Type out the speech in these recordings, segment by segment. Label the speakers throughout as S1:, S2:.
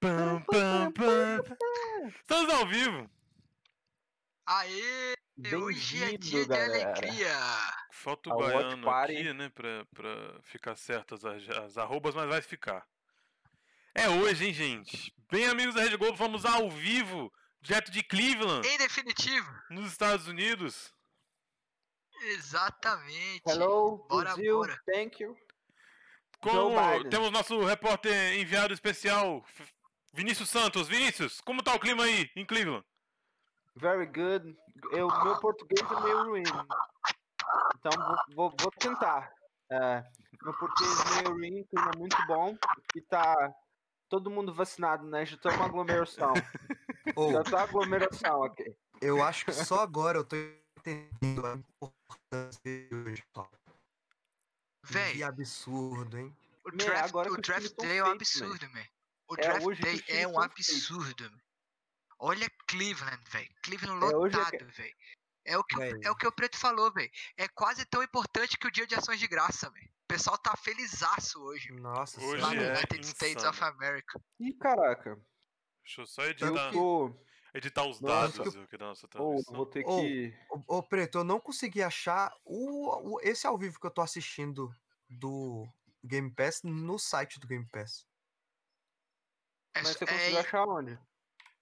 S1: Pam, pam, pam. Estamos ao vivo!
S2: Aê! Hoje é dia
S3: Bem-vindo,
S2: de
S3: galera.
S2: alegria!
S1: Falta
S3: A
S1: o
S3: watch
S1: baiano
S3: party.
S1: aqui, né? Pra, pra ficar certas as, as arrobas, mas vai ficar. É hoje, hein, gente? Bem, amigos da Rede Globo, vamos ao vivo, direto de Cleveland,
S2: Em definitivo,
S1: nos Estados Unidos.
S2: exatamente.
S3: Hello,
S2: Bora,
S3: Brasil,
S2: bora.
S3: thank you.
S1: Com
S3: Joe Biden.
S1: temos nosso repórter enviado especial, F- Vinícius Santos. Vinícius, como tá o clima aí em Cleveland?
S3: Very good. Eu, meu português é meio ruim. Então vou, vou- vou tentar. É, meu português é meio ruim, clima muito bom. E tá todo mundo vacinado, né? Já tá uma aglomeração.
S4: Ou,
S3: Já tá aglomeração aqui.
S4: eu acho que só agora eu tô entendendo a importância de hoje, pessoal. Que
S2: Véi,
S4: absurdo, hein?
S2: o
S3: Meu,
S2: draft,
S3: agora
S2: o
S3: que os
S2: draft
S3: times tão
S2: day é um
S3: feitos, man.
S2: absurdo, man. O
S3: É
S2: draft
S3: hoje que os
S2: day
S3: times
S2: é um
S3: tão feitos.
S2: absurdo, man. Olha Cleveland, velho. Cleveland
S3: É hoje é que-
S2: lotado, velho. É o, que,
S4: Véi.
S2: o- é o que o Preto falou, velho. É quase tão importante que o dia de ações de graça, velho. O pessoal tá felizaço hoje.
S4: Nossa
S1: Hoje
S2: Lá no
S1: é
S4: senhora.
S2: United States
S1: insano.
S2: of America.
S3: Ih, caraca.
S1: Deixa eu só
S3: Eu
S1: editar,
S3: tô.
S1: editar os
S4: Nossa,
S1: dados
S4: que-
S1: aqui da nossa
S3: Ou
S1: transmissão.
S3: vou ter
S4: Ou-
S3: que.
S4: Ô, ô, Preto, eu não consegui achar o, o- esse ao vivo que eu tô assistindo do Game Pass no site do Game Pass.
S2: É,
S3: Mas você
S2: é,
S3: conseguiu achar onde?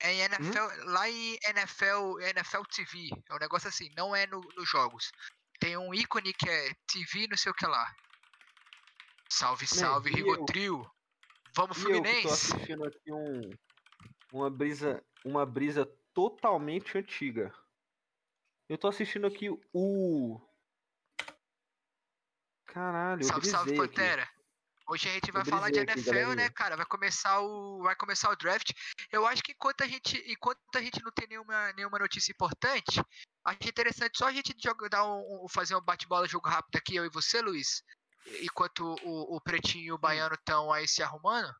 S2: É
S3: Hum?
S2: em NFL, lá em NFL, NFL TV, é um negócio assim, não é no- nos jogos. Tem um ícone que é TV, não sei o que lá. Salve,
S3: Meu,
S2: salve,
S3: e eu?
S2: Rigotril. Vamos,
S3: E eu que tô
S2: Fluminense.
S3: assistindo aqui um, uma brisa, uma brisa totalmente antiga. Eu tô assistindo aqui o Caralho, eu
S2: salve, salve,
S3: brisei aqui.
S2: Pantera. Hoje a gente vai
S3: Eu
S2: falar de
S3: brisei aqui,
S2: NFL, né,
S3: galerinha.
S2: cara? Vai começar o vai começar o draft. Eu acho que enquanto a gente enquanto a gente não tem nenhuma, nenhuma notícia importante, acho interessante só a gente jogar dar um, um- fazer um bate-bola jogo rápido aqui eu e você, Luiz. Enquanto o, o Pretinho e o Baiano estão aí se arrumando.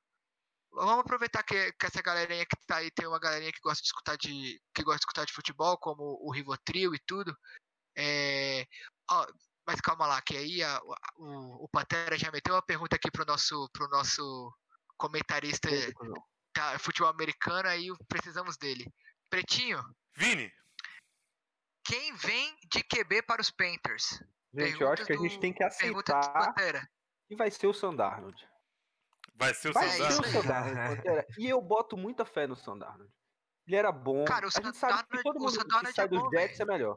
S2: Vamos aproveitar que, que essa galerinha que tá aí tem uma galerinha que gosta de escutar de que gosta de escutar de futebol, como o Rivotril e tudo. É, ó, mas calma lá, que aí a- a- o, o Pantera já meteu uma pergunta aqui pro nosso, pro nosso comentarista da futebol americano, aí precisamos dele. Pretinho,
S1: Vini,
S2: quem vem de QB para os Panthers?
S3: Gente, eu acho que a
S2: Pergunta
S3: gente tem que
S2: do- Pergunta do
S3: aceitar
S2: Pantera.
S3: que vai ser o Sandarnold.
S1: vai ser o
S3: Vai então,
S2: é
S1: seu
S3: ser
S1: dado?
S2: isso
S3: o
S2: aí.
S3: Sandarnold, Pantera. E eu boto muita fé no Sandarnold. Ele era bom.
S2: Cara, o
S3: a gente sabe que
S2: Sandarnold-
S3: todo
S2: o
S3: mundo que
S2: Sandarnold
S3: sai
S2: é
S3: dos
S2: bom,
S3: Jets é melhor.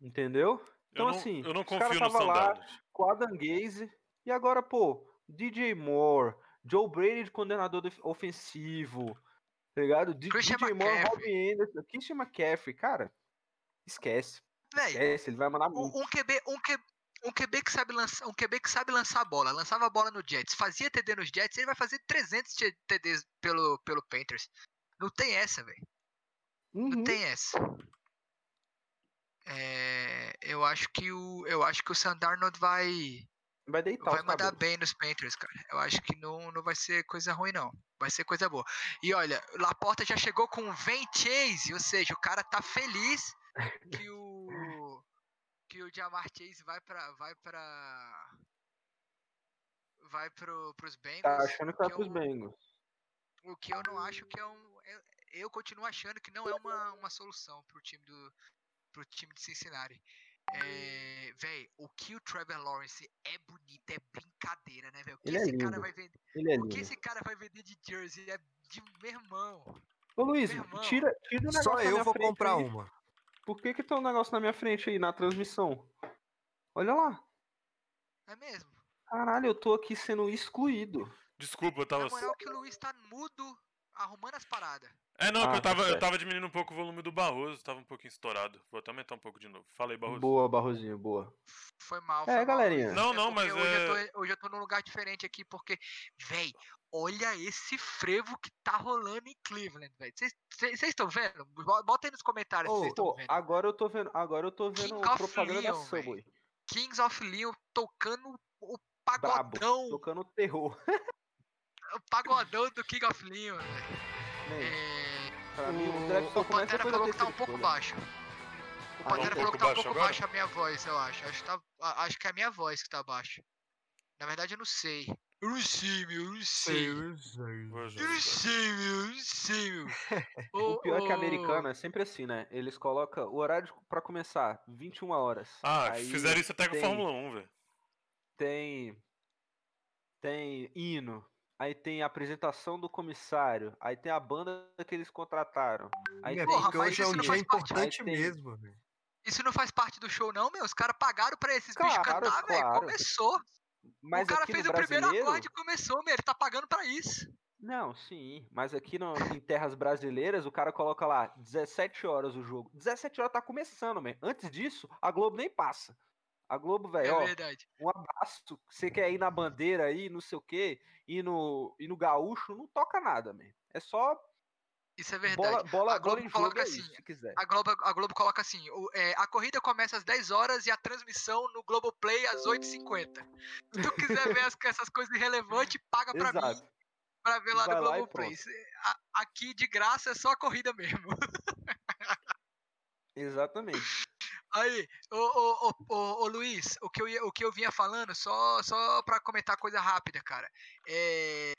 S3: Entendeu?
S1: Eu
S3: Então,
S1: não-
S3: assim,
S1: eu não
S3: os cara
S1: confio no
S3: tava lá,
S1: Sandarno.
S3: com Adam Gaze. E agora, pô, DJ Moore, Joe Brady de coordenador def- ofensivo, tá ligado? D-
S2: Christian
S3: DJ Moore,
S2: McCaffrey.
S3: Robbie Anderson, Christian McCaffrey, cara, esquece,
S2: Véi,
S3: esquece, ele vai mandar muito.
S2: um, um QB, um QB, um QB que sabe lançar, um QB que sabe lançar a bola, lançava a bola no Jets, fazia TD nos Jets, ele vai fazer 300 TDs pelo pelo Panthers. Não tem essa, velho. Não
S3: Uhum.
S2: tem essa. É, eu acho que o eu acho que o Sandarnold vai
S3: Vai deitar
S2: vai
S3: os
S2: mandar
S3: cabelos.
S2: bem nos Panthers, cara. Eu acho que não, não vai ser coisa ruim não. Vai ser coisa boa. E olha, o Laporta já chegou com o Vem Chase, ou seja, o cara tá feliz que o que o Jamar Chase vai para vai para vai pro, pros Bengals.
S3: Tá achando que vai
S2: que é
S3: pros
S2: o-
S3: Bengals.
S2: o que eu não acho que é um. Eu, eu continuo achando que não é uma, uma solução pro time do. pro time de Cincinnati. É, véi, o que o Trevor Lawrence é bonito, é brincadeira, né, velho? O que
S3: Ele é
S2: esse cara
S3: lindo.
S2: vai vender.
S3: Ele é
S2: O que
S3: lindo.
S2: esse cara vai vender de Jersey é de meu irmão.
S3: Ô Luiz,
S2: Meu irmão.
S3: tira, tira o negócio
S4: Só
S3: da
S4: eu
S3: minha
S4: vou
S3: frente
S4: comprar um.
S3: aí.
S4: uma.
S3: Por que que tem um negócio na minha frente aí, na transmissão? Olha lá,
S2: Não é mesmo?
S3: caralho, eu tô aqui sendo excluído.
S1: Desculpa, eu
S2: Na
S1: tava.
S2: moral que o Luiz tá mudo, arrumando as paradas.
S1: É, não, é que
S3: Ah,
S1: eu
S3: tá
S1: tava, eu
S3: certo.
S1: tava diminuindo um pouco o volume do Barroso, tava um pouquinho estourado. Vou até aumentar um pouco de novo. Fala aí, Barroso.
S3: Boa, Barrosinho, boa.
S2: Foi mal.
S3: É,
S2: foi mal,
S3: galerinha.
S2: Luiz.
S1: Não, não,
S2: porque
S1: mas
S2: Hoje,
S1: é-
S2: eu tô, hoje eu tô num lugar diferente aqui, porque, véi, olha esse frevo que tá rolando em Cleveland, velho. Vocês estão vendo? Bo- Bota aí nos comentários se
S4: Ô,
S2: vocês estão
S3: Pô,
S2: vendo.
S3: agora eu tô vendo, agora eu tô
S2: King
S3: vendo
S2: of
S3: propaganda da
S2: Leon, véi.
S3: Subway.
S2: Kings of Leon tocando o
S3: Brabo.
S2: pagodão,
S3: Tocando terror.
S2: o pagodão do King of Leon, velho.
S3: Né?
S2: É,
S3: Pra mim, o draft
S2: O,
S3: só
S2: o
S3: começa
S2: Pantera
S3: depois
S2: falou
S3: da
S2: que tá um
S3: terceira
S2: pouco
S3: escolha.
S2: baixo. O
S3: Ah,
S2: Pantera
S3: um
S2: falou
S1: pouco
S2: que tá um
S1: baixo
S2: pouco
S1: agora?
S2: baixa a minha voz, eu acho. Acho que, tá- a- acho que é a minha voz que tá baixa. Na verdade, eu não sei. Eu não sei, meu, eu não sei. Eu
S4: é,
S2: não sei, meu, eu não sei, meu.
S3: O pior é que americano é sempre assim, né? Eles colocam o horário de- pra começar, 21 horas.
S1: Ah,
S3: Aí
S1: fizeram isso até com a
S3: tem-
S1: Fórmula 1, velho.
S3: Tem. Tem hino. Aí tem a apresentação do comissário. Aí tem a banda que eles contrataram. Aí
S4: é
S3: tem-
S2: Porra,
S4: porque
S2: mas
S4: hoje é
S2: isso
S4: um
S2: não
S4: dia
S2: faz parte-
S4: importante
S3: Aí tem-
S4: mesmo, velho.
S2: Isso não faz parte do show, não, meu. Os caras pagaram pra esses bichos
S3: Claro,
S2: cantar, velho.
S3: claro.
S2: Começou.
S3: Mas
S2: o cara
S3: aqui no
S2: fez o primeiro
S3: brasileiro-
S2: acorde e começou, meu. Ele tá pagando pra isso.
S3: Não, sim. Mas aqui no- em terras brasileiras, o cara coloca lá 17 horas o jogo. 17 horas tá começando, man. Antes disso, a Globo nem passa. A Globo,
S2: É,
S3: velho, ó,
S2: verdade.
S3: um abraço. Você quer ir na bandeira aí, não sei o quê, e no, e no gaúcho, não toca nada, man. É só
S2: Isso é verdade.
S3: bola, bola,
S2: A Globo
S3: bola em jogo
S2: coloca
S3: aí,
S2: assim,
S3: se quiser.
S2: A Globo, a Globo coloca assim: o- é, a corrida começa às 10 horas e a transmissão no Globoplay às 8h50. Se tu quiser ver as- essas coisas irrelevantes, paga é pra mim
S3: Exato.
S2: pra ver lá
S3: Vai
S2: no
S3: lá e
S2: Globoplay.
S3: pronto.
S2: Cê- a- aqui de graça é só a corrida mesmo.
S3: Exatamente.
S2: Aí, ô, ô, ô, ô, ô, Luiz, o que, eu ia- o que eu vinha falando, só, só pra comentar coisa rápida, cara. É,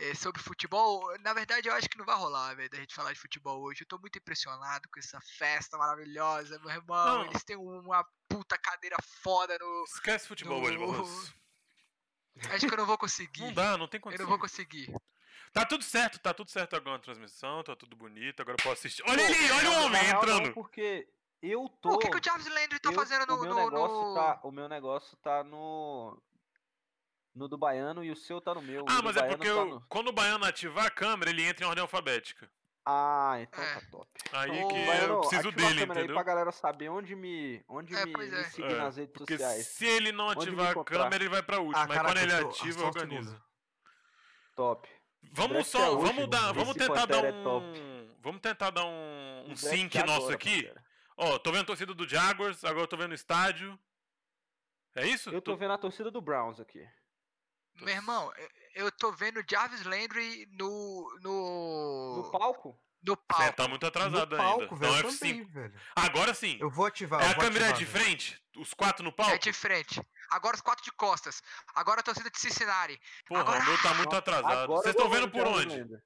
S2: é, sobre futebol, na verdade eu acho que não vai rolar, velho, da gente falar de futebol hoje. Eu tô muito impressionado com essa festa maravilhosa, meu irmão.
S1: Não.
S2: Eles têm um, uma puta cadeira foda no.
S1: Esquece futebol hoje,
S2: No-
S1: Barroso.
S2: Acho que eu não vou conseguir.
S1: Não dá, não tem
S2: eu não
S1: condição.
S2: vou conseguir.
S1: Tá tudo certo, tá tudo certo agora na transmissão, tá tudo bonito, agora eu posso assistir. Olha
S3: Pô,
S1: ali, olha o
S3: na- na
S1: homem
S3: real, não,
S1: entrando.
S3: Porque eu tô.
S2: Pô, o que, que o Jarvis Landry tá
S3: eu-
S2: fazendo no.
S3: o meu
S2: no-
S3: negócio
S2: no-
S3: tá O meu negócio tá no. No do baiano e o seu tá no meu. o
S1: Ah,
S3: do
S1: mas é
S3: baiano
S1: porque
S3: tá
S1: o-
S3: no-
S1: quando o baiano ativar a câmera, ele entra em ordem alfabética.
S3: Ah, então
S2: É.
S3: tá top.
S1: Aí
S2: Ô,
S1: que eu
S3: Baiano,
S1: preciso
S3: ativa a
S1: dele,
S3: câmera aí
S1: entendeu?
S3: pra galera saber onde me, onde
S2: É,
S3: me,
S2: pois
S3: me
S2: é.
S3: seguir
S1: É,
S3: nas redes
S1: Porque
S3: sociais.
S1: se ele não
S3: Onde me
S1: ativar a
S3: encontrar?
S1: câmera, ele vai pra última.
S4: Ah,
S1: Mas
S4: caraca,
S1: quando ele
S4: eu tô-
S1: ativa,
S4: só um
S1: organiza.
S4: segundo.
S1: um
S3: Top.
S1: Vamos
S3: Draft
S1: só,
S3: é hoje,
S1: vamos dar,
S4: mano.
S1: vamos
S3: Esse
S1: tentar dar
S3: Pantera é top.
S1: um, vamos tentar dar um, um
S3: O draft
S1: sync
S3: é
S1: nosso
S3: agora,
S1: aqui.
S3: parceiro.
S1: Ó, tô vendo a torcida do Jaguars, agora eu tô vendo o estádio. É isso?
S3: Eu tô vendo a torcida do Browns aqui.
S2: Meu irmão, eu- eu tô vendo o Jarvis Landry no.
S3: No
S2: No,
S3: palco?
S2: no
S1: Você
S2: palco.
S1: tá muito
S4: No
S1: atrasado ainda.
S4: palco, velho,
S1: Não,
S4: eu
S1: F5.
S4: também, velho.
S1: Agora sim.
S4: Eu vou ativar,
S1: É
S4: eu
S1: a
S4: vou
S1: câmera
S4: ativar,
S1: de
S4: velho.
S1: frente? Os quatro no palco?
S2: É de frente. Agora os quatro de costas. Agora a torcida de Cincinnati.
S1: Porra,
S2: Agora-
S1: o meu tá muito
S3: Nossa,
S1: atrasado.
S3: agora
S1: Vocês
S3: eu
S1: estão
S3: tô
S1: vendo por
S3: Browns
S1: onde?
S3: ainda.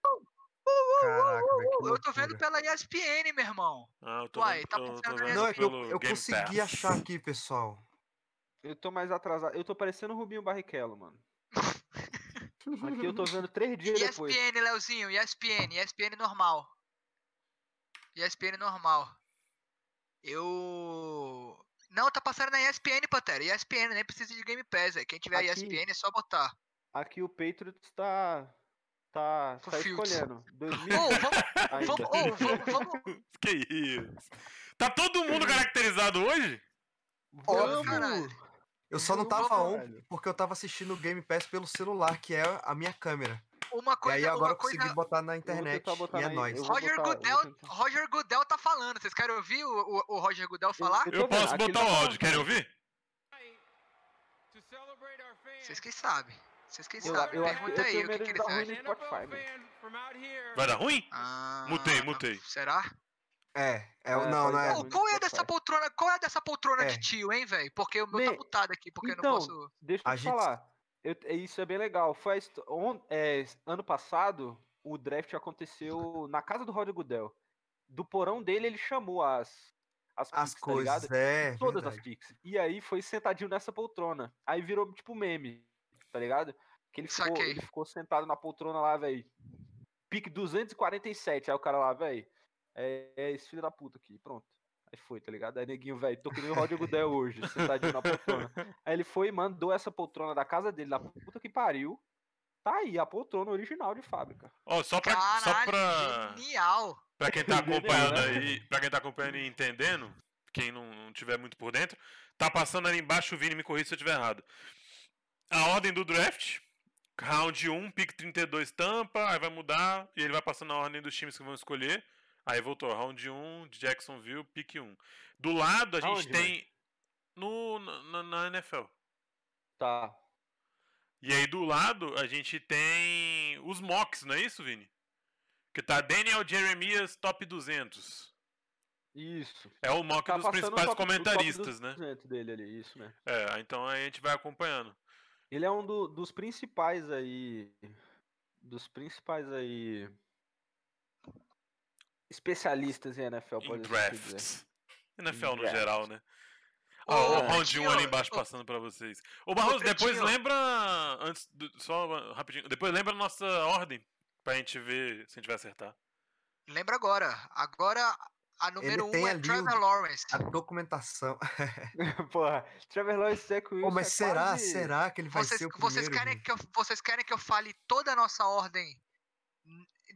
S4: Caraca, velho, que
S2: Eu tô vendo
S4: loucura.
S2: pela ESPN, meu irmão.
S1: Ah, eu
S2: Uai, tá
S1: eu
S2: passando
S1: vendo
S4: Não, é que eu,
S1: pelo
S4: eu
S1: Game
S4: consegui
S1: Pass.
S4: achar aqui, pessoal.
S3: Eu tô mais atrasado. Eu tô parecendo o Rubinho Barrichello, mano. Aqui eu tô vendo três dias
S2: é assim,
S3: depois.
S2: ESPN, Leozinho, ESPN, ESPN normal. ESPN normal. Eu. Não, tá passando na ESPN, Pantera. ESPN, nem precisa de Game Pass, velho. Quem tiver
S3: Aqui.
S2: ESPN é só botar.
S3: Aqui o Patriots tá. Tá,
S2: Com
S3: tá
S2: Fields.
S3: escolhendo.
S2: Ô,
S3: 2000
S2: vamos,
S3: ainda. assim.
S2: vamos, ô, vamos, vamos,
S1: Que isso? Tá todo mundo caracterizado hoje?
S2: vamos,
S4: Óbvio.
S2: caralho.
S4: Eu só não
S3: Vamos,
S4: tava on
S3: caralho.
S4: porque eu tava assistindo o Game Pass pelo celular, que é a minha câmera.
S2: Uma coisa,
S4: e aí agora
S2: uma
S4: eu consegui
S2: coisa.
S4: botar na
S3: tentar
S4: internet.
S3: botar
S4: E é
S3: na-
S4: nóis.
S3: eu vou
S2: Roger
S3: botar- eu vou
S2: Goodell,
S3: tentar.
S2: Roger Goodell tá falando. Vocês querem ouvir o, o, o Roger Goodell falar?
S3: Eu
S1: Eu
S3: tô vendo,
S1: posso
S3: aqui
S1: botar
S3: tá
S1: o áudio,
S3: bom.
S1: querem ouvir?
S5: to celebrate our fans.
S2: Vocês que sabem. Vocês que
S3: Eu-
S2: sabem.
S3: eu acho que-
S2: Pergunta
S3: eu
S2: aí
S3: tenho
S2: o que,
S3: medo
S2: que
S3: de
S2: eles
S3: dar ruim
S5: An
S2: acham.
S3: no
S5: NFL
S3: Spotify, velho.
S5: fan from out here.
S1: Vai dar ruim?
S2: Ah,
S1: Mutei, mutei.
S2: Será?
S4: É, é,
S3: É,
S4: não,
S3: pode
S4: não é.
S3: dar
S2: Ô,
S3: ruim no
S2: qual é
S3: Spotify.
S2: dessa poltrona? Qual é dessa poltrona
S4: É.
S2: de tio, hein, velho? Porque o meu tá
S3: Me-
S2: mutado aqui, porque eu
S3: Então,
S2: não posso.
S3: Deixa eu
S4: A
S3: te
S4: gente-
S3: falar. Eu- é, isso é bem legal. Foi a histó- on- é, s- ano passado, o draft aconteceu na casa do Roger Goodell. Do porão dele, ele chamou as, as,
S4: As
S3: picks, tá ligado?
S4: coisas, é.
S3: Todas as
S4: verdade.
S3: picks. E aí foi sentadinho nessa poltrona. Aí virou tipo meme, tá ligado? Que ele ficou,
S2: Saquei.
S3: ele ficou sentado na poltrona lá, velho. Pique 247. Aí o cara lá, velho. É, é esse filho da puta aqui. Pronto. Aí foi, tá ligado? Aí neguinho, velho, tô que nem o Roger Goodell hoje, sentadinho na poltrona. Aí ele foi e mandou essa poltrona da casa dele, da puta que pariu. Tá aí, a poltrona original de fábrica.
S1: Ó, só pra, só pra,
S2: Caralho, genial.
S1: pra quem tá
S3: Genial,
S1: acompanhando
S3: né?
S1: aí, pra quem tá acompanhando e entendendo, quem não, não tiver muito por dentro, tá passando ali embaixo o Vini, me corrija se eu tiver errado. A ordem do draft, round 1, pick 32 tampa, aí vai mudar, e ele vai passando a ordem dos times que vão escolher. Aí voltou, round 1, de Jacksonville, pick 1. Do lado a gente
S3: Aonde, mano?
S1: tem no, na, na NFL.
S3: Tá.
S1: E aí do lado a gente tem os mocks, não é isso, Vini? Que tá Daniel Jeremias top 200.
S3: Isso.
S1: É o mock
S3: Tá
S1: dos
S3: passando o
S1: principais
S3: top- o top
S1: comentaristas, né?
S3: 200 dele ali, isso, né?
S1: É, então aí a gente vai acompanhando.
S3: Ele é um do- dos principais aí. Dos principais aí. Especialistas em NFL,
S1: Em
S3: pode dizer.
S1: drafts. NFL no
S3: Draft.
S1: geral, né?
S2: Ô,
S1: Ó, o
S3: ô,
S1: round 1 ali
S2: Pretinho,
S1: embaixo
S2: ô.
S1: passando pra vocês. Ô, Barroso, depois
S2: Pretinho.
S1: lembra. Antes do- só rapidinho. Depois lembra a nossa ordem. Pra gente ver se a gente vai acertar.
S2: Lembra agora. Agora a número
S4: tem
S2: um é
S4: ali o-
S2: Trevor Lawrence.
S4: A documentação.
S3: Porra, Trevor Lawrence Zach
S4: Pô,
S3: Wilson.
S4: mas
S3: é
S4: será?
S3: quase-
S4: Será que ele vai
S2: Vocês,
S4: ser o
S2: vocês
S4: primeiro?
S2: querem
S4: velho?
S2: que eu, vocês querem que eu fale toda a nossa ordem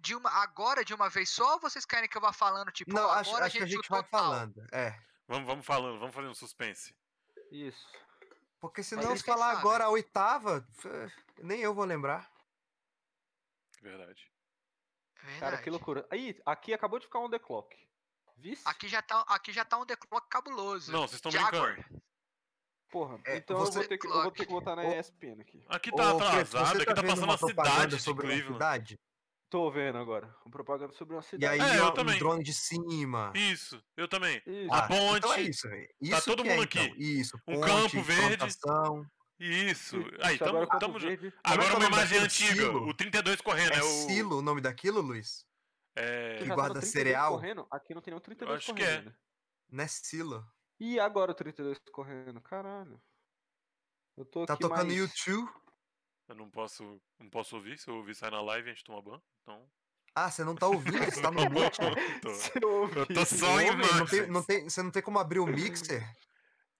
S2: de uma, agora de uma vez só ou vocês querem que eu vá falando, tipo,
S4: Não,
S2: agora
S4: acho, acho que a gente
S2: chutou
S4: vai
S2: tal?
S4: falando. É.
S1: Vamos, vamos falando, vamos fazendo suspense.
S3: Isso.
S4: Porque se
S2: Mas
S4: não
S2: eles
S4: se falar
S2: sabem.
S4: agora a oitava, eh, nem eu vou lembrar.
S1: Verdade.
S3: Cara, que
S2: Verdade.
S3: loucura. Aí, aqui acabou de ficar on the clock. Vice?
S2: Aqui já tá, aqui já tá um The Clock cabuloso.
S1: Não, vocês estão
S2: Jaguar.
S1: brincando.
S3: Porra,
S4: É,
S3: então eu
S4: você-
S3: vou, ter que, eu vou ter que botar na
S4: Ô.
S3: ESPN aqui.
S1: Aqui
S4: Ô,
S1: tá
S4: Preto,
S1: atrasado,
S4: você
S1: aqui tá
S4: vendo
S1: passando
S4: uma
S1: a
S4: propaganda
S1: cidade de
S4: sobre uma
S1: Cleveland.
S4: cidade?
S3: Tô vendo agora. Uma propaganda sobre uma
S4: E aí,
S3: cidade.
S1: É, eu
S4: ó, um
S1: também.
S4: drone de cima.
S1: Isso, eu também.
S3: Isso.
S1: a
S4: então
S1: ponte.
S4: é isso, velho.
S1: Tá
S4: Isso
S1: todo
S4: que é,
S1: mundo
S4: então.
S1: aqui.
S4: Isso,
S1: Um
S4: ponte,
S1: campo verde.
S4: plantação.
S1: Isso. Aí,
S3: Isso,
S1: tamo,
S3: agora o Campo
S1: tamo junto.
S3: Verde.
S4: Como é que
S1: Agora
S4: é o
S1: uma
S4: nome
S1: imagem
S4: daquele
S1: antiga,
S4: silo?
S1: o 32 correndo.
S4: É,
S1: É, o.
S4: silo o nome daquilo, Luiz?
S1: É,
S3: Você
S4: Que
S3: já tá
S4: guarda
S3: no 32
S4: cereal?
S3: Correndo? Aqui não tem nenhum 32
S1: acho que
S3: correndo.
S1: é.
S3: ainda.
S4: Não é silo.
S3: E agora o 32 correndo? Caralho. Eu tô
S4: Tá
S3: aqui
S4: tocando
S3: mais...
S4: YouTube.
S1: Eu não posso, não posso ouvir. Se eu ouvir, sai na live e a gente toma ban. Então.
S4: Ah, você não tá ouvindo, você tá no mute.
S1: Eu tô-
S3: Se eu ouvir-
S1: Eu tô só em
S4: Ô, velho, não tem,
S1: imagens.
S4: não tem, você não tem como abrir o mixer?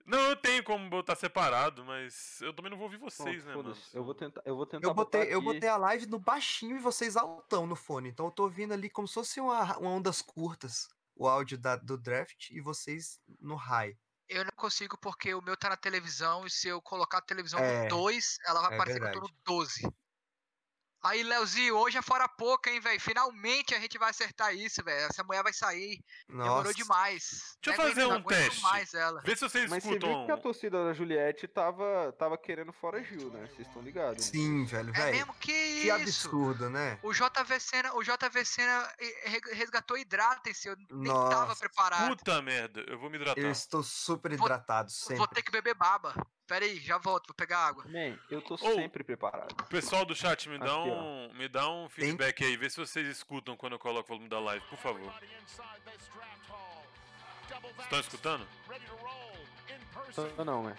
S1: Não, eu tenho como botar separado, mas eu também não vou ouvir
S3: Pronto,
S1: vocês, né, mano?
S3: foda-se. Eu vou tentar, eu vou tentar
S4: Eu botei,
S3: botar
S4: eu
S3: aqui.
S4: botei a live no baixinho e vocês altão no fone. Então eu tô ouvindo ali como se fosse uma, ra- uma ondas curtas o áudio da- do draft e vocês no high.
S2: Eu não consigo porque o meu tá na televisão e se eu colocar a televisão
S4: É,
S2: no 2, ela vai
S4: é
S2: aparecer que eu tô no 12. Aí, Leozinho, hoje é fora pouca, hein, velho? Finalmente a gente vai acertar isso, velho. Essa mulher vai sair.
S4: Nossa.
S2: Demorou demais.
S1: Deixa eu
S2: Não aguento-
S1: fazer
S2: não
S1: um
S2: aguento
S1: teste.
S2: mais ela.
S1: Vê se vocês
S3: Mas você viu
S1: escutam.
S3: que a torcida da Juliette tava, tava querendo fora Gil, né? Vocês estão ligados?
S4: Sim, velho,
S2: É
S4: velho.
S2: mesmo? Que
S4: Que
S2: isso?
S4: absurdo, né?
S1: Tá,
S2: O JV Senna, o JV Senna eh, re- resgatou hidratem-se. Eu nem tava
S4: Nossa,
S2: preparado.
S1: Puta merda, eu vou me hidratar.
S4: Eu estou super
S2: Vou-
S4: hidratado
S2: Vou
S4: sempre.
S2: ter que beber baba. Pera aí, já volto, vou pegar água.
S3: Man, eu tô
S1: Ou-
S3: sempre preparado.
S1: Pessoal do chat, me dá
S3: Aqui, ó.
S1: um, me dá um feedback aí. Vê se vocês escutam quando eu coloco o volume da live, por favor. Estão escutando?
S3: Não, não, man.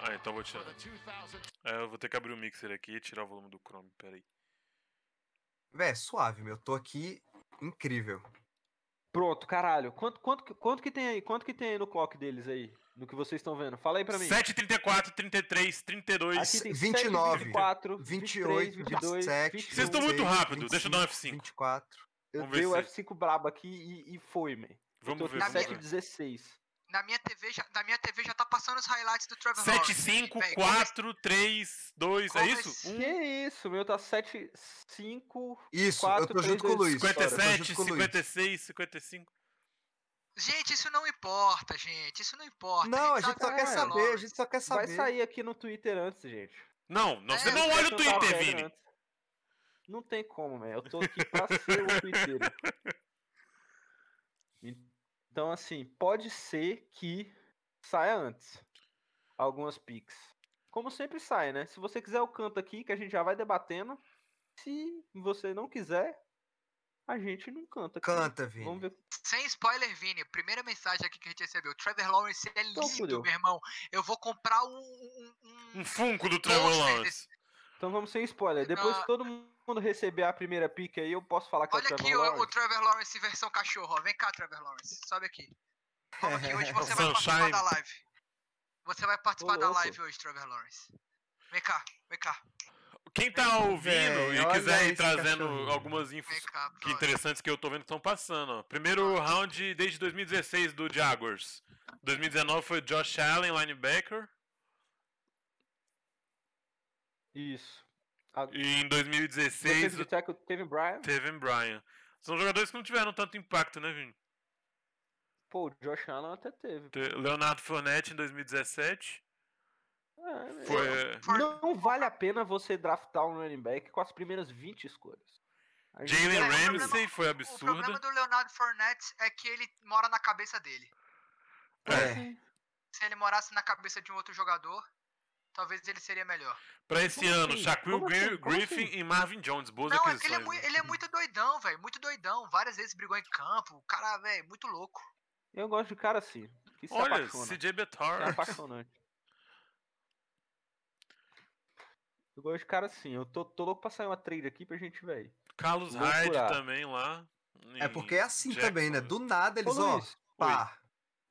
S1: Ah, então vou tirar. É, eu vou ter que abrir o mixer aqui e tirar o volume do Chrome, peraí.
S4: Véi, suave, meu. Eu tô aqui incrível.
S3: Pronto, caralho. Quanto, quanto, que- quanto que tem aí? Quanto que tem aí no clock deles aí? No que vocês estão vendo? Fala aí pra mim.
S1: 7, 34, 33, 32.
S3: Aqui tem
S4: 29,
S3: 4,
S4: 28,
S3: 22,
S4: 27.
S3: 21.
S1: Vocês tão muito rápido, deixa eu dar um
S4: 25,
S1: F5.
S4: 24.
S3: Eu
S1: Vamos ver
S3: dei o
S1: se-
S3: F5 brabo aqui e, e foi, man. Eu tô
S1: Vamos ver,
S3: aqui
S1: vamos
S3: 7
S1: ver.
S3: 16.
S2: Na minha TV já, na minha TV já tá passando os highlights do Trevor
S1: 7,
S2: Lawrence.
S1: 5,
S2: Véi, como é
S1: 4, 3, 2, é
S2: como
S1: isso?
S2: esse-
S1: 1,
S3: Que isso, meu, tá 7, 5...
S4: Isso, eu
S3: Quatro,
S4: tô
S3: três,
S4: junto com o
S3: dois,
S4: Luiz. eu tô junto
S1: 57,
S4: com o Luiz.
S1: 56, 55.
S2: Gente, isso não importa, gente. Isso não importa.
S4: Não, a gente
S2: sabe
S4: só
S2: que
S4: quer
S2: é
S3: caralho.
S4: saber, a gente só quer
S3: Vai
S4: saber.
S3: sair aqui no Twitter antes, gente.
S1: Não, não,
S2: É,
S1: você
S2: eu
S1: não
S2: tô
S1: olha o
S2: achando
S1: Twitter,
S3: Tá
S2: né?
S1: Vini.
S3: antes. Não tem como, velho. Eu tô aqui pra ser o Twitter. Então, assim, pode ser que saia antes. Algumas pics. Como sempre sai, né? Se você quiser, eu canto aqui, que a gente já vai debatendo. Se você não quiser, a gente não canta. aqui.
S4: Canta, Vini.
S3: Vamos ver.
S2: Sem spoiler, Vini. Primeira mensagem aqui que a gente recebeu. Trevor Lawrence é
S4: Então
S2: lindo,
S3: fudeu.
S2: meu irmão. Eu vou comprar um. um- um-
S1: Um
S2: um-
S1: funko do Trevor
S2: Ghost
S1: Lawrence.
S3: Então vamos sem spoiler. Depois
S2: Não.
S3: que todo mundo receber a primeira pique aí, eu posso falar que
S2: Ah. Olha
S3: é o
S2: aqui
S3: Trevor
S2: o, o
S3: Lawrence.
S2: Trevor Lawrence versão cachorro. ó. Vem cá, Trevor Lawrence. Sobe aqui. Vamos aqui. Hoje você vai participar
S1: Sunshine.
S2: da live. Você vai participar da
S3: louco.
S2: live hoje, Trevor Lawrence. Vem cá, vem cá,
S1: Quem tá ouvindo
S4: Véi,
S1: e
S4: É, olha
S1: quiser ir
S4: esse
S1: trazendo
S4: cachorrinho.
S1: algumas infos
S2: vem cá.
S1: que
S2: brother.
S1: interessantes que eu tô vendo que estão passando, ó. Primeiro round desde 2016 do Jaguars. 2019 foi Josh Allen, linebacker.
S3: Isso. A...
S1: E em 2016
S3: Defensive
S1: do
S3: tackle Kevin Bryant.
S1: Teven Bryan. São jogadores que não tiveram tanto impacto, né, Vini?
S3: Pô, o Josh Allen até teve.
S1: Te- Leonardo Fournette em 2017.
S3: É, né?
S1: Foi.
S2: For-
S3: Não vale a pena você draftar um running back com as primeiras 20 escolhas. A gente
S1: Jalen
S2: É,
S3: já-
S2: o problema-
S1: Ramsey foi
S2: O problema
S1: absurda.
S2: do Leonardo Fournette é que ele mora na cabeça dele.
S4: É.
S2: Se ele morasse na cabeça de um outro jogador, Talvez ele seria melhor.
S1: Pra esse
S3: Como
S1: ano,
S3: assim?
S1: Shaquille
S3: Como assim?
S1: Gri-
S3: Como
S1: Griffin
S3: assim?
S1: e Marvin Jones. Boas
S2: Não, é que ele é,
S1: aquisições.
S2: mui-
S1: né?
S2: ele é muito doidão, velho. Muito doidão. Várias vezes brigou em campo. O cara, velho, muito louco.
S3: Eu gosto de cara assim. Que se
S1: Olha,
S3: apaixona.
S1: CJ
S3: É
S1: Betar.
S3: apaixonante. Eu gosto de cara assim. Eu tô, tô louco pra sair uma trade aqui pra gente ver aí.
S1: Carlos
S3: Loucura.
S1: Hyde também lá. Hum,
S4: É
S1: em
S4: porque é assim também, né? Do
S1: Jacksonville.
S4: nada eles,
S3: Ô,
S4: ó,
S3: Luiz,
S4: pá.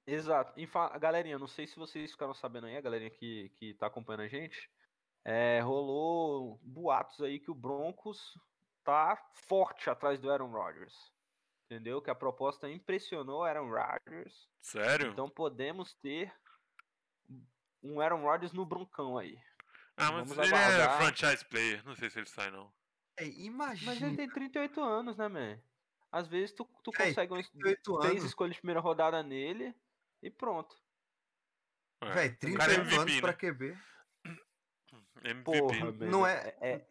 S3: Exato. E fa- galerinha, não sei se vocês ficaram sabendo aí, a galerinha que, que tá acompanhando a gente. é, rolou boatos aí que o Broncos tá forte atrás do Aaron Rodgers. Entendeu? Que a proposta impressionou o Aaron Rodgers.
S1: Sério?
S3: Então podemos ter um Aaron Rodgers no Broncão aí.
S1: ah, mas
S3: vamos
S1: ele é
S3: aguardar.
S1: franchise player. Não sei se ele sai, não.
S4: É,
S3: Mas ele
S4: imagina,
S3: tem 38 anos, né, man? Às vezes tu, tu
S4: Véi,
S3: consegue um,
S4: 38
S3: três
S4: anos.
S3: escolhas de primeira rodada nele e pronto.
S1: É.
S4: Véi,
S1: O
S3: um
S1: cara é
S4: 38
S1: MVP,
S4: anos
S1: né?
S4: pra QB.
S1: MVP.
S3: Porra, man.
S4: Não é-
S3: é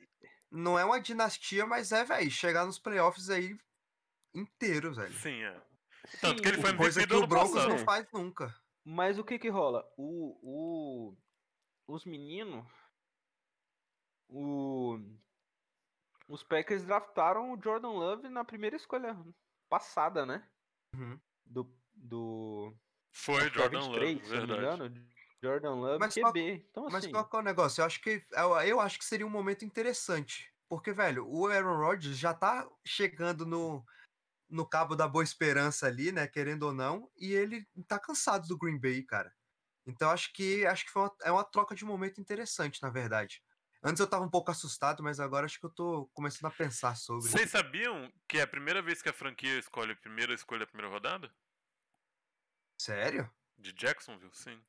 S4: Não é uma dinastia, mas é, velho, chegar nos playoffs aí inteiro, velho.
S1: Sim, é. Tanto que ele
S3: Sim,
S1: foi
S4: Coisa
S1: MVP
S4: que
S1: do
S4: o
S1: ano
S4: Broncos
S1: passado.
S4: não
S3: né?
S4: faz nunca.
S3: Mas o que que rola? O, o, os meninos, o, os Packers draftaram o Jordan Love na primeira escolha passada, né?
S4: Uhum.
S3: Do, do
S1: Foi
S3: acho que é
S1: Jordan Love,
S3: se eu não me
S1: verdade.
S3: engano. Jordan Love
S4: Mas qual-
S3: QB. Então,
S4: Mas
S3: assim,
S4: qual que é o negócio? Eu acho que, eu, eu acho que seria um momento interessante. Porque, velho, o Aaron Rodgers já tá chegando no, no cabo da boa esperança ali, né? Querendo ou não. E ele tá cansado do Green Bay, cara. Então acho que acho que foi uma, é uma troca de momento interessante, na verdade. Antes eu tava um pouco assustado, mas agora acho que eu tô começando a pensar sobre.
S1: Vocês sabiam que é a primeira vez que a franquia escolhe a primeira escolha da primeira rodada?
S4: Sério?
S1: De Jacksonville? Sim.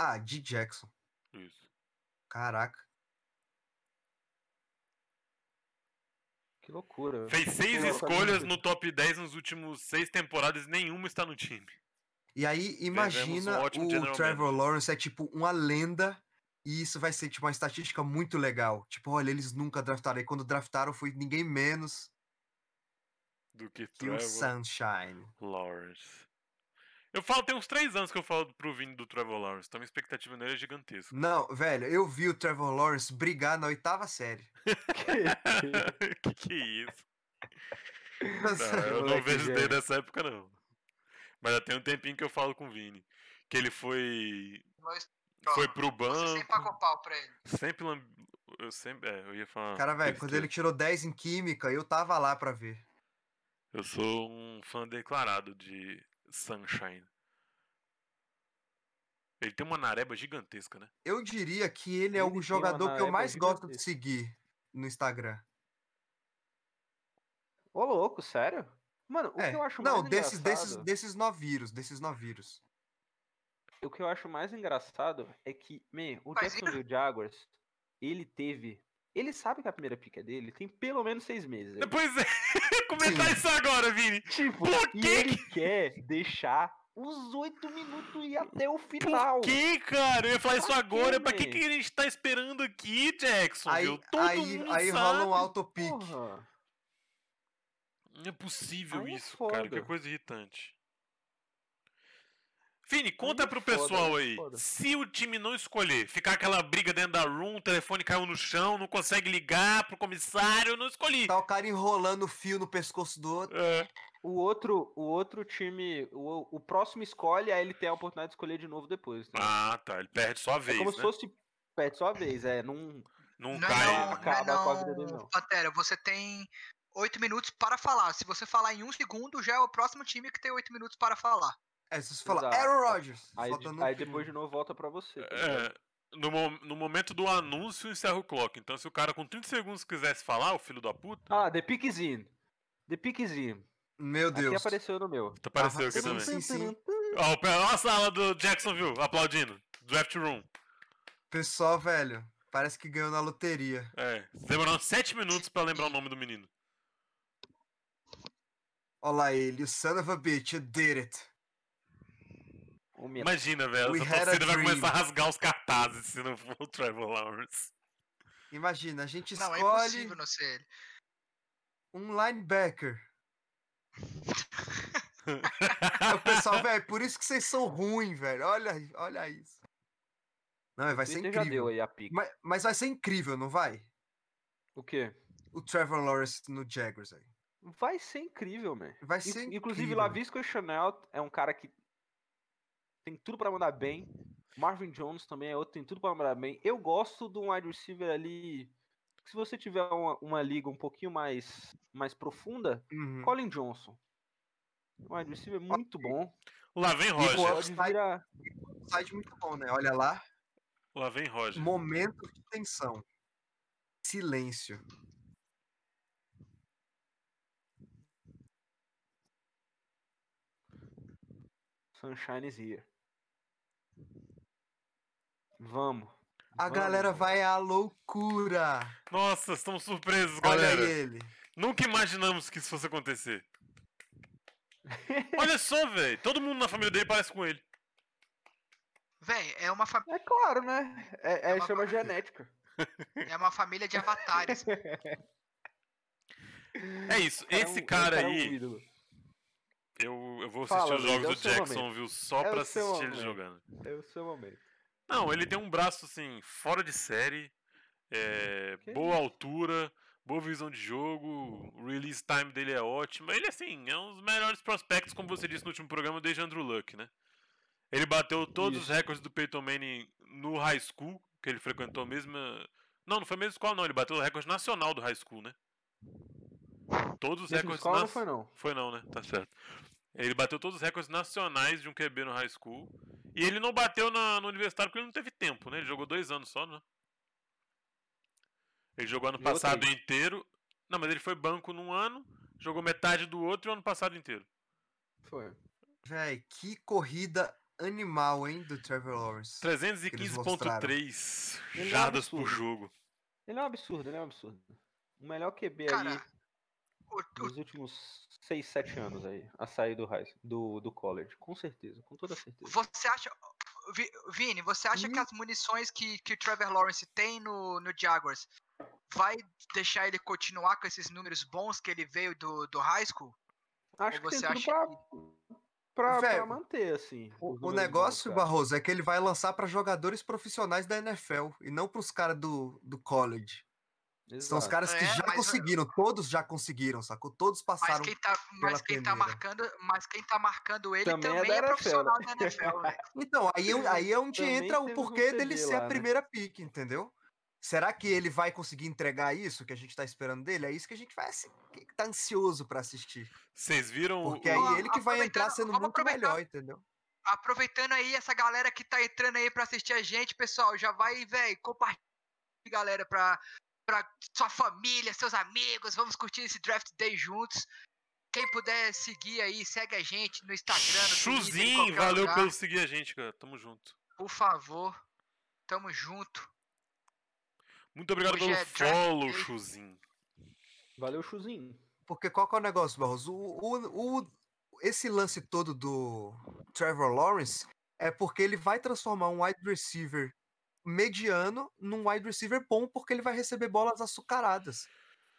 S4: Ah, de Jackson.
S1: Isso.
S4: Caraca.
S3: que loucura.
S1: Fez seis
S3: Eu
S1: escolhas
S3: sabia.
S1: no top 10 nos últimos seis temporadas e nenhuma está no time.
S4: E aí, imagina
S1: um
S4: o
S1: ótimo general
S4: Trevor
S1: manager.
S4: Lawrence é tipo uma lenda. E isso vai ser tipo uma estatística muito legal. Tipo, olha, eles nunca draftaram. E quando draftaram foi ninguém menos
S1: Do que
S4: que o
S1: Trevor
S4: Sunshine.
S1: Lawrence. Eu falo, tem uns três anos que eu falo pro Vini do Trevor Lawrence, então minha expectativa nele é gigantesca.
S4: Não, velho, eu vi o Trevor Lawrence brigar na oitava série.
S1: que que é isso?
S4: Então,
S1: Não,
S4: sabe,
S1: eu não
S3: Moleque
S1: vejo
S3: gênio.
S1: desde essa época, não. Mas já tem um tempinho que eu falo com o Vini. Que ele foi.
S2: Mas
S1: Foi pro
S2: você sempre
S1: banco.
S2: pagou pau pra ele.
S1: Sempre. lam- Eu sempre. É, eu ia falar.
S4: Cara, velho, quando ele
S1: besteira.
S4: tirou 10 em química, eu tava lá pra ver.
S1: Eu sou um fã declarado de Sunshine. Ele tem uma nareba gigantesca, né?
S4: Eu diria que ele é
S3: Ele
S4: o
S3: tem uma
S4: jogador que eu
S3: nareba
S4: mais gosto de
S3: gigantesca.
S4: seguir no Instagram.
S3: Ô, louco, sério? Mano, o
S4: É,
S3: que eu acho
S4: não,
S3: mais
S4: desses, desses,
S3: engraçado-
S4: desses novírus, desses novírus.
S3: O que eu acho mais engraçado é que, man, o
S2: Mas
S3: Jacksonville Jaguars, ele teve. Ele sabe que a primeira pica é dele tem pelo menos seis meses. aí.
S1: Pois é, ia comentar
S4: Sim.
S1: isso agora, Vini.
S3: Tipo,
S1: Por
S3: e
S1: que
S3: ele quer deixar os oito minutos e até o final.
S1: Por que, cara? Eu ia falar isso
S3: Pra quê,
S1: agora. Pra que,
S3: man?
S1: que a gente tá esperando aqui, Jackson?
S4: Aí,
S1: viu? Todo
S4: aí,
S1: mundo
S4: aí rola um
S1: sabe.
S4: autopic.
S3: Porra.
S1: Não é possível
S3: Aí é
S1: isso, cara. Que
S3: foda.
S1: coisa irritante. Vini, conta
S3: é
S1: pro
S3: foda,
S1: pessoal
S3: aí é
S1: aí.
S3: foda.
S1: Se o time não escolher, ficar aquela briga dentro da room, o telefone caiu no chão, não consegue ligar pro comissário, não escolhi.
S4: Tá o cara enrolando o fio no pescoço do outro.
S1: É,
S3: O outro, o outro time, o, o próximo escolhe, aí ele tem a oportunidade de escolher de novo depois. né?
S1: Ah, tá. Ele perde só a
S3: é
S1: vez,
S3: como
S1: né?
S3: se fosse perde só a vez, é. Não,
S1: Não,
S2: Não,
S1: cai.
S2: não,
S1: né?
S2: não, é
S3: acaba com a vida dele,
S2: não,
S3: não.
S2: Pantera, você tem oito minutos para falar. Se você falar em um segundo, já é o próximo time que tem oito minutos para falar.
S4: É, se você falar
S3: Exato.
S4: Aaron Rodgers,
S3: aí, de-
S4: faltando um
S3: aí
S4: segundo.
S3: depois de novo volta pra você. tá ligado?
S1: É, no, mo- no momento do anúncio, encerra o clock. Então, se o cara com 30 segundos quisesse falar, o filho da puta,
S3: Ah, The Pick is in. The Pick is in.
S4: Meu
S3: Aqui
S4: Deus.
S3: apareceu no meu.
S1: tá apareceu aqui
S4: Ah, sim,
S1: também.
S4: sim, sim.
S1: Ó, o pe- ó a sala do Jacksonville aplaudindo. Draft Room.
S4: Pessoal, velho, parece que ganhou na loteria.
S1: É. Demorando 7 minutos pra lembrar o nome do menino.
S4: Olha lá ele, o son of a bitch, you did it.
S3: O minha-
S1: Imagina, velho.
S4: We
S1: Essa
S4: had a
S1: torcida vai
S4: dream.
S1: começar a rasgar os cartazes se não for o Trevor Lawrence.
S4: Imagina, a gente
S2: Não, é
S4: escolhe
S2: impossível não ser ele.
S4: um linebacker. Aí o pessoal, velho, por isso que vocês são ruins, velho. Olha, olha isso. Não, vai ser
S3: Twitter já deu
S4: incrível.
S3: aí a pica.
S4: Mas, mas vai ser incrível, não vai?
S3: O quê?
S4: O Trevor Lawrence no Jaguars aí.
S3: Vai ser incrível, man.
S4: Vai
S3: Inc-
S4: ser
S3: Inclusive,
S4: incrível.
S3: Lavisco Chanel é um cara que tem tudo pra mandar bem. Marvin Jones também é outro, tem tudo pra mandar bem. Eu gosto de um wide receiver ali. que Se você tiver uma, uma liga um pouquinho mais, mais profunda,
S4: Uhum.
S3: Colin Johnson. Um wide receiver muito bom.
S1: Lá vem Roger.
S3: Pode vir a-
S4: Site muito bom, né? Olha lá.
S1: Lá vem Roger.
S4: Momento de tensão. Silêncio.
S3: Sunshine is here. Vamos.
S4: A
S3: vamos.
S4: galera vai à loucura.
S1: Nossa, estamos surpresos,
S4: Olha
S1: galera.
S4: ele.
S1: Nunca imaginamos que isso fosse acontecer. Olha só, velho. Todo mundo na família dele parece com ele.
S2: Véi, é uma, fa-
S3: É claro, né? É, é,
S2: uma
S3: chama
S2: coisa.
S3: genética.
S2: é uma família de avatares.
S1: É isso.
S3: é um- é
S1: Esse
S3: um
S1: cara
S3: é um
S1: aí,
S3: ídolo.
S1: eu, eu vou assistir
S3: Fala,
S1: os
S3: Luiz, é
S1: jogos
S3: o
S1: do
S3: seu
S1: Jackson, viu? Só
S3: É o
S1: pra
S3: seu
S1: assistir ele
S3: momento.
S1: jogando.
S3: É o seu momento.
S1: Não, ele tem um braço assim, fora de série, é,
S3: Hum, Que
S1: boa altura, boa visão de jogo, o release time dele é ótimo. Ele, assim, é um dos melhores prospectos, como você disse no último programa, desde Andrew Luck, né? Ele bateu todos os
S3: Isso.
S1: recordes do Peyton Manning no high school, que ele frequentou a mesma. Não, não foi a mesma escola, não. Ele bateu o recorde nacional do high school, né? Todos os
S3: Mesma
S1: recordes
S3: escola não
S1: nas-
S3: foi, não.
S1: foi não, né? Tá certo. Ele bateu todos os recordes nacionais de um QB no high school. E ele não bateu na, no universitário porque ele não teve tempo, né? Ele jogou dois anos só, né? Ele jogou ano
S3: Jogou
S1: passado
S3: três.
S1: inteiro. Não, mas ele foi banco num ano, jogou metade do outro e o ano passado inteiro.
S3: Foi.
S4: Véi, que corrida animal, hein, do Trevor Lawrence.
S1: 315.3
S3: Ele é um
S1: jardas por
S3: absurdo.
S1: jogo.
S3: Ele é um absurdo, ele é um absurdo. O melhor QB
S2: Cara,
S3: aí
S2: O- o-
S3: dos últimos 6, 7 anos aí, a sair do, high, do, do college. Com certeza, com toda certeza.
S2: você acha. Vi- Vini, você acha
S4: Uhum.
S2: que as munições que, que o Trevor Lawrence tem no, no Jaguars vai deixar ele continuar com esses números bons que ele veio do, do high school?
S3: Acho que
S2: você
S3: tem tudo
S2: acha
S3: pra, pra, pra
S4: Velho,
S3: manter, assim. os
S4: O, o
S3: números
S4: negócio,
S3: bons, cara.
S4: Barroso, é que ele vai lançar pra jogadores profissionais da NFL e não pros caras do, do college. São os
S3: Exato.
S4: caras que
S2: É,
S4: já
S2: mas-
S4: conseguiram, todos já conseguiram, sacou? Todos
S2: Mas
S4: passaram.
S2: quem tá, mas
S4: pela
S2: quem tá
S4: peneira.
S2: marcando, mas quem tá marcando ele
S3: Também
S2: também,
S3: é
S2: é,
S3: da NFL,
S2: profissional da NFL, velho.
S4: Então, aí, é o- aí é onde
S3: Também
S4: entra o
S3: temos um
S4: porquê dele
S3: CD
S4: ser
S3: lá,
S4: a
S3: né?
S4: primeira pick, entendeu? Será que ele vai conseguir entregar isso que a gente tá esperando dele? É isso que a gente vai assim, que tá ansioso pra assistir.
S1: Vocês viram
S4: Porque
S1: o,
S2: Ó,
S4: aí ele que vai entrar
S2: aproveitando-
S4: sendo
S2: vamos
S4: muito
S2: aproveitar-
S4: melhor, entendeu?
S2: Aproveitando aí essa galera que tá entrando aí pra assistir a gente, pessoal, já vai, velho, compartilha, galera, pra, pra sua família, seus amigos, vamos curtir esse Draft Day juntos. Quem puder seguir aí, segue a gente no Instagram, no Twitter, em
S1: Chuzinho,
S2: qualquer
S1: valeu
S2: lugar,
S1: pelo seguir a gente, cara. Tamo junto.
S2: Por favor, tamo junto.
S1: Muito obrigado
S2: Hoje
S1: pelo
S2: é draft
S1: follow,
S2: day.
S1: Chuzinho.
S3: Valeu, Chuzinho.
S4: Porque qual que é o negócio, Barroso? O, o- o- esse lance todo do Trevor Lawrence é porque ele vai transformar um wide receiver mediano num wide receiver bom, porque ele vai receber bolas açucaradas.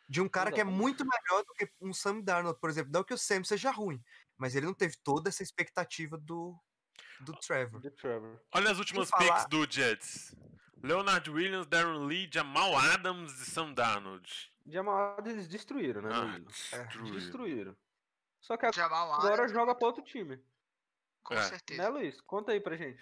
S4: De um cara que é
S3: Exatamente.
S4: muito melhor do que um Sam Darnold, por exemplo. Não que o Sam seja ruim, mas ele não teve toda essa expectativa do, do Trevor.
S3: The Trevor.
S1: Olha as últimas picks
S4: falar-
S1: do Jets. Leonard Williams, Darren Lee, Jamal Adams e Sam Darnold.
S3: Jamalada eles destruíram, né?
S1: Ah,
S3: menino?
S1: destruíram.
S3: Destruíram. Só que
S2: Jamal
S3: agora
S2: Adams,
S3: joga pra outro time.
S2: com
S1: é.
S2: certeza.
S3: Né, Luiz? Conta aí pra gente.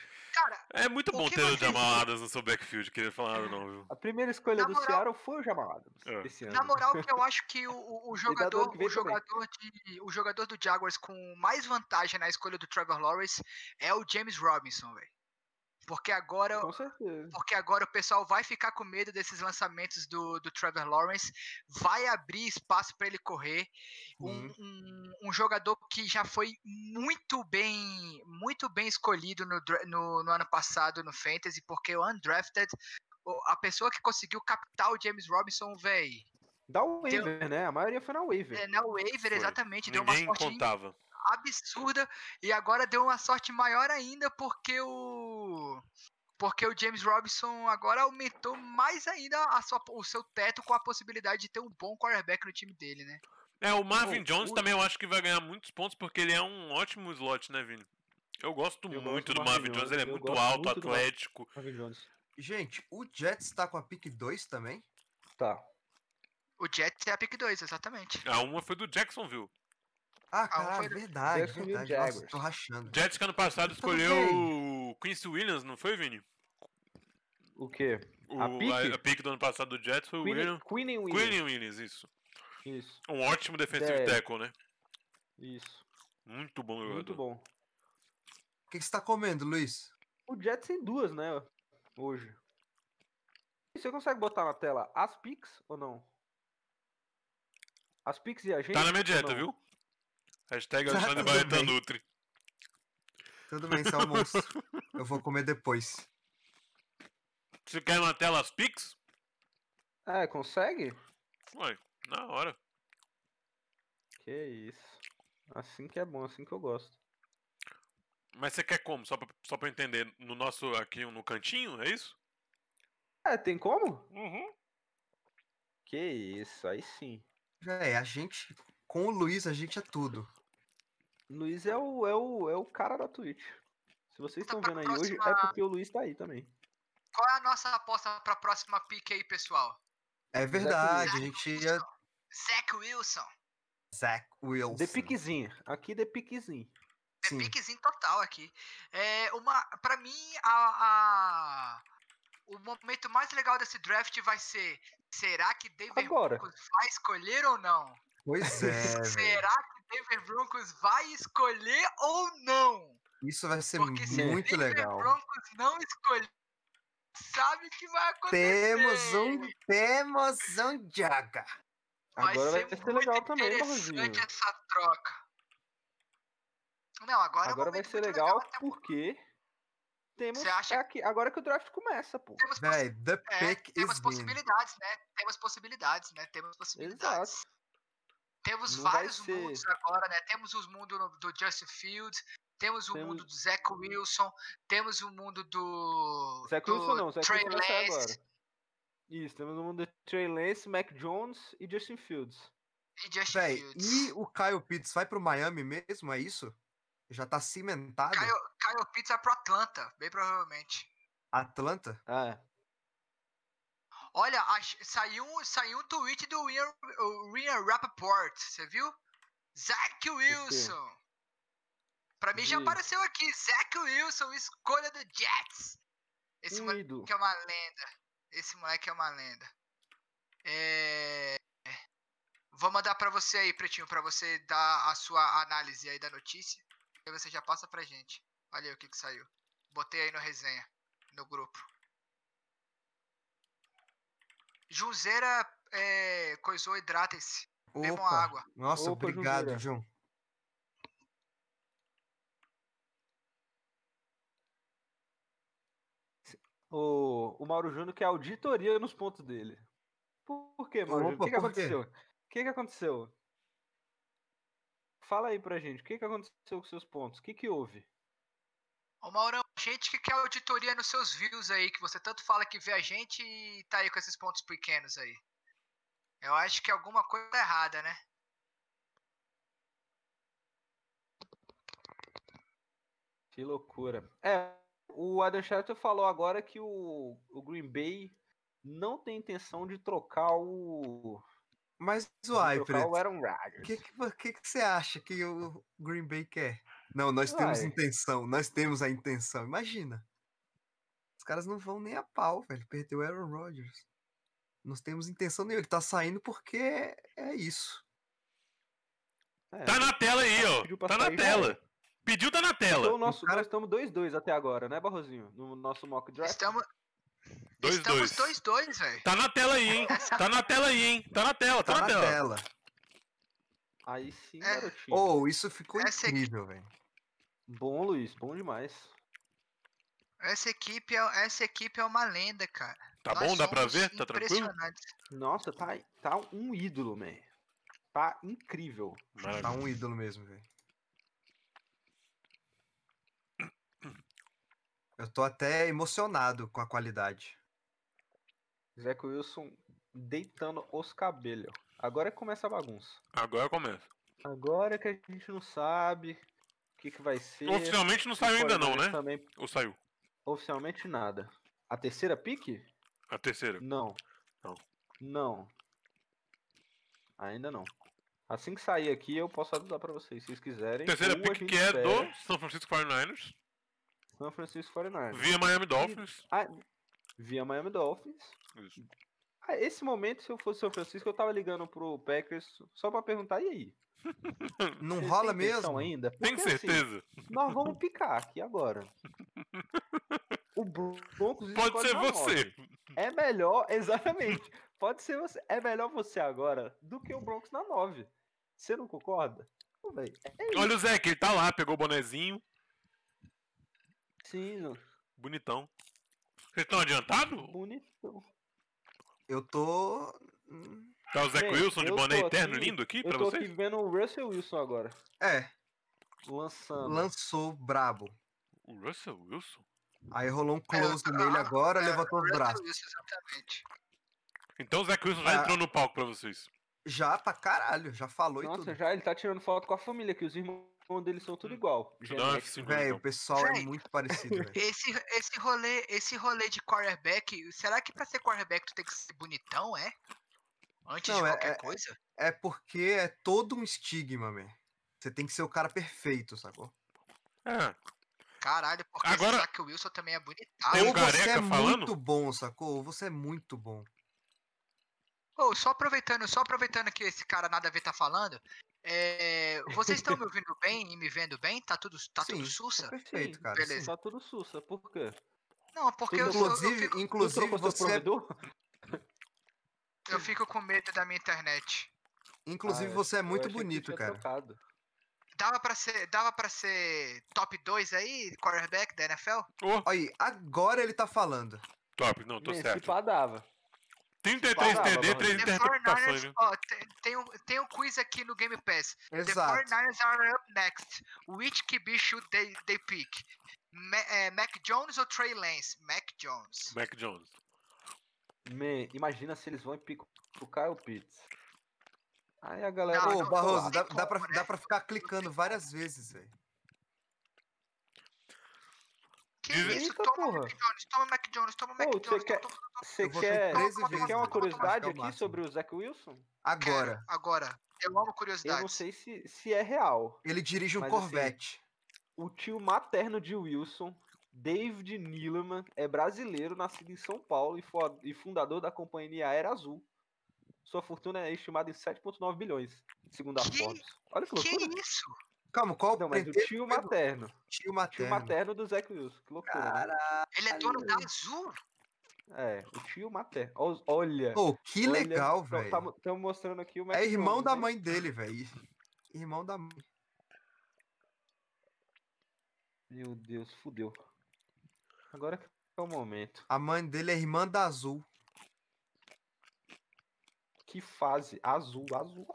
S1: É muito
S2: O
S1: bom
S2: que
S1: ter o
S2: vocês-
S1: Jamal Adams no seu backfield, queria falar nada não, viu?
S3: A primeira escolha
S2: Na
S3: do
S2: moral-
S3: Seattle foi o Jamal Adams
S1: É.
S3: esse ano.
S2: Na moral, que eu acho que o, o- o
S3: tá do
S2: jogador,
S3: ano que vem
S2: o
S3: também.
S2: jogador, de, o jogador do Jaguars com mais vantagem na escolha do Trevor Lawrence é o James Robinson, velho. Porque agora,
S3: Com certeza.
S2: porque agora o pessoal vai ficar com medo desses lançamentos do, do Trevor Lawrence, vai abrir espaço para ele correr. Um,
S3: Uhum.
S2: um- um jogador que já foi muito bem, muito bem escolhido no, dra- no, no ano passado no Fantasy, porque o Undrafted, o- a pessoa que conseguiu captar o James Robinson, velho.
S3: Da waiver, né? A maioria foi na waiver.
S2: É, na waiver,
S1: Foi.
S2: exatamente. Deu uma
S1: Ninguém
S2: sorte
S1: contava.
S2: absurda. E agora deu uma sorte maior ainda porque o. Porque o James Robinson agora aumentou mais ainda a sua- o seu teto com a possibilidade de ter um bom quarterback no time dele, né?
S1: É, o Marvin
S3: Não,
S1: Jones
S3: o-
S1: também eu acho que vai ganhar muitos pontos porque ele é um ótimo slot, né, Vini? Eu gosto
S3: Eu
S1: muito
S3: gosto
S1: do Marvin Jones, ele é
S3: eu
S1: muito
S3: gosto
S1: alto,
S3: muito do Marvin-
S1: atlético.
S3: Marvin Jones.
S4: Gente, o Jets tá com a pick 2 também.
S3: Tá.
S2: O Jets é a pick 2, exatamente.
S1: A Ah, uma foi do Jacksonville.
S4: Ah,
S2: foi
S4: caralho,
S2: do
S4: verdade,
S3: Jacksonville
S4: verdade. Nossa,
S3: é Jaguars.
S4: tô rachando.
S1: Jets que ano
S3: Tá
S1: passado
S4: Tudo
S1: escolheu o Quincy Williams, não foi, Vini?
S3: O quê?
S1: O,
S3: A pick?
S1: a pick do ano passado do Jets foi o
S3: Queen,
S1: Williams.
S3: Queen and Williams.
S1: Queen Williams, isso.
S3: Isso,
S1: Um ótimo defensive
S3: É.
S1: tackle, né?
S3: isso.
S1: Muito bom jogador.
S3: Muito bom.
S4: O que que você tá comendo, Luiz?
S3: O Jets tem duas, né? Hoje. E Você consegue botar na tela as Pix ou não? As Pix e a gente?
S1: Tá na minha
S3: ou
S1: dieta,
S3: não?
S1: viu? Hashtag
S4: Tá,
S1: Alexandre
S4: tudo
S1: Barreta
S4: bem.
S1: Nutri.
S4: Tudo bem, você é um monstro. Eu vou comer depois.
S1: Você quer na tela as pics?
S3: É, consegue?
S1: Ué, na hora.
S3: Que isso. Assim que é bom, assim que eu gosto.
S1: Mas você quer como? Só pra, só pra eu entender. No nosso, aqui no cantinho, é isso?
S3: É, tem como?
S1: Uhum.
S3: Que isso, aí sim.
S4: Já é, a gente, com o Luiz, a gente é tudo.
S3: Luiz é o, é o, é o cara da Twitch. Se vocês
S2: Tá
S3: estão
S2: pra
S3: vendo aí hoje, é
S2: próxima.
S3: porque o Luiz tá aí também.
S2: Qual é a nossa aposta pra próxima pick aí, pessoal?
S4: É verdade, a gente ia.
S2: Zach Wilson.
S4: Zach Wilson.
S3: The piquezinha. Aqui The piquezinha.
S2: É
S4: Sim.
S2: piquezinho total aqui. É uma, para mim, a, a- o momento mais legal desse draft vai ser: será que Denver
S3: Agora.
S2: Broncos vai escolher ou não?
S4: Pois é, velho.
S2: será que Denver Broncos vai escolher ou não?
S4: Isso vai ser
S2: Porque se
S4: muito
S2: Denver
S4: legal.
S2: Broncos não escolher, sabe o que vai acontecer?
S4: Temos um. Temos um Jaga.
S2: Vai
S3: Agora
S2: ser,
S3: vai ser
S2: muito
S3: legal também, né, Barrozinho.
S2: interessante essa troca. Não, agora, é um
S3: Agora vai
S2: momento
S3: ser
S2: muito
S3: legal
S2: até porque
S3: porque temos
S2: Você acha-
S3: é aqui, agora que o draft começa, pô.
S2: temos possi-
S4: Véi, the
S2: É,
S4: pick
S2: temos
S4: is in.
S2: possibilidades, né? Temos possibilidades, né? Temos possibilidades.
S3: Exato.
S2: Temos
S3: Não vai
S2: vários
S3: ser-
S2: mundos agora, né? Temos os mundos no- do Justin Fields, temos o
S3: Temos-
S2: mundo do Zach Wilson, temos o mundo do.
S3: Zach
S2: do
S3: Wilson não, Zach
S2: Trey
S3: Wilson vai sair
S2: Lance
S3: agora. Isso, temos o mundo de Trey Lance, Mac Jones e Justin Fields.
S2: E Justin
S4: Véi,
S2: Fields.
S4: e o Kyle Pitts vai pro Miami mesmo? É isso? Já tá cimentado?
S2: Kyle, Kyle Pitts vai pro Atlanta, bem provavelmente.
S4: Atlanta?
S3: Ah,
S2: Olha, ach- saiu, um- saiu um tweet do Ian- o Ian Rappaport, você viu? Zach Wilson. Pra mim já
S3: Vi.
S2: apareceu aqui, Zach Wilson, escolha do Jets. Esse
S3: um
S2: moleque
S3: ídolo.
S2: é uma lenda. Esse moleque é uma lenda. É, Vou mandar pra você aí, Pretinho, pra você dar a sua análise aí da notícia. Aí você já passa pra gente. Olha aí o que que saiu. Botei aí no resenha, no grupo. Junzeira é, coisou, hidratem-se. Bebam
S4: Opa.
S2: água.
S4: Nossa,
S3: Opa,
S4: obrigado,
S3: Junqueira.
S4: João.
S3: O, o Mauro Júnior quer auditoria nos pontos dele. Por, por quê, Mauro Júnior?
S4: Opa,
S3: O que, que
S4: por quê?
S3: aconteceu? O que, que aconteceu? Fala aí pra gente, o que, que aconteceu com seus pontos? O que, que houve?
S2: Ô Maurão, gente é que quer auditoria nos seus views aí, que você tanto fala que vê a gente e tá aí com esses pontos pequenos aí. Eu acho que alguma coisa tá errada, né?
S3: Que loucura. É, o Adam Schefter falou agora que o, o Green Bay não tem intenção de trocar o.
S4: Mas o
S3: de
S4: Ai,
S3: trocar
S4: Preto,
S3: o Aaron
S4: o
S3: Rodgers.
S4: que, que, vo- que, que você acha que o Green Bay quer? Não, nós temos
S3: Uai.
S4: intenção, nós temos a intenção. Imagina. Os caras não vão nem a pau, velho. Perdeu o Aaron Rodgers. Nós temos intenção nenhuma. Ele tá saindo porque é isso.
S3: É,
S1: Tá na tela aí,
S3: Pediu
S1: ó.
S3: pra
S1: Tá na
S3: sair, já
S1: tela.
S3: era.
S1: Pediu, tá na
S3: Então,
S1: tela.
S3: o nosso,
S4: O cara-
S3: Nós estamos 2-2 até agora, né, Barrozinho? No nosso mock draft.
S2: Estamos
S1: 2-2.
S2: estamos 2-2, velho.
S1: Tá na tela aí, hein? Tá na tela aí, hein? Tá na tela, tá,
S4: Tá
S1: na
S4: na
S1: tela.
S4: tela.
S3: Aí sim,
S2: É.
S3: garotinho.
S4: Ou isso ficou
S2: Essa equipe-
S4: incrível, velho. tipo,
S3: Bom, Luiz, bom demais.
S2: Essa equipe, é, essa equipe é uma lenda, cara.
S1: Tá
S2: Nós
S1: bom? Dá pra
S2: somos
S1: ver? Tá tranquilo?
S2: impressionantes.
S3: Nossa, tá, tá um ídolo, man. Tá incrível.
S1: Maravilha.
S4: Tá um ídolo mesmo, velho. Eu tô até emocionado com a qualidade.
S3: Zach Wilson deitando os cabelos. Agora começa a bagunça.
S1: Agora começa.
S3: Agora que a gente não sabe o que, que vai ser.
S1: Oficialmente não
S3: se
S1: saiu ainda não,
S3: Fortaleza
S1: né?
S3: Também,
S1: Ou saiu?
S3: oficialmente nada. A terceira pique?
S1: A terceira.
S3: Não.
S1: Não.
S3: Não. Ainda não. Assim que sair aqui, eu posso ajudar pra vocês, se vocês quiserem.
S1: Terceira
S3: Ou a
S1: pick
S3: gente
S1: que é
S3: espera
S1: do São Francisco 49ers,
S3: San Francisco 49
S1: via Miami Dolphins.
S3: via Miami Dolphins.
S1: Isso.
S3: A Ah, esse momento, se eu fosse São Francisco, eu tava ligando pro Packers só pra perguntar, e aí?
S4: Não
S3: Vocês
S4: rola
S3: têm intenção
S4: mesmo?
S3: Ainda?
S1: Tem
S3: Porque, assim,
S1: certeza?
S3: nós vamos picar aqui agora. O Broncos
S1: Pode
S3: escolhe
S1: ser
S3: na
S1: você.
S3: nove. É melhor, exatamente. Pode ser você. É melhor você agora do que o Broncos na 9. Você não concorda? Pô, é véi,
S1: Olha o Zé, que ele tá lá, pegou o bonezinho,
S3: Sim, não.
S1: bonitão. Vocês estão adiantados?
S3: bonitão.
S4: Eu tô. hum,
S1: Tá o Zé
S3: Bem,
S1: Wilson de
S3: eu
S1: boné
S3: tô
S1: eterno
S3: aqui-
S1: lindo aqui
S3: Eu
S1: pra
S3: tô aqui
S1: vocês?
S3: vendo o Russell Wilson agora.
S4: É,
S3: Lançando.
S4: lançou brabo.
S1: O Russell Wilson?
S4: Aí rolou um close
S2: É, eu-
S4: nele agora,
S2: É,
S4: levantou os
S2: Russell
S4: braços.
S2: Wilson, exatamente.
S1: Então o Zé Wilson já
S4: Ah.
S1: entrou no palco pra vocês.
S4: Já pra caralho, já falou e
S3: Nossa,
S4: tudo.
S3: já ele tá tirando foto com a família, que os irmãos dele são tudo igual.
S1: Deixa eu dar Hum. uma
S3: genético.
S1: F5
S4: Velho,
S1: então.
S4: o pessoal é
S2: Gente.
S4: muito parecido, velho.
S2: Esse, esse, rolê, esse rolê de quarterback, será que pra ser quarterback tu tem que ser bonitão, é? Antes
S4: Não,
S2: de
S4: é-
S2: qualquer
S4: é-
S2: coisa?
S4: É porque é todo um estigma, man. Você tem que ser o cara perfeito, sacou?
S1: É.
S2: Caralho, porque
S1: Agora-
S2: será que o Wilson também é bonitão?
S1: Tem um
S4: Ou você é
S1: careca falando?
S4: muito bom, sacou? Ou você é muito bom.
S2: Ô, só aproveitando, só aproveitando que esse cara nada a ver tá falando, é, vocês estão me ouvindo bem e me vendo bem? Tá tudo, tá tudo
S4: Sim.
S2: sussa?
S4: Perfeito,
S3: Sim,
S4: cara.
S2: beleza.
S4: sim.
S3: Tá tudo sussa, por quê?
S2: Não, porque eu, sou- eu
S4: Inclusive,
S2: fico,
S4: inclusive
S3: Tu trocou seu
S4: você, é-
S3: provedor?
S2: eu fico com medo da minha internet.
S4: inclusive
S3: Ah,
S4: você é
S3: eu
S4: muito
S3: achei que tu
S4: bonito,
S3: tinha
S4: cara.
S3: trocado.
S2: Dava pra ser, dava pra ser top 2 aí, quarterback da NFL?
S1: Ô,
S4: Olha aí, agora ele tá falando.
S1: top, não, tô
S3: Bem,
S1: certo.
S3: Se pá, dava.
S1: 33
S3: Parava,
S1: TD,
S3: mano.
S1: 3
S2: The 49ers,
S1: interceptações, viu?
S2: ó, tem, tem, um, tem um quiz aqui no Game Pass.
S4: Exato.
S2: The 49ers are up next. Which QB should they, they pick? Ma, eh, Mac Jones ou Trey Lance? Mac Jones.
S1: Mac Jones.
S3: Man, imagina se eles vão e picam o Kyle Pitts. Aí a galera.
S2: Não,
S4: Ô,
S2: não,
S4: Barroso,
S2: não
S4: dá,
S2: tem
S4: dá, pra,
S2: como, né?
S4: dá pra ficar clicando várias vezes, velho.
S2: Que
S1: Diz-
S2: isso?
S3: Eita,
S2: Toma
S3: porra.
S2: Mac Jones, toma Mac Jones, toma Mac
S3: Ô, você
S2: Jones.
S3: quer-
S2: toma, toma,
S3: Você
S4: Eu vou
S3: quer,
S4: 13
S3: você
S2: vezes,
S3: quer uma
S2: acho que é o
S3: curiosidade aqui
S4: máximo.
S3: sobre o Zach Wilson?
S2: quero.
S4: Agora,
S2: Agora. Eu amo
S3: Eu
S2: curiosidade.
S3: não sei se, se é real.
S4: ele dirige um
S3: Mas, assim,
S4: Corvette.
S3: O tio materno de Wilson, David Neeleman, é brasileiro, nascido em São Paulo e, fo- e fundador da companhia Aérea Azul. Sua fortuna é estimada em 7,9 bilhões, segundo a
S2: Que-
S3: Forbes. Olha é que
S2: Que
S3: loucura.
S2: isso?
S4: Calma, qual
S3: Não,
S4: o
S3: mas o
S4: pretexto
S3: tio
S4: foi do
S3: materno.
S4: tio
S3: O né? tio
S4: materno?
S3: materno do Zac Wilson. Que loucura. né?
S2: Ele é dono da Azul?
S3: É, o tio materno. Ó- Olha.
S4: Pô, que
S3: olha,
S4: legal,
S3: então,
S4: velho.
S3: tá mo- Tamo mostrando aqui o Mac
S4: É irmão
S3: Jones,
S4: da
S3: né?
S4: mãe dele, velho. Irmão da mãe.
S3: Meu Deus, fudeu. Agora que é o momento.
S4: A mãe dele é irmã da Azul.
S3: Que fase. Azul, azul.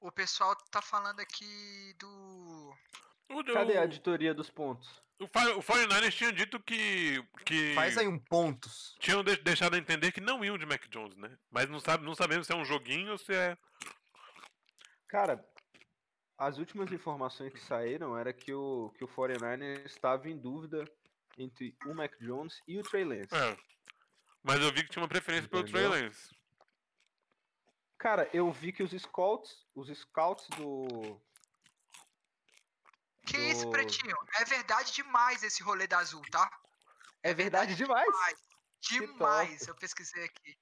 S2: O pessoal tá falando aqui do.
S1: O,
S3: Cadê a
S1: o,
S3: editoria dos pontos?
S1: o, Fi- o 49ers tinha dito que. que
S4: Faz aí um pontos.
S1: Tinham de- deixado a entender que não iam de Mac Jones, né? Mas não, sabe, não sabemos se é um joguinho ou se é.
S3: Cara, as últimas informações que saíram era que o, que o 49 estava em dúvida entre o Mac Jones e o Trey Lance.
S1: é. Mas eu vi que tinha uma preferência pelo Trey
S3: Entendeu?
S1: Lance.
S3: Cara, eu vi que os scouts, os scouts do,
S2: Que isso,
S3: Do-
S2: pretinho? É verdade demais esse rolê da Azul, tá?
S3: É verdade demais.
S2: Demais. Eu pesquisei aqui.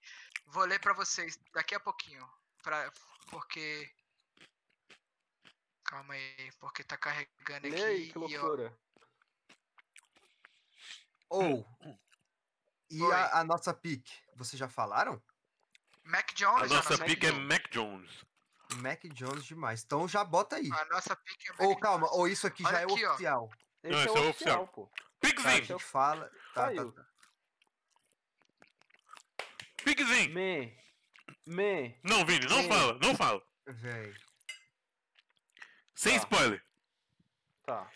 S2: Vou ler pra vocês daqui a pouquinho. Pra... Porque. Calma aí, porque tá carregando aqui.
S3: Olha aí, que
S2: e, ó,
S3: loucura.
S4: Ou. E
S2: Oi.
S4: a, a nossa pique? Vocês já falaram?
S2: Mac Jones,
S1: A nossa
S3: Mac
S1: pick é
S2: Jones.
S1: Mac Jones.
S4: Mac Jones demais. Então já bota aí.
S2: A nossa pick é Mac
S4: Ou calma,
S2: Jones.
S4: ou isso aqui já
S2: Olha
S4: é
S2: aqui, ó.
S4: oficial.
S1: Não,
S3: Esse
S1: esse
S3: é
S1: é
S3: o
S1: o
S3: oficial, pô.
S4: Tá, a
S1: Pickzinho!
S3: então-
S4: gente fala. Tá, tá,
S3: Saiu.
S4: tá.
S1: Pickzinho!
S3: Man, man,
S1: Não, Vini, não
S3: Sim.
S1: fala, não fala.
S4: Véi.
S1: Sem
S3: Tá.
S1: spoiler.
S3: tá.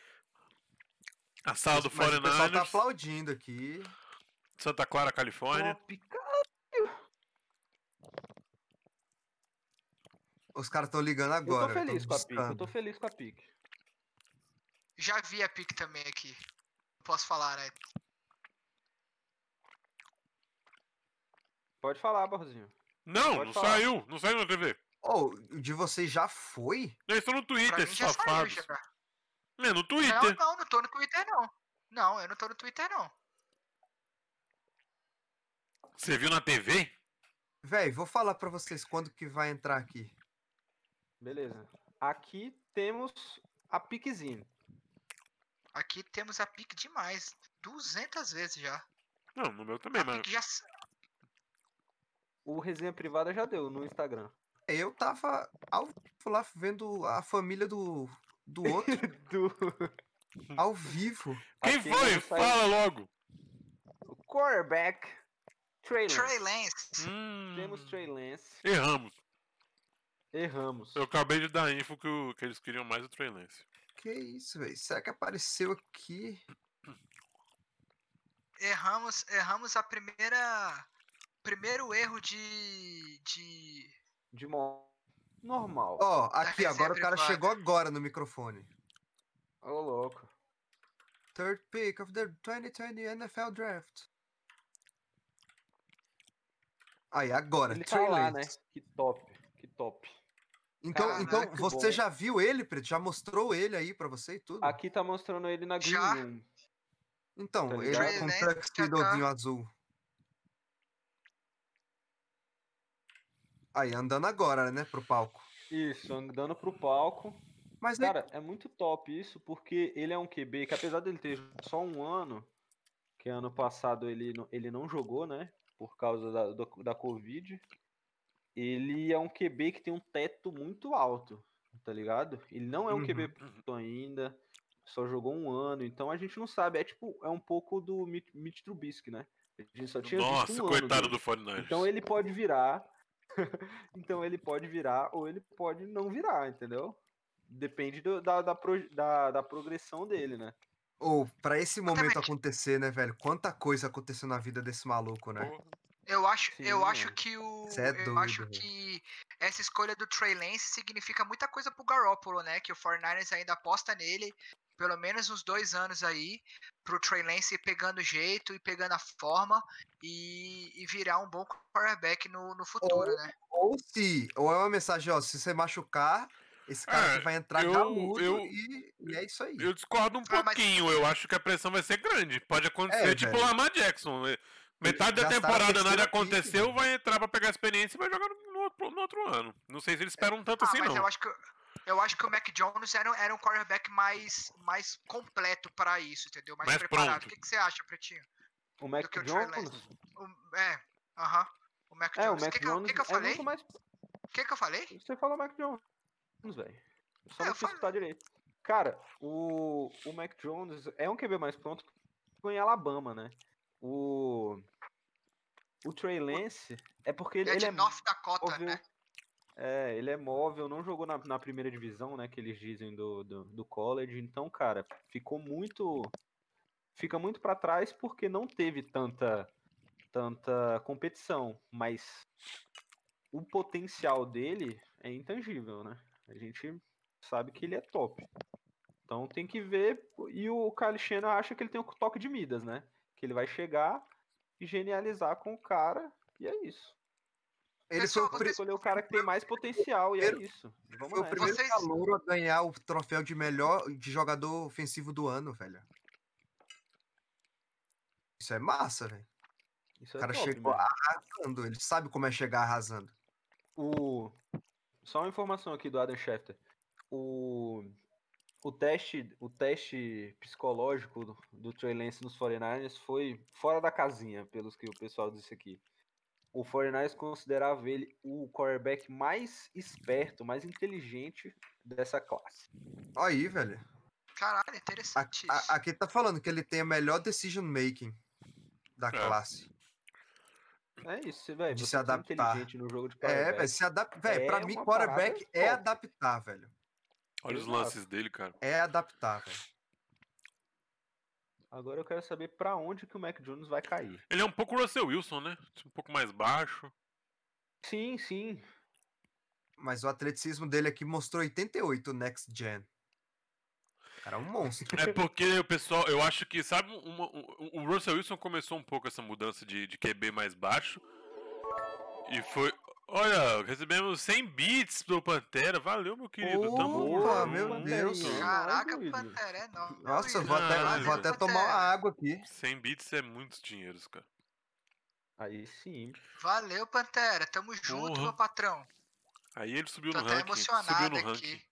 S1: A sala do
S4: Mas o pessoal tá
S1: 49ers,
S4: aplaudindo aqui.
S1: Santa Clara, Califórnia.
S3: Top, cara.
S4: Os caras estão ligando agora.
S3: eu tô feliz
S4: tão
S3: com a pique, eu
S4: buscando.
S3: tô feliz com a pique.
S2: Já vi a pick também aqui. posso falar, né?
S3: Pode falar, Barrozinho.
S1: Não,
S3: Pode
S1: não
S3: falar.
S1: saiu. Não saiu na TV.
S4: Oh, o de vocês já foi?
S1: Eles estão no
S2: Pra
S1: Twitter,
S2: mim
S1: esses
S2: já saiu
S1: safados.
S2: já.
S1: É, no
S2: Não,
S1: Twitter.
S2: não, não tô no Twitter não. Não, eu não tô no Twitter não.
S1: Você viu na TV?
S4: Véi, vou falar pra vocês quando que vai entrar aqui.
S3: Beleza. Aqui temos a piquezinha.
S2: Aqui temos a pique demais. 200 vezes já.
S1: Não, no meu também,
S2: A
S1: mas.
S2: pique já... s-
S3: O resenha privada já deu no Instagram.
S4: Eu tava ao vivo lá vendo a família do, do outro
S3: Do...
S4: ao vivo.
S1: Quem
S3: Aqui
S1: foi?
S3: não saiu.
S1: Fala logo.
S3: O quarterback, Trey Lance.
S2: Trey Lance.
S1: Hum,
S3: Temos Trey Lance.
S1: Erramos.
S3: Erramos.
S1: Eu acabei de dar info que, o- que eles queriam mais o Trey Lance.
S4: Que isso, véi? Será que apareceu aqui?
S2: Erramos, erramos a primeira... Primeiro erro de... de...
S3: De modo normal.
S4: Ó, aqui,
S2: resenha
S4: agora o cara
S2: privada.
S4: chegou agora no microfone.
S3: Ô, louco.
S4: Third pick of the 2020 NFL Draft. Aí, agora,
S3: Ele tá
S4: Trey
S3: lá, né?
S4: Lance.
S3: Que top. Que top.
S4: Então,
S2: Caraca,
S4: então
S3: que
S4: você
S3: bom.
S4: já viu ele, Preto? Já mostrou ele aí pra você e tudo?
S3: Aqui tá mostrando ele na Green
S2: Já?
S3: Room.
S4: Então,
S3: tá
S4: ele
S3: ligado?
S4: com
S2: Trey
S4: um
S2: Lance,
S4: tuxedozinho azul. Aí, andando agora, né, pro palco.
S3: Isso, andando pro palco.
S4: Mas né, aí,
S3: Cara, é muito top isso, porque ele é um QB que apesar dele ter só um ano, que ano passado ele não, ele não jogou, né? Por causa da, da, da Covid, ele é um QB que tem um teto muito alto, tá ligado? Ele não é um QB pronto ainda, só jogou um ano, então a gente não sabe. É tipo, é um pouco do Mitch, Mitch Trubisky, né? A gente só tinha visto um
S1: Nossa,
S3: ano
S1: coitado
S3: dele.
S1: do 49ers.
S3: Então ele pode virar. então ele pode virar ou ele pode não virar, entendeu? Depende do- da, da, pro- da, da progressão dele, né?
S4: ou pra esse momento
S2: Exatamente.
S4: acontecer, né, velho? Quanta coisa aconteceu na vida desse maluco, né?
S1: Porra.
S2: Eu acho, eu
S3: Sim,
S2: acho
S3: mano.
S2: que o.
S4: Cê é
S2: eu
S4: doido,
S2: acho
S4: velho.
S2: que essa escolha do Trey Lance significa muita coisa pro Garoppolo, né? Que o 49ers ainda aposta nele, pelo menos uns dois anos aí, pro Trey Lance ir pegando jeito e pegando a forma e, e virar um bom quarterback no, no futuro, né?
S4: Ou se, ou é uma mensagem, ó, se você machucar, esse cara
S1: É,
S4: que vai entrar
S1: eu-
S4: já mudo
S1: eu-
S4: e, e é isso aí.
S1: Eu discordo um
S2: Ah, mas-
S1: pouquinho. Eu acho que a pressão vai ser grande. Pode acontecer,
S4: É,
S1: tipo
S4: velho.
S1: Lamar Jackson. Metade da
S4: gastaram a
S1: temporada nada
S4: terceira pick,
S1: aconteceu,
S4: velho.
S1: vai entrar pra pegar experiência e vai jogar no, no outro, no outro ano. Não sei se eles esperam tanto
S2: Ah,
S1: assim,
S2: mas
S1: não.
S2: eu acho que. Eu acho que o Mac Jones era, era um quarterback mais, mais completo pra isso, entendeu? Mais,
S1: Mais
S2: preparado.
S1: pronto.
S2: O que, que você acha, Pretinho?
S3: O Mac
S2: que o Trey
S3: Jones.
S2: O- é, aham. O Mac
S3: É, o
S2: Jones.
S3: Mac
S2: que que eu-
S3: Jones
S2: que que eu
S3: é
S2: falei?
S3: muito mais.
S2: O que, que eu falei?
S3: Você falou Mac Jones, velho. Eu Só
S2: É,
S3: não
S2: eu
S3: fui
S2: falei.
S3: escutar direito. Cara, o, o Mac Jones é um QB mais pronto que ficou em Alabama, né? O. O Trey Lance é porque ele
S2: é
S3: ele
S2: de
S3: é
S2: North Dakota,
S3: móvel.
S2: né?
S3: É, ele é móvel, não jogou na, na primeira divisão, né? Que eles dizem do, do, do college. Então, cara, ficou muito. Fica muito pra trás porque não teve tanta, tanta competição. Mas o potencial dele é intangível, né? A gente sabe que ele é top. Então tem que ver. E o Kyle Shanahan acha que ele tem um toque de Midas, né? Que ele vai chegar e genializar com o cara. E é isso.
S4: ele
S2: pessoal,
S4: foi o
S2: vocês-
S3: Escolher o cara que tem mais potencial, e é
S4: Primeiro-
S3: isso.
S4: Foi
S3: Vamos
S4: o
S3: nessa.
S4: primeiro
S2: Vocês-
S4: calouro a ganhar o troféu de melhor de jogador ofensivo do ano, velho. Isso é massa, velho.
S3: Isso
S4: O
S3: é
S4: cara
S3: top,
S4: chegou
S3: mano.
S4: arrasando. Ele sabe como é chegar arrasando.
S3: O... Só uma informação aqui do Adam Schefter. O... O, teste, o teste psicológico do, do Trey Lance nos 49ers foi fora da casinha, pelos que o pessoal disse aqui. O 49ers considerava ele o quarterback mais esperto, mais inteligente dessa classe.
S4: Ó Aí, velho.
S2: Caralho,
S4: A-
S2: interessante
S4: a-
S2: isso.
S4: aqui tá falando que ele tem a melhor decision making da classe.
S3: É isso, velho.
S4: De
S3: Você
S4: se
S3: ser
S4: adaptar.
S3: inteligente no jogo de
S4: É,
S3: quarterback.
S4: velho. Se adapta. Velho, pra
S3: É
S4: mim,
S3: uma parada
S4: quarterback é
S3: top.
S4: adaptar, velho.
S1: Olha os
S3: Exato.
S1: lances dele, cara.
S4: É adaptar, velho.
S3: Agora eu quero saber pra onde que o Mac Jones vai cair.
S1: Ele é um pouco Russell Wilson, né? Um pouco mais baixo.
S3: Sim, sim.
S4: Mas o atleticismo dele aqui mostrou 88 next gen. cara é um monstro.
S1: É porque o pessoal, eu acho que, sabe, uma- um, o- o Russell Wilson começou um pouco essa mudança de, de QB mais baixo. E foi. Olha, recebemos 100 bits do Pantera. Valeu, meu querido.
S4: Tá
S1: Tamo
S4: Opa,
S1: junto.
S4: meu Deus.
S2: Caraca,
S3: doido.
S2: Pantera, é nóis.
S4: Nossa, eu vou até,
S1: Caralho.
S4: vou
S3: Tá
S4: até tomar uma água aqui.
S1: 100 bits é muitos dinheiros, cara.
S3: Aí sim.
S2: Valeu, Pantera. Tamo junto,
S1: Porra.
S2: meu patrão.
S1: Aí ele subiu
S2: Tô
S1: no
S2: até
S1: ranking. Subiu
S2: emocionado
S1: no ranking.
S2: aqui.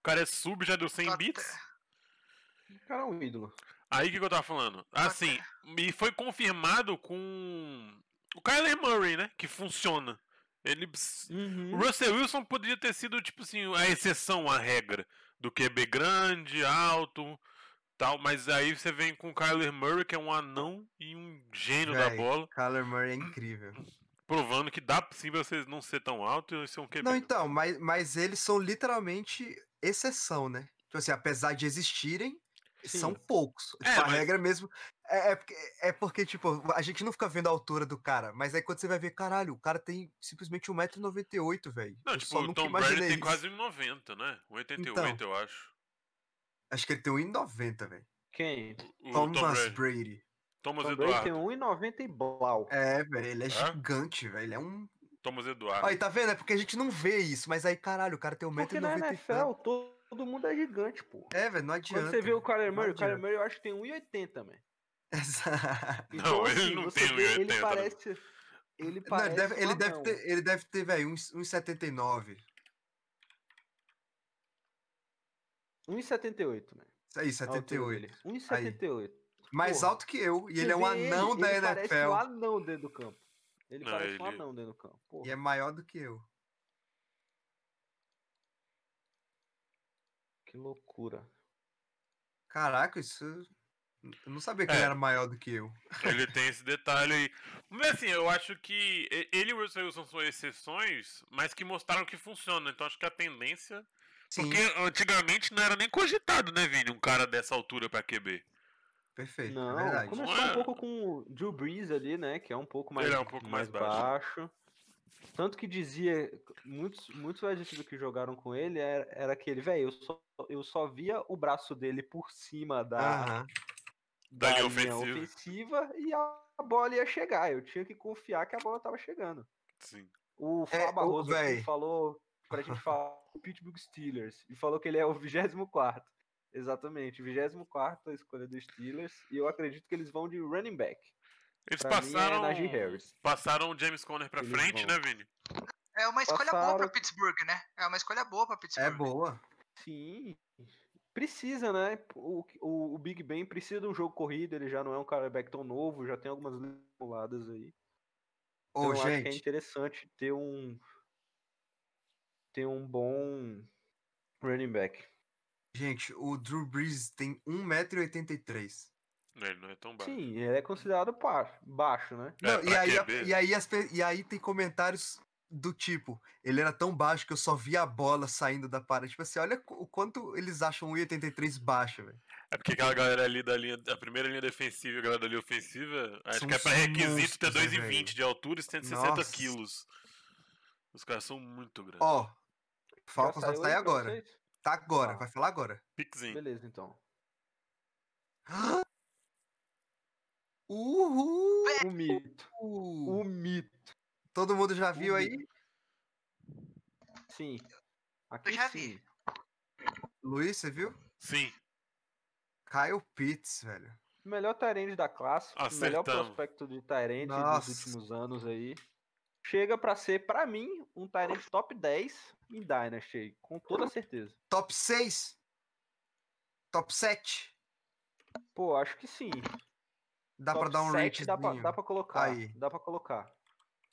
S1: O cara é sub, já deu 100
S2: Tô
S1: bits.
S2: até-
S3: O cara é um ídolo.
S1: Aí o que, que eu tava falando? Assim, e foi confirmado com o Kyler Murray, né? Que funciona. Ele.
S4: Uhum.
S1: O Russell Wilson poderia ter sido, tipo assim, a exceção à regra. Do QB grande, alto, tal. Mas aí você vem com o Kyler Murray, que é um anão e um gênio da
S4: Véi.
S1: bola,
S4: Kyler Murray é incrível.
S1: provando que dá sim pra vocês não ser tão alto e ser um QB.
S4: Não, então, mas, mas eles são literalmente exceção, né? Tipo assim, apesar de existirem, são poucos.
S1: É,
S4: Tipo, a
S1: mas-
S4: regra mesmo. É, é porque, é porque, tipo, a gente não fica vendo a altura do cara, mas aí quando você vai ver, caralho, o cara tem simplesmente 1,98m, velho.
S1: Não,
S4: Eu
S1: tipo,
S4: só
S1: o
S4: nunca
S1: Tom Brady
S4: imaginei
S1: tem
S4: isso.
S1: quase um 90, né? Um 88,
S3: Então.
S1: eu acho.
S4: Acho que ele tem 1,90, velho.
S3: Quem?
S1: O Tom
S4: Thomas
S1: Brady.
S4: Brady.
S1: Thomas
S3: Tom Brady tem
S1: Eduardo.
S3: 1,90 e blau.
S4: É, velho, ele é,
S1: Hã? Ah.
S4: gigante, velho. Ele é um.
S1: Thomas Eduardo.
S4: Aí, tá vendo? É porque a gente não vê isso, mas aí, caralho, o cara tem
S3: Porque na
S4: 1,90m.
S3: NFL todo, mundo é gigante, pô.
S4: É, velho, não adianta.
S3: Quando você vê o Kyler
S4: Não
S3: Murray, o Kyler
S4: adianta.
S3: Murray eu acho que tem 1,80, man. Então, assim,
S4: Exato.
S1: Não, ele não
S3: você
S1: tem
S3: vê,
S1: 1,80,
S3: Ele
S1: né?
S3: parece... Ele
S4: Não,
S3: parece
S4: ele deve, ele
S3: um
S4: deve
S3: anão.
S4: ter, ele deve ter, velho, uns, uns 79.
S3: 1,78, man.
S4: Isso aí,
S3: a altura
S4: 78.
S3: dele. 1,78.
S4: Mais
S3: Porra.
S4: alto que eu. E
S3: Você
S4: ele é um
S3: vê ele,
S4: anão da
S3: ele Parece um
S4: NFL.
S3: anão dentro do campo. Ele
S1: Não,
S3: parece um
S1: ele-
S3: anão dentro do campo. Porra.
S4: E é maior do que eu.
S3: Que loucura.
S4: Caraca, isso. Eu não sabia que
S1: É.
S4: ele era maior do que eu.
S3: tá.
S1: Ele tem esse detalhe aí. Mas assim, eu acho que e- ele e o Russell Wilson são exceções, mas que mostraram que funciona. Então acho que a tendência.
S4: Sim,
S1: Porque antigamente não era nem cogitado, né, Vini? Um cara dessa altura pra QB.
S4: perfeito.
S3: Não,
S4: é verdade.
S3: começou
S1: Não é?
S3: um pouco com o Drew Brees ali, né? Que é um pouco mais,
S1: Ele é um pouco mais
S3: baixo. Tanto que dizia, muitos, muitos adjetivos que jogaram com ele era, era aquele, velho, eu só, eu só via o braço dele por cima da,
S4: Aham.
S1: Da linha
S3: linha
S1: ofensiva.
S3: ofensiva e a, a bola ia chegar. Eu tinha que confiar que a bola tava chegando.
S1: Sim.
S3: O
S4: É,
S3: Fábio
S4: ô,
S3: Barroso aqui
S4: véi.
S3: falou pra gente falar do Pittsburgh Steelers e falou que ele é o 24 Exatamente, 24 a escolha dos Steelers e eu acredito que eles vão de running back.
S1: Eles
S3: Pra mim é
S1: passaram.
S3: Najee Harris.
S1: passaram o James Conner pra
S3: Eles
S1: frente,
S3: vão.
S1: né, Vini?
S2: É uma escolha boa pra
S3: Passaram-
S2: Pittsburgh, né? É uma escolha boa pra Pittsburgh.
S4: É boa.
S3: Sim. Precisa, né? O, o, o Big Ben precisa de um jogo corrido, ele já não é um quarterback tão novo, já tem algumas puladas aí.
S4: Ô,
S3: então, eu acho que é
S4: gente,
S3: interessante ter um ter um bom running back.
S4: gente, o Drew Brees tem 1,83m.
S1: Ele não é tão baixo.
S3: Sim, ele é considerado pa- baixo, né?
S1: É,
S4: Não, e,
S1: pra
S4: aí, a-
S1: QB.
S4: e, aí as pe- e aí tem comentários do tipo, ele era tão baixo que eu só via a bola saindo da parede. Tipo assim, olha qu- o quanto eles acham 1,83 baixo, velho.
S1: É porque aquela galera ali da linha, a primeira linha defensiva e a galera da linha ofensiva, acho
S4: São
S1: que é pra
S4: uns
S1: requisito ter
S4: monstros, né,
S1: 2,20
S4: velho?
S1: de altura e 160
S4: Nossa.
S1: quilos. Os caras são muito grandes.
S4: Ó, o Falcons vai
S3: saiu
S4: sair
S3: aí pra
S4: agora.
S3: vocês?
S4: Tá agora,
S3: Ah.
S4: vai falar agora.
S1: Piquezinho.
S3: Beleza, então.
S4: Uhul!
S3: O mito. O mito.
S4: Todo mundo já viu
S3: o
S4: aí?
S3: mito. Sim. Aqui
S2: Eu já
S3: sim.
S2: vi.
S4: Luiz, você viu?
S1: Sim.
S4: Kyle Pitts, velho.
S3: O melhor Tyrande da classe, o melhor
S1: Acertamos.
S3: prospecto de Tyrande dos
S4: Nossa.
S3: últimos anos aí. Chega pra ser, pra mim, um Tyrande top 10 em Dynasty, com toda certeza.
S4: Top 6? Top 7?
S3: Pô, acho que sim.
S4: Dá pra
S3: Top
S4: dar um
S3: 7 dá pra,
S4: ratezinho.
S3: dá pra colocar.
S4: Aí.
S3: Dá pra colocar.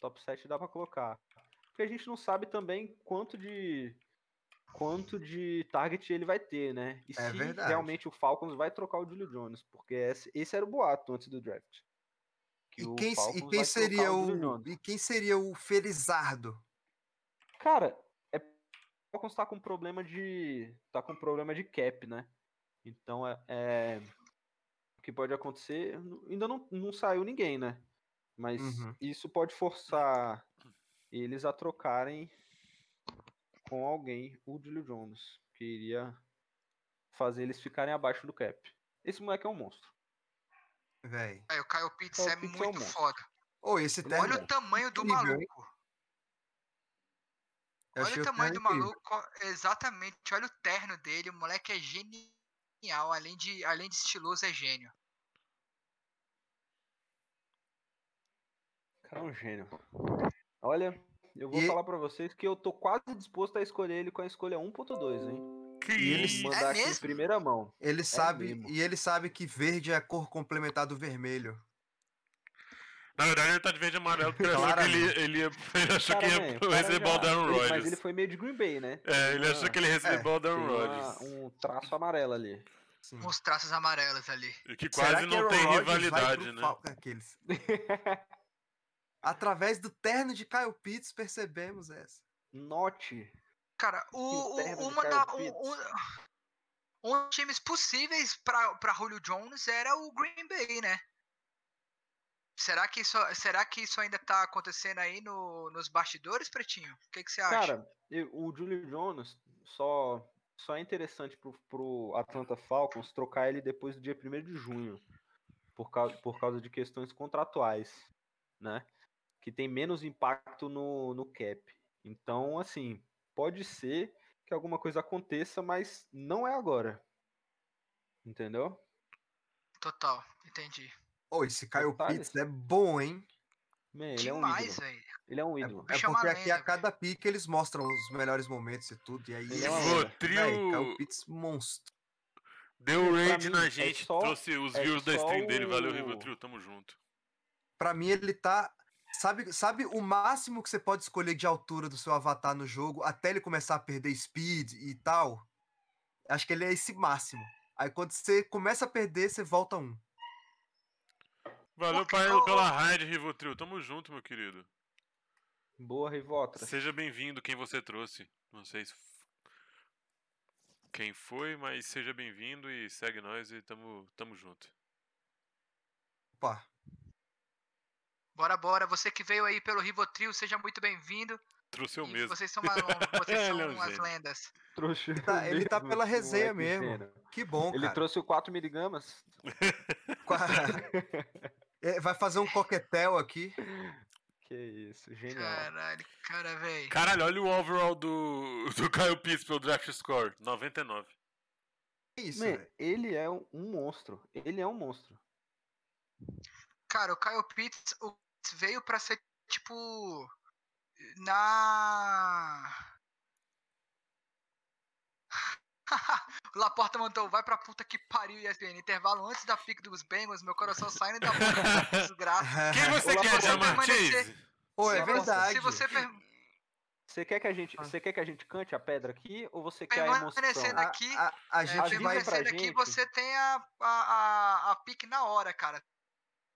S3: Top 7 dá pra colocar. Porque a gente não sabe também quanto de quanto de target ele vai ter, né? E
S4: É
S3: se
S4: verdade.
S3: realmente o Falcons vai trocar o Julio Jones, porque esse, esse era o boato antes do draft. que
S4: E
S3: o
S4: quem,
S3: Falcons
S4: e
S3: vai
S4: quem seria
S3: trocar o Julio
S4: o,
S3: Jones.
S4: e quem seria o Felizardo?
S3: Cara, é o Falcons tá com problema de tá com problema de cap, né? Então é, é- o que pode acontecer, n- ainda não, não saiu ninguém, né? Mas
S4: Uhum.
S3: isso pode forçar eles a trocarem com alguém o Julio Jones, que iria fazer eles ficarem abaixo do cap. Esse moleque é um monstro.
S4: velho.
S2: Aí o Kyle Pitts
S3: Kyle
S2: é
S3: Pitts é um
S2: muito
S3: monstro.
S2: foda.
S4: Ô, esse terno.
S2: Olha o tamanho do
S4: É Incrível, hein?
S2: maluco.
S4: eu
S2: Olha
S4: achei
S2: o tamanho do
S4: terno incrível.
S2: maluco, ó, exatamente. Olha o terno dele, o moleque é genial. Além de, além de estiloso, é gênio.
S3: O cara é um gênio. Olha, eu vou
S4: E-
S3: falar pra vocês que eu tô quase disposto a escolher ele com a escolha 1.2, hein?
S1: Que
S4: E
S3: Vou
S4: eles-
S1: isso?
S3: mandar
S2: É
S3: aqui em
S2: mesmo?
S3: primeira mão.
S4: Ele sabe,
S3: É mesmo.
S4: e ele sabe que verde é a cor complementar do vermelho.
S1: Na verdade, ele tá de verde e amarelo porque ele achou que ele,
S4: Claramente.
S1: ele, ia- ele achou que
S3: Cara,
S1: ia
S3: né, o cara
S1: receber
S3: já-
S1: o Darren
S3: ele- Mas
S1: Rodgers.
S3: ele foi meio de Green Bay, né?
S1: É, ele achou
S3: Ah,
S1: que ele recebeu o
S3: Tem
S1: Darren
S3: uma-
S1: Rodgers.
S3: um traço amarelo ali.
S4: Sim.
S2: Com os traços amarelos ali.
S1: E que
S4: Será
S1: quase
S4: que
S1: não
S4: Aaron
S1: tem
S4: Rodgers vai
S1: rivalidade,
S4: pro
S1: né?
S4: Falcon- aqueles. Através do terno de Kyle Pitts, percebemos essa.
S3: Note.
S2: Cara,
S3: o
S2: o,
S3: terno
S2: o-
S3: de
S2: uma
S3: Kyle
S2: da, um,
S3: Pitts.
S2: um- um dos times possíveis pra pra Julio Jones era o Green Bay, né? Será que isso, será que isso ainda tá acontecendo aí no, nos bastidores, Pretinho? O que, que você acha?
S3: Cara, eu- o Julio Jones só, só é interessante pro, pro Atlanta Falcons trocar ele depois do dia 1 de junho. Por causa, por causa de questões contratuais, né? Que tem menos impacto no, no cap. Então, assim, pode ser que alguma coisa aconteça, mas não é agora. Entendeu?
S2: Total, entendi.
S4: Ô, esse Kyle
S3: Detalhes.
S4: Pitts é bom, hein?
S3: Man, ele é um ídolo.
S2: Demais, velho.
S3: Ele é um
S4: É,
S3: ídolo.
S4: é
S2: Chama
S4: porque
S2: a
S4: aqui a
S2: lenda,
S4: cada pique eles mostram os melhores momentos e tudo. E aí.
S3: né?
S4: um
S3: Ele
S1: E
S3: é uma
S1: o
S3: lenda.
S4: Véi, Kyle
S1: trio
S4: Pitts monstro.
S1: deu
S3: pra
S1: raid
S3: mim,
S1: na
S3: é
S1: gente,
S3: só-
S1: trouxe os
S3: é
S1: views da stream
S3: só
S1: dele, valeu
S3: o-
S1: Rivotril, tamo junto.
S4: Pra mim, ele tá. Sabe, sabe o máximo que você pode escolher de altura do seu avatar no jogo até ele começar a perder speed e tal? Acho que ele é esse máximo. Aí quando você começa a perder, você volta um.
S1: Valeu
S2: Porque
S1: pai,
S2: eu-
S1: pela raid, Rivotril, tamo junto, meu querido.
S3: Boa, Rivotra.
S1: Seja bem-vindo quem você trouxe. Não sei se... quem foi, mas seja bem-vindo e segue nós e tamo, tamo junto.
S4: Opa.
S2: Bora, bora. Você que veio aí pelo Rivotril, seja muito bem-vindo.
S1: Trouxe eu
S2: E
S1: mesmo.
S2: Vocês são, uma, vocês
S1: Ele
S2: são
S1: é um
S2: umas
S1: gênio.
S2: lendas.
S3: Trouxe
S4: tá-
S3: o
S4: ele tá
S3: mesmo,
S4: pela
S3: esse
S4: resenha
S3: moleque
S4: mesmo.
S3: gênio.
S4: Que bom,
S3: Ele
S4: cara.
S3: trouxe o 4 miligramas.
S4: Com a- É, Vai fazer um coquetel aqui.
S3: Que isso, genial.
S2: Caralho, cara, velho.
S1: Caralho, olha o overall do, do Kyle Pitts pelo draft score, 99.
S4: Que isso,
S3: Man,
S4: velho.
S3: ele é um, um monstro. Ele é um monstro.
S2: Cara, o Kyle Pitts, o Pitts veio pra ser, tipo. Na. o Laporta mandou, vai pra puta que pariu, ESPN. Intervalo antes da pique dos Bengals, meu coração saindo da boca, desgraça.
S1: Quem você
S3: Olá,
S1: quer,
S3: você
S1: Jamar
S2: permanecer-
S1: Chase?
S4: Pô, é
S2: Se você-
S4: verdade.
S2: Se você per-
S3: Você quer que a gente,
S4: Ah.
S3: você quer que a gente cante a pedra aqui ou você quer a emoção?
S2: permanecer
S4: A,
S2: tá aqui,
S4: a- a
S3: a
S4: gente
S3: vida
S4: vai.
S3: é pra
S2: permanecer aqui,
S3: gente.
S2: você tem a, a, a, a pique na hora, cara.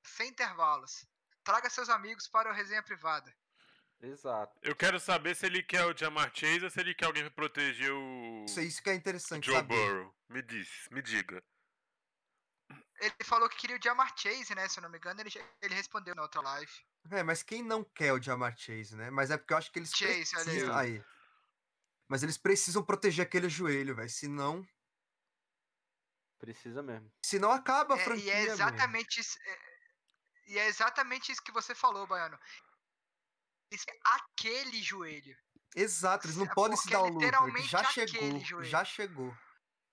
S2: Sem intervalos. Traga seus amigos para a resenha privada.
S3: Exato.
S1: Eu quero saber se ele quer o Jamar Chase ou se ele quer alguém pra proteger o
S4: Isso, isso que é interessante
S1: Joe
S4: saber.
S1: Burrow. Me diz, me diga.
S2: Ele falou que queria o Jamar Chase, né? Se eu não me engano, ele, já- ele respondeu na outra live.
S4: É, mas quem não quer o Jamar Chase, né? Mas é porque eu acho que eles
S2: Chase, olha aí,
S4: precisam.
S2: ó.
S4: Aí. Mas eles precisam proteger aquele joelho, velho. Senão,
S3: Precisa mesmo.
S4: senão acaba a
S2: É,
S4: franquia.
S2: e é
S4: meu.
S2: exatamente isso. é- e é exatamente isso que você falou, Baiano. Isso é aquele joelho.
S4: Exato, eles não
S2: É
S4: podem se
S2: porque
S4: dar o
S2: é
S4: luxo.
S2: literalmente
S4: Já
S2: aquele
S4: chegou,
S2: joelho.
S4: já chegou.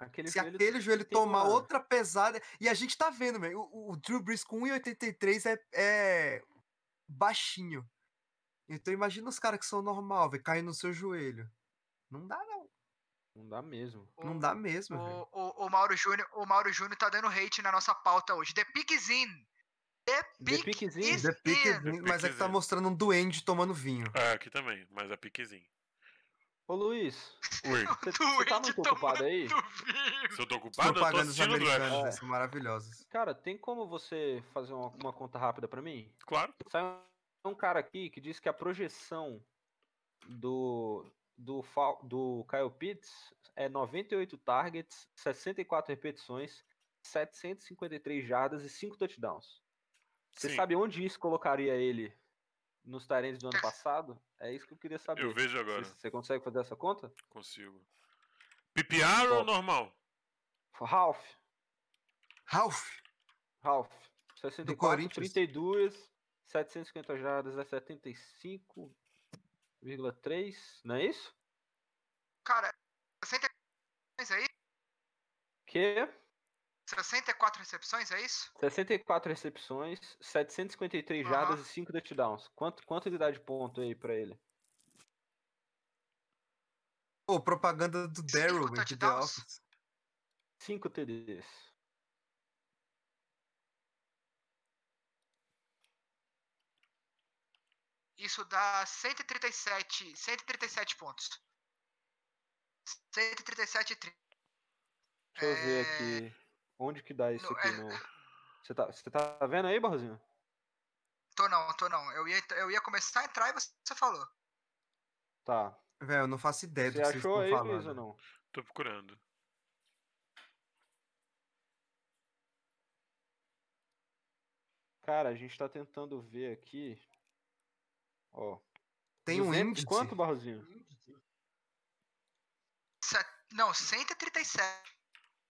S3: Aquele
S4: Se
S3: joelho
S4: aquele joelho
S3: tem
S4: tomar
S3: uma-
S4: outra pesada. E a gente tá vendo, velho. O, o Drew Brees com 1,83 é, é baixinho. Então imagina os caras que são normal, velho, caindo no seu joelho. Não dá, não.
S3: não dá mesmo.
S2: O,
S4: Não dá mesmo, velho.
S2: O, o, o Mauro Júnior, o Mauro Júnior tá dando hate na nossa pauta hoje. The Pick is in. The
S3: The
S2: Pick,
S3: Pick is in.
S2: is
S4: The Pick is-
S2: in.
S4: mas é que tá
S1: Pickzinho.
S4: mostrando um duende tomando vinho.
S1: Ah, aqui também, mas a piquezinho.
S3: Ô Luiz,
S1: Oi,
S3: você você tá muito ocupado aí?
S1: se eu tô ocupado, Ah, eu tô
S4: Propagandas
S1: assistindo o draft.
S3: É.
S4: americanas são maravilhosas.
S3: Cara, tem como você fazer uma, uma conta rápida pra mim?
S1: Claro.
S3: Saiu um cara aqui que diz que a projeção do, do, Fal- do Kyle Pitts é 98 targets, 64 repetições, 753 jardas e 5 touchdowns. Você
S1: Sim.
S3: sabe onde isso colocaria ele nos tarentes
S4: Tá.
S3: do ano passado? É isso que eu queria saber.
S1: Eu vejo agora.
S3: Você, você consegue fazer essa conta?
S1: Consigo. PPR ou
S3: Ó.
S1: normal?
S3: Ralph.
S4: Ralph.
S3: Ralph.
S4: Do
S3: 64,
S4: Corinthians.
S3: 32, 750 jardas é 75,3, não é isso?
S2: Cara, 60 recepções é isso?
S3: Que
S2: 64 recepções, é isso?
S3: 64 recepções, 753
S2: Aham.
S3: jardas e 5 touchdowns. Quanto, quanto ele dá de ponto aí pra ele?
S4: Pô, propaganda do Daryl de The
S2: touchdowns?
S4: Office.
S3: 5 TDs.
S2: Isso dá 137, 137 pontos. 137
S3: Deixa eu ver
S2: É.
S3: aqui. Onde que dá isso
S2: Não,
S3: aqui
S2: é-
S3: no. Você tá, você tá vendo aí, Barrozinho?
S2: Tô não, tô não. Eu ia, eu ia começar a entrar e você falou.
S3: Tá.
S4: Velho, eu não faço ideia
S3: Você
S4: do que É, vocês
S3: achou
S4: estão
S3: aí, Luiz,
S4: falando. né?
S3: ou não?
S1: Tô procurando.
S3: Cara, a gente tá tentando ver aqui. Ó.
S4: Tem um
S3: 200
S4: índice.
S3: Quanto, Barrozinho?
S2: Se- Não, 137.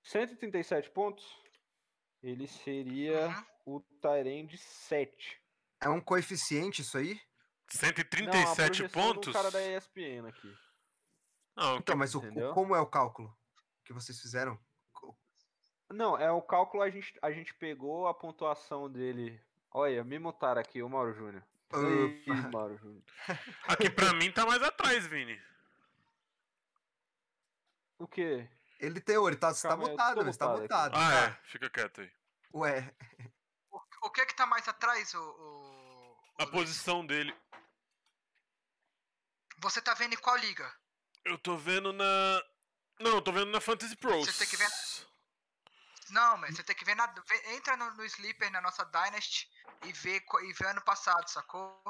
S3: 137 pontos. Ele seria
S2: Uhum.
S3: o Tyrande 7.
S4: É um coeficiente isso aí?
S3: Não, a
S1: 137
S3: projeção do
S1: pontos?
S3: cara da ESPN aqui.
S1: Não,
S4: Então, mas o,
S3: Entendeu?
S4: o- como é o cálculo que vocês fizeram?
S3: Não, é o cálculo, a gente, a gente pegou a pontuação dele. Olha, me montaram aqui, o Mauro Júnior. Ih,
S4: Opa.
S3: Mauro Júnior.
S1: aqui pra mim tá mais atrás, Vini.
S3: O quê?
S4: Ele tem ouro, tá, você tá
S3: Calma aí, eu tô
S4: mutado, você tá
S3: mutado aqui.
S4: mutado.
S1: Ah, é. Fica quieto aí.
S4: Ué,
S2: O que que tá mais atrás, o, o,
S1: A posição dele.
S2: Você tá vendo em qual liga?
S1: Eu tô vendo na. Não, eu tô vendo na Fantasy Pros.
S2: Você tem que ver- Não, mas você tem que ver na. vê- Entra no, no Sleeper, na nossa Dynasty, e vê, co- e vê ano passado, sacou?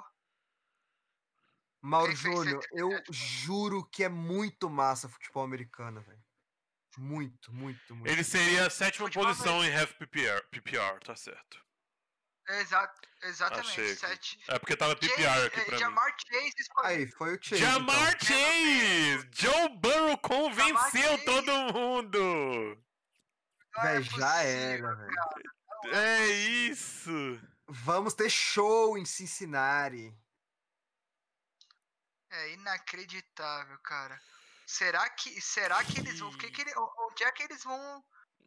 S4: Mauro
S2: Ele fez
S4: Júnior, eu juro que é muito massa futebol americano, velho. Muito, muito, muito.
S1: Ele seria a sétima
S2: Futebol
S1: posição em Half PPR, PPR, tá certo.
S2: Exato,
S1: Achei
S2: exatamente,
S1: aqui.
S2: sete.
S1: É porque tava PPR
S2: Chase-
S1: aqui
S2: eh,
S1: pra mim.
S2: Jamar Chase escolheu.
S4: Aí, foi o Chase. então.
S1: Jamar Chase! Joe Burrow convenceu
S2: Chase.
S1: todo mundo!
S2: Não é
S4: então. Véi, já
S2: possível.
S4: era, velho.
S1: É isso!
S4: Vamos ter show em Cincinnati.
S2: É inacreditável, cara. Será que, será que eles vão? o Que que ele- o- onde é que eles vão?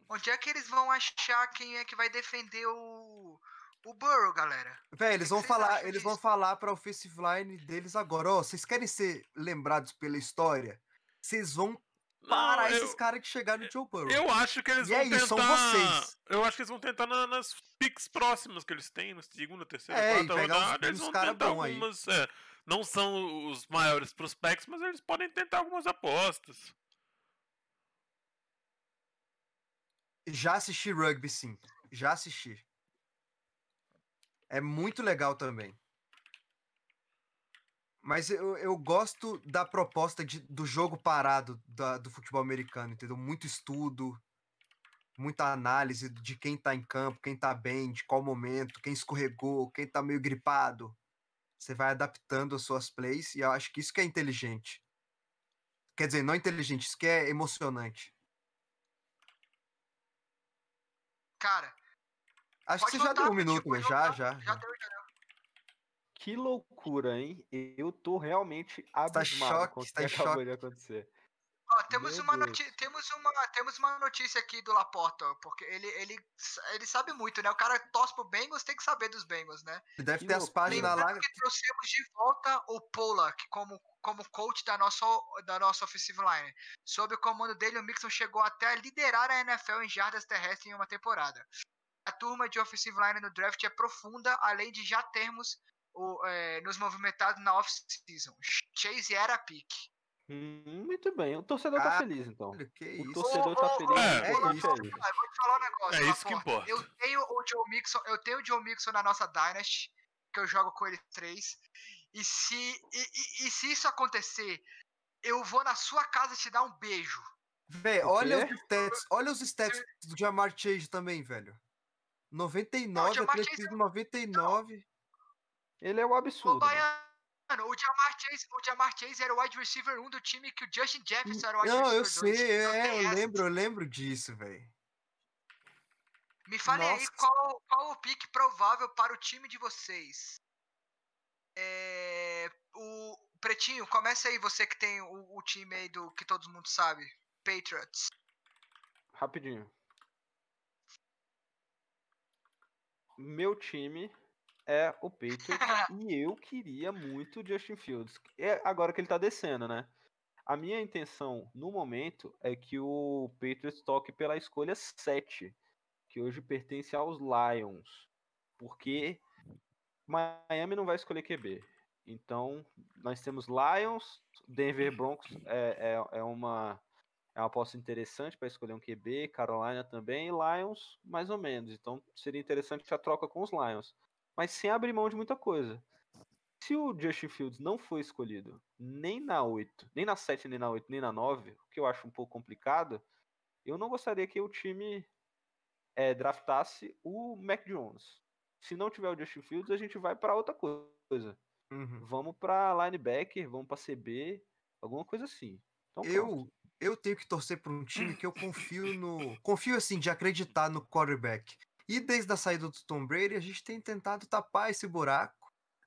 S2: Onde é que eles vão achar quem é que vai defender o o Burrow, galera?
S4: Véi, eles
S2: que
S4: vão
S2: vocês
S4: falar,
S2: acham
S4: eles vão
S2: disso?
S4: falar pra offensive line deles agora, ó, vocês querem ser lembrados pela história? Vocês vão parar
S1: Não, eu-
S4: esses caras que chegaram no Joe Burrow.
S1: Eu acho que eles
S4: E
S1: vão
S4: é isso, são
S1: tentar.
S4: vocês.
S1: Eu acho que eles vão tentar na- nas picks próximas que eles têm, na segunda, terceira,
S4: É, e
S1: quarta
S4: pegar uns-
S1: rodada, eles
S4: uns
S1: vão
S4: cara
S1: tentar
S4: bom aí.
S1: algumas. é, não são os maiores prospects, mas eles podem tentar algumas apostas.
S4: Já assisti rugby, sim. Já assisti. É muito legal também. Mas eu, eu gosto da proposta de- do jogo parado da- do futebol americano, entendeu? Muito estudo, muita análise de quem tá em campo, quem tá bem, de qual momento, quem escorregou, quem tá meio gripado. Você vai adaptando as suas plays e eu acho que isso que é inteligente. Quer dizer, não inteligente, isso que é emocionante.
S2: Cara,
S4: Acho que
S2: pode
S4: você já
S2: voltar,
S4: deu um
S2: Petit,
S4: minuto,
S2: pode
S4: né? Já,
S2: voltar.
S4: já,
S2: já
S4: já.
S2: deu, já deu.
S3: Que loucura, hein? Eu tô realmente
S4: tá em
S3: abismado
S4: choque,
S3: com o que
S4: tá em
S3: acabou
S4: choque.
S3: de acontecer.
S2: Ó, temos
S3: Meu
S2: uma
S3: Deus.
S2: notícia, temos uma, temos uma notícia aqui do Laporta, ó, porque ele, ele, ele sabe muito, né? O cara torce pro Bengals, tem que saber dos Bengals, né?
S4: Deve
S3: Que
S4: ter as
S3: loucura.
S4: páginas lá.
S2: Lembrando que trouxemos de volta o Pollack como, como coach da nossa, da nossa offensive line. Sob o comando dele, o Mixon chegou até a liderar a NFL em jardas terrestres em uma temporada. A turma de offensive line no draft é profunda, além de já termos o, eh, nos movimentado na off-season. Chase era a pique.
S3: Hum, Muito bem, o torcedor tá
S4: Ah,
S3: feliz então.
S4: Olha, Que
S3: O
S4: isso?
S3: torcedor tá
S2: Ô, ô,
S3: feliz.
S1: é,
S3: o
S4: é
S3: torcedor tá
S4: isso.
S3: feliz.
S2: Ah, eu vou te falar um negócio.
S1: É isso que importa.
S2: Laporta. Eu tenho o Joe Mixon, eu tenho o Joe Mixon na nossa Dynasty, que eu jogo com ele três. E se, e, e- e se isso acontecer, eu vou na sua casa te dar um beijo.
S4: Véi,
S3: O
S4: olha
S3: quê?
S4: os stats. Olha os stats do Jamar Chase também, velho. 99,
S2: Jamar Chase é-
S4: atletismo 99.
S3: Ele é um
S2: Ô,
S3: absurdo.
S2: Baiano, o Jamar, Chase, o Jamar Chase era o wide um receiver 1 do time que o Justin Jefferson era o wide
S4: Não, eu
S2: receiver 2.
S4: sei,
S2: Não assim.
S4: é,
S2: tem
S4: eu
S2: essa.
S4: lembro, eu lembro disso, velho.
S2: Me falem aí
S4: Nossa.
S2: qual, qual o pique provável para o time de vocês. É, o Pretinho, começa aí você que tem o, o time aí do que todo mundo sabe. Patriots.
S3: Rapidinho. Meu time é o Patriots e eu queria muito o Justin Fields. É agora que ele tá descendo, né? A minha intenção no momento é que o Patriots toque pela escolha 7, que hoje pertence aos Lions, porque Miami não vai escolher QB. Então, nós temos Lions, Denver Broncos é, é, é uma é uma aposta interessante para escolher um QB, Carolina também, e Lions, mais ou menos. Então seria interessante a troca com os Lions. Mas sem abrir mão de muita coisa. Se o Justin Fields não foi escolhido nem na 8, nem na 7, nem na 8, nem na 9, o que eu acho um pouco complicado, eu não gostaria que o time eh, draftasse o Mac Jones. Se não tiver o Justin Fields, a gente vai para outra coisa.
S4: Uhum.
S3: Vamos para linebacker, vamos para CB, alguma coisa assim. Então, pronto.
S4: Eu, eu tenho que torcer para um time que eu confio no. Confio assim, de acreditar no quarterback. E desde a saída do Tom Brady, a gente tem tentado tapar esse buraco.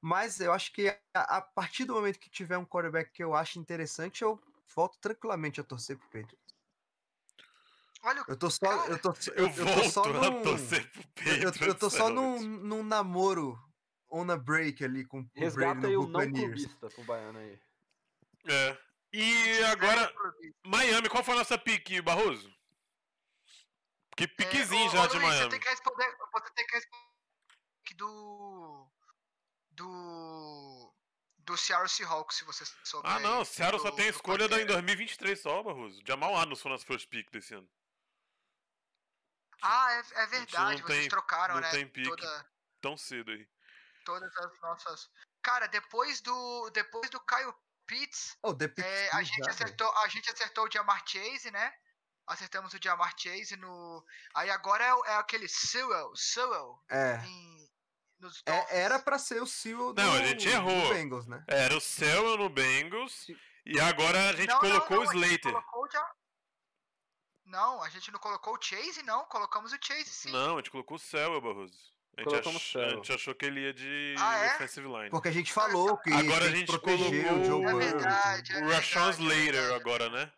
S4: Mas eu acho que a, a partir do momento que tiver um quarterback que eu acho interessante, eu volto tranquilamente a torcer pro Pedro.
S2: Olha o
S4: Eu tô só. Eu tô,
S1: Eu,
S4: eu, eu tô
S1: volto
S4: só
S1: a
S4: num,
S1: torcer pro
S4: eu-
S1: Pedro.
S4: eu tô só num,
S1: Santos.
S4: num namoro on a break ali com o
S3: Resgata aí
S4: Brady
S3: o
S4: no
S3: não
S4: Buccaneers.
S3: clubista pro baiano aí.
S1: É. E agora, Miami, qual foi a nossa pique, Barroso? Que piquezinho
S2: É, ô-
S1: já
S2: ô,
S1: de
S2: Luiz, Você
S1: Miami.
S2: tem que responder. Você tem que responder do. Do. Do Seattle Seahawks, se você souber.
S1: Ah, não,
S2: aí,
S1: o Seattle só
S2: do-
S1: tem
S2: do
S1: escolha da- em
S2: Pantera.
S1: 2023 só, Barroso. Jamal Adams foi nosso first pick desse ano.
S2: Ah, é, é
S1: gente
S2: verdade,
S1: não
S2: vocês
S1: tem-
S2: trocaram,
S1: não
S2: né?
S1: tem pique.
S2: Toda,
S1: Tão cedo aí.
S2: todas as nossas. Cara, depois do. Depois do Caio Pitts,
S4: Oh, The Pick
S2: é, a,
S4: Six
S2: gente
S4: já, velho.
S2: acertou, a gente acertou o Jamar Chase, né? Acertamos o Jamar Chase no. Aí agora é, o- é aquele Sewell, Sewell
S4: É.
S2: em, nos
S4: É, era
S2: Dolphins.
S4: pra ser o Sewell do,
S1: Não, a gente errou.
S4: do Bengals, né?
S1: Era o Selma no Bengals. E agora a gente
S2: Não, não,
S1: colocou
S2: não,
S1: o
S2: a gente
S1: Slater.
S2: colocou o Ja- Não, a gente não colocou o Chase, não. Colocamos o Chase, sim.
S1: Não, a gente colocou o Selma, Barroso. A gente,
S3: Colocamos
S1: ach- a
S3: Sewell.
S1: gente achou que ele ia de
S2: Ah, é?
S1: offensive line.
S4: Porque a gente falou que
S1: Agora a
S4: tem que
S1: gente
S4: proteger o Joe
S1: colocou-
S2: É
S4: Burrow.
S2: verdade. é
S1: O Rashawn
S2: verdade, é
S1: Slater
S2: verdade.
S1: agora, né?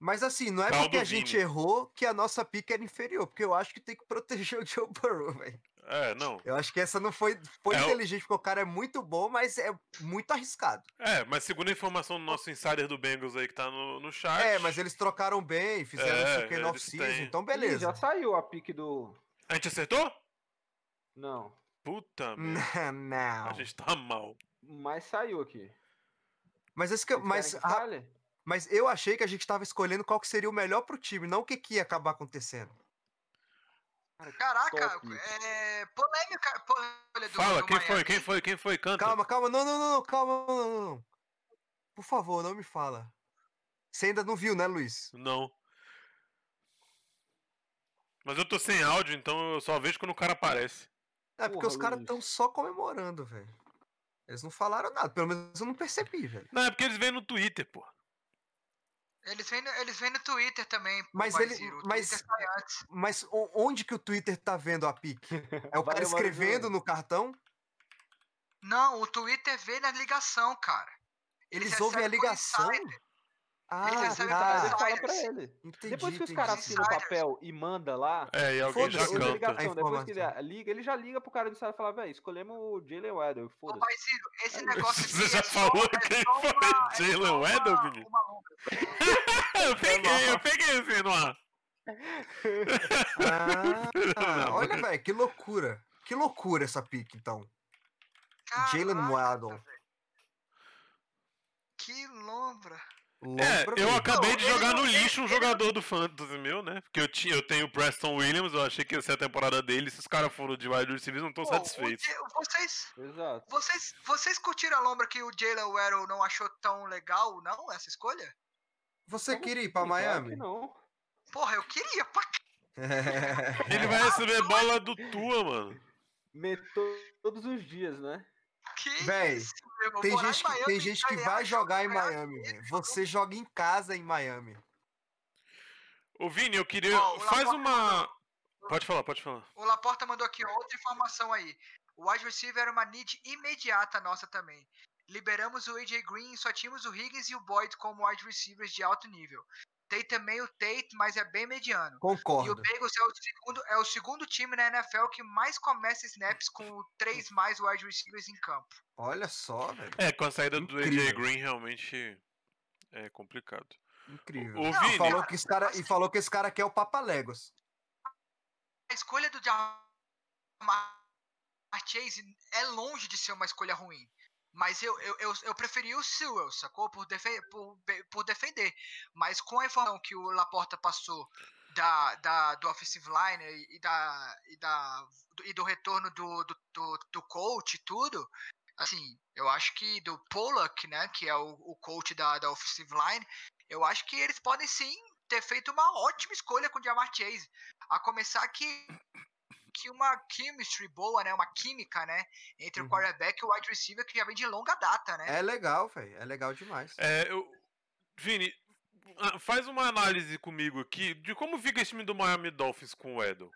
S4: Mas assim, não é
S1: Caldo
S4: porque a
S1: Vini.
S4: gente errou que a nossa pica era inferior, porque eu acho que tem que proteger o Joe Burrow, velho.
S1: É, não.
S4: Eu acho que essa não foi, foi
S1: É, o-
S4: inteligente, porque o cara é muito bom, mas é muito arriscado.
S1: É, mas segundo a informação do nosso insider do Bengals aí que tá no, no chat.
S4: É, mas eles trocaram bem, fizeram
S1: É,
S4: isso aqui no
S1: eles
S4: off-season,
S1: têm.
S4: então
S3: Ih,
S4: beleza.
S3: já saiu a pique do.
S1: A gente acertou?
S3: Não.
S1: Puta merda.
S4: Não, não.
S1: A gente tá mal.
S3: Mas saiu aqui.
S4: Mas, esse que, eu-
S3: Vocês
S4: mas,
S3: querem que
S4: ah,
S3: fale?
S4: mas eu achei que a gente tava escolhendo qual que seria o melhor pro time, não o que, que ia acabar acontecendo.
S2: Caraca,
S3: Top.
S2: é polêmica, polêmica do
S1: Fala,
S2: do
S1: quem foi?
S2: Miami.
S1: Quem foi? Quem foi? Canta.
S4: Calma, calma, não, não, não, não, calma, não, não, não. Por favor, não me fala. Você ainda não viu, né, Luiz?
S1: Não. Mas eu tô sem áudio, então eu só vejo quando o cara aparece.
S4: É porque
S3: Porra,
S4: os caras
S3: Luiz.
S4: estão só comemorando, velho. Eles não falaram nada, pelo menos eu não percebi, velho.
S1: Não, é porque eles vêm no Twitter, pô.
S2: Eles vêm, no, eles vêm no Twitter também. pô,
S4: Mas ele-
S2: Maiziro, o
S4: mas-
S2: Twitter sai antes.
S4: Mas o- onde que o Twitter tá vendo a pique? É
S3: Valeu,
S4: o cara
S3: Mário
S4: escrevendo
S3: Júnior.
S4: no cartão?
S2: Não, o Twitter vê na ligação, cara.
S4: Eles,
S2: Eles
S4: ouvem a
S2: recebem por
S4: ligação?
S2: insider.
S4: Ah,
S2: recebem
S3: Insider
S2: por
S4: tá.
S2: insider.
S3: fala pra ele.
S4: Entendi,
S3: Depois que os
S4: entendi.
S3: caras assinam o
S2: Insiders.
S3: papel e manda lá.
S1: É, e alguém já
S3: depois da
S4: Foda-se, eu-
S1: canta.
S3: ligação, depois
S4: A
S3: que ele
S4: informação.
S3: liga, ele já liga pro cara do Insider e fala, velho, escolhemos o Jalen Waddle,
S2: Ô,
S3: foda-se.
S2: Paiziro, esse
S3: Aí,
S2: negócio aqui
S1: Você já
S2: é só-
S1: falou
S2: é
S1: quem
S2: só
S1: foi?
S2: uma- é
S1: Jalen
S2: só uma-
S1: Waddle, menino?
S2: uma onda.
S1: eu peguei, eu peguei assim no ar.
S4: Ah,
S1: Não,
S4: olha, velho, que loucura. Que loucura essa pique, então. Jalen
S2: Caraca,
S4: Waddle.
S2: velho. Que lombra.
S1: É,
S4: Lombra,
S1: eu
S4: velho.
S1: acabei
S2: Não,
S1: de
S2: ele
S1: jogar
S2: não-
S1: no
S2: ele-
S1: lixo um
S2: ele não-
S1: jogador do Fantasy meu, né? Porque eu, tinha, eu tenho o Preston Williams, eu achei que ia ser a temporada dele. Se os caras foram de wide receiver, não tô
S2: Pô, o
S1: satisfeito.
S2: Ja- Vocês,
S3: Exato.
S2: vocês, vocês curtiram a lombra que o Jalen Waddle não achou tão legal, não, essa escolha?
S4: Você
S3: Como
S4: queria ir pra
S3: assim? Claro que
S4: Miami?
S3: Não.
S2: Porra, eu queria pra
S1: Ele vai
S4: é
S1: receber bola do Tua, mano.
S3: Meteu todos os dias, né?
S2: que
S4: Véi,
S2: isso, meu irmão?
S4: Tem
S2: Morar em
S4: gente, que, tem
S2: Miami,
S4: gente que
S2: aliás,
S4: vai jogar em
S2: aliás,
S4: Miami, velho. Você joga em casa em Miami.
S1: Ô, Vini, eu queria.
S2: Ó, o
S1: faz
S2: Laporta
S1: uma. Pode falar, pode falar.
S2: O Laporta mandou aqui outra informação aí. O wide receiver era uma need imediata nossa também. Liberamos o AJ Green, só tínhamos o Higgins e o Boyd como wide receivers de alto nível. Tem também o Tate, mas é bem mediano. E o
S4: Concordo.
S2: Bengals é o, segundo, é o segundo time na NFL que mais começa snaps com três mais wide receivers em campo.
S4: Olha só, velho.
S1: É, com a saída do AJ
S4: Incrível.
S1: Green realmente é complicado.
S4: Incrível.
S1: O
S4: E
S1: Vini-
S4: falou que esse cara, e falou que esse cara aqui é o Papa Legos.
S2: A escolha do Jamar Chase é longe de ser uma escolha ruim. Mas eu, eu, eu, eu preferi o Sewell, sacou? Por, defe- por, be- por defender. Mas com a informação que o Laporta passou da, da, do offensive line e, e da, e, da, do, e do retorno do, do, do, do coach e tudo, assim, eu acho que do Pollock, né, que é o, o coach da, da offensive line, eu acho que eles podem sim ter feito uma ótima escolha com o Jamar Chase. A começar que, que uma chemistry boa, né? Uma química, né? Entre o
S4: Uhum.
S2: quarterback e o wide receiver que já vem de longa data, né?
S4: É legal, velho. É legal demais.
S1: É, eu... Vini, ah, faz uma análise comigo aqui de como fica esse time do Miami Dolphins com o Edel.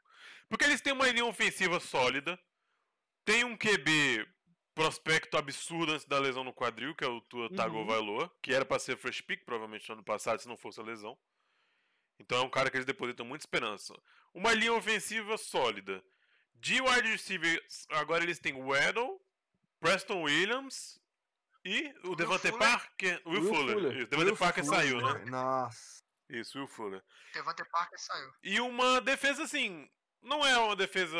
S1: Porque eles têm uma linha ofensiva sólida, tem um QB prospecto absurdo antes da lesão no quadril, que é o Tua Tagovailoa, que era pra ser fresh pick provavelmente no ano passado, se não fosse a lesão. Então é um cara que eles depositam muita esperança. Uma linha ofensiva sólida. De wide receivers, agora eles têm o Edel, Preston Williams e o Devante
S2: Fuller.
S1: Parker. Will,
S3: Will
S1: Fuller.
S3: Fuller.
S1: Isso, Devante
S4: Will
S1: Parker
S4: Fuller,
S1: saiu, né?
S4: velho. Nossa.
S1: Isso, Will Fuller.
S2: Devante Parker saiu.
S1: E uma defesa assim, não é uma defesa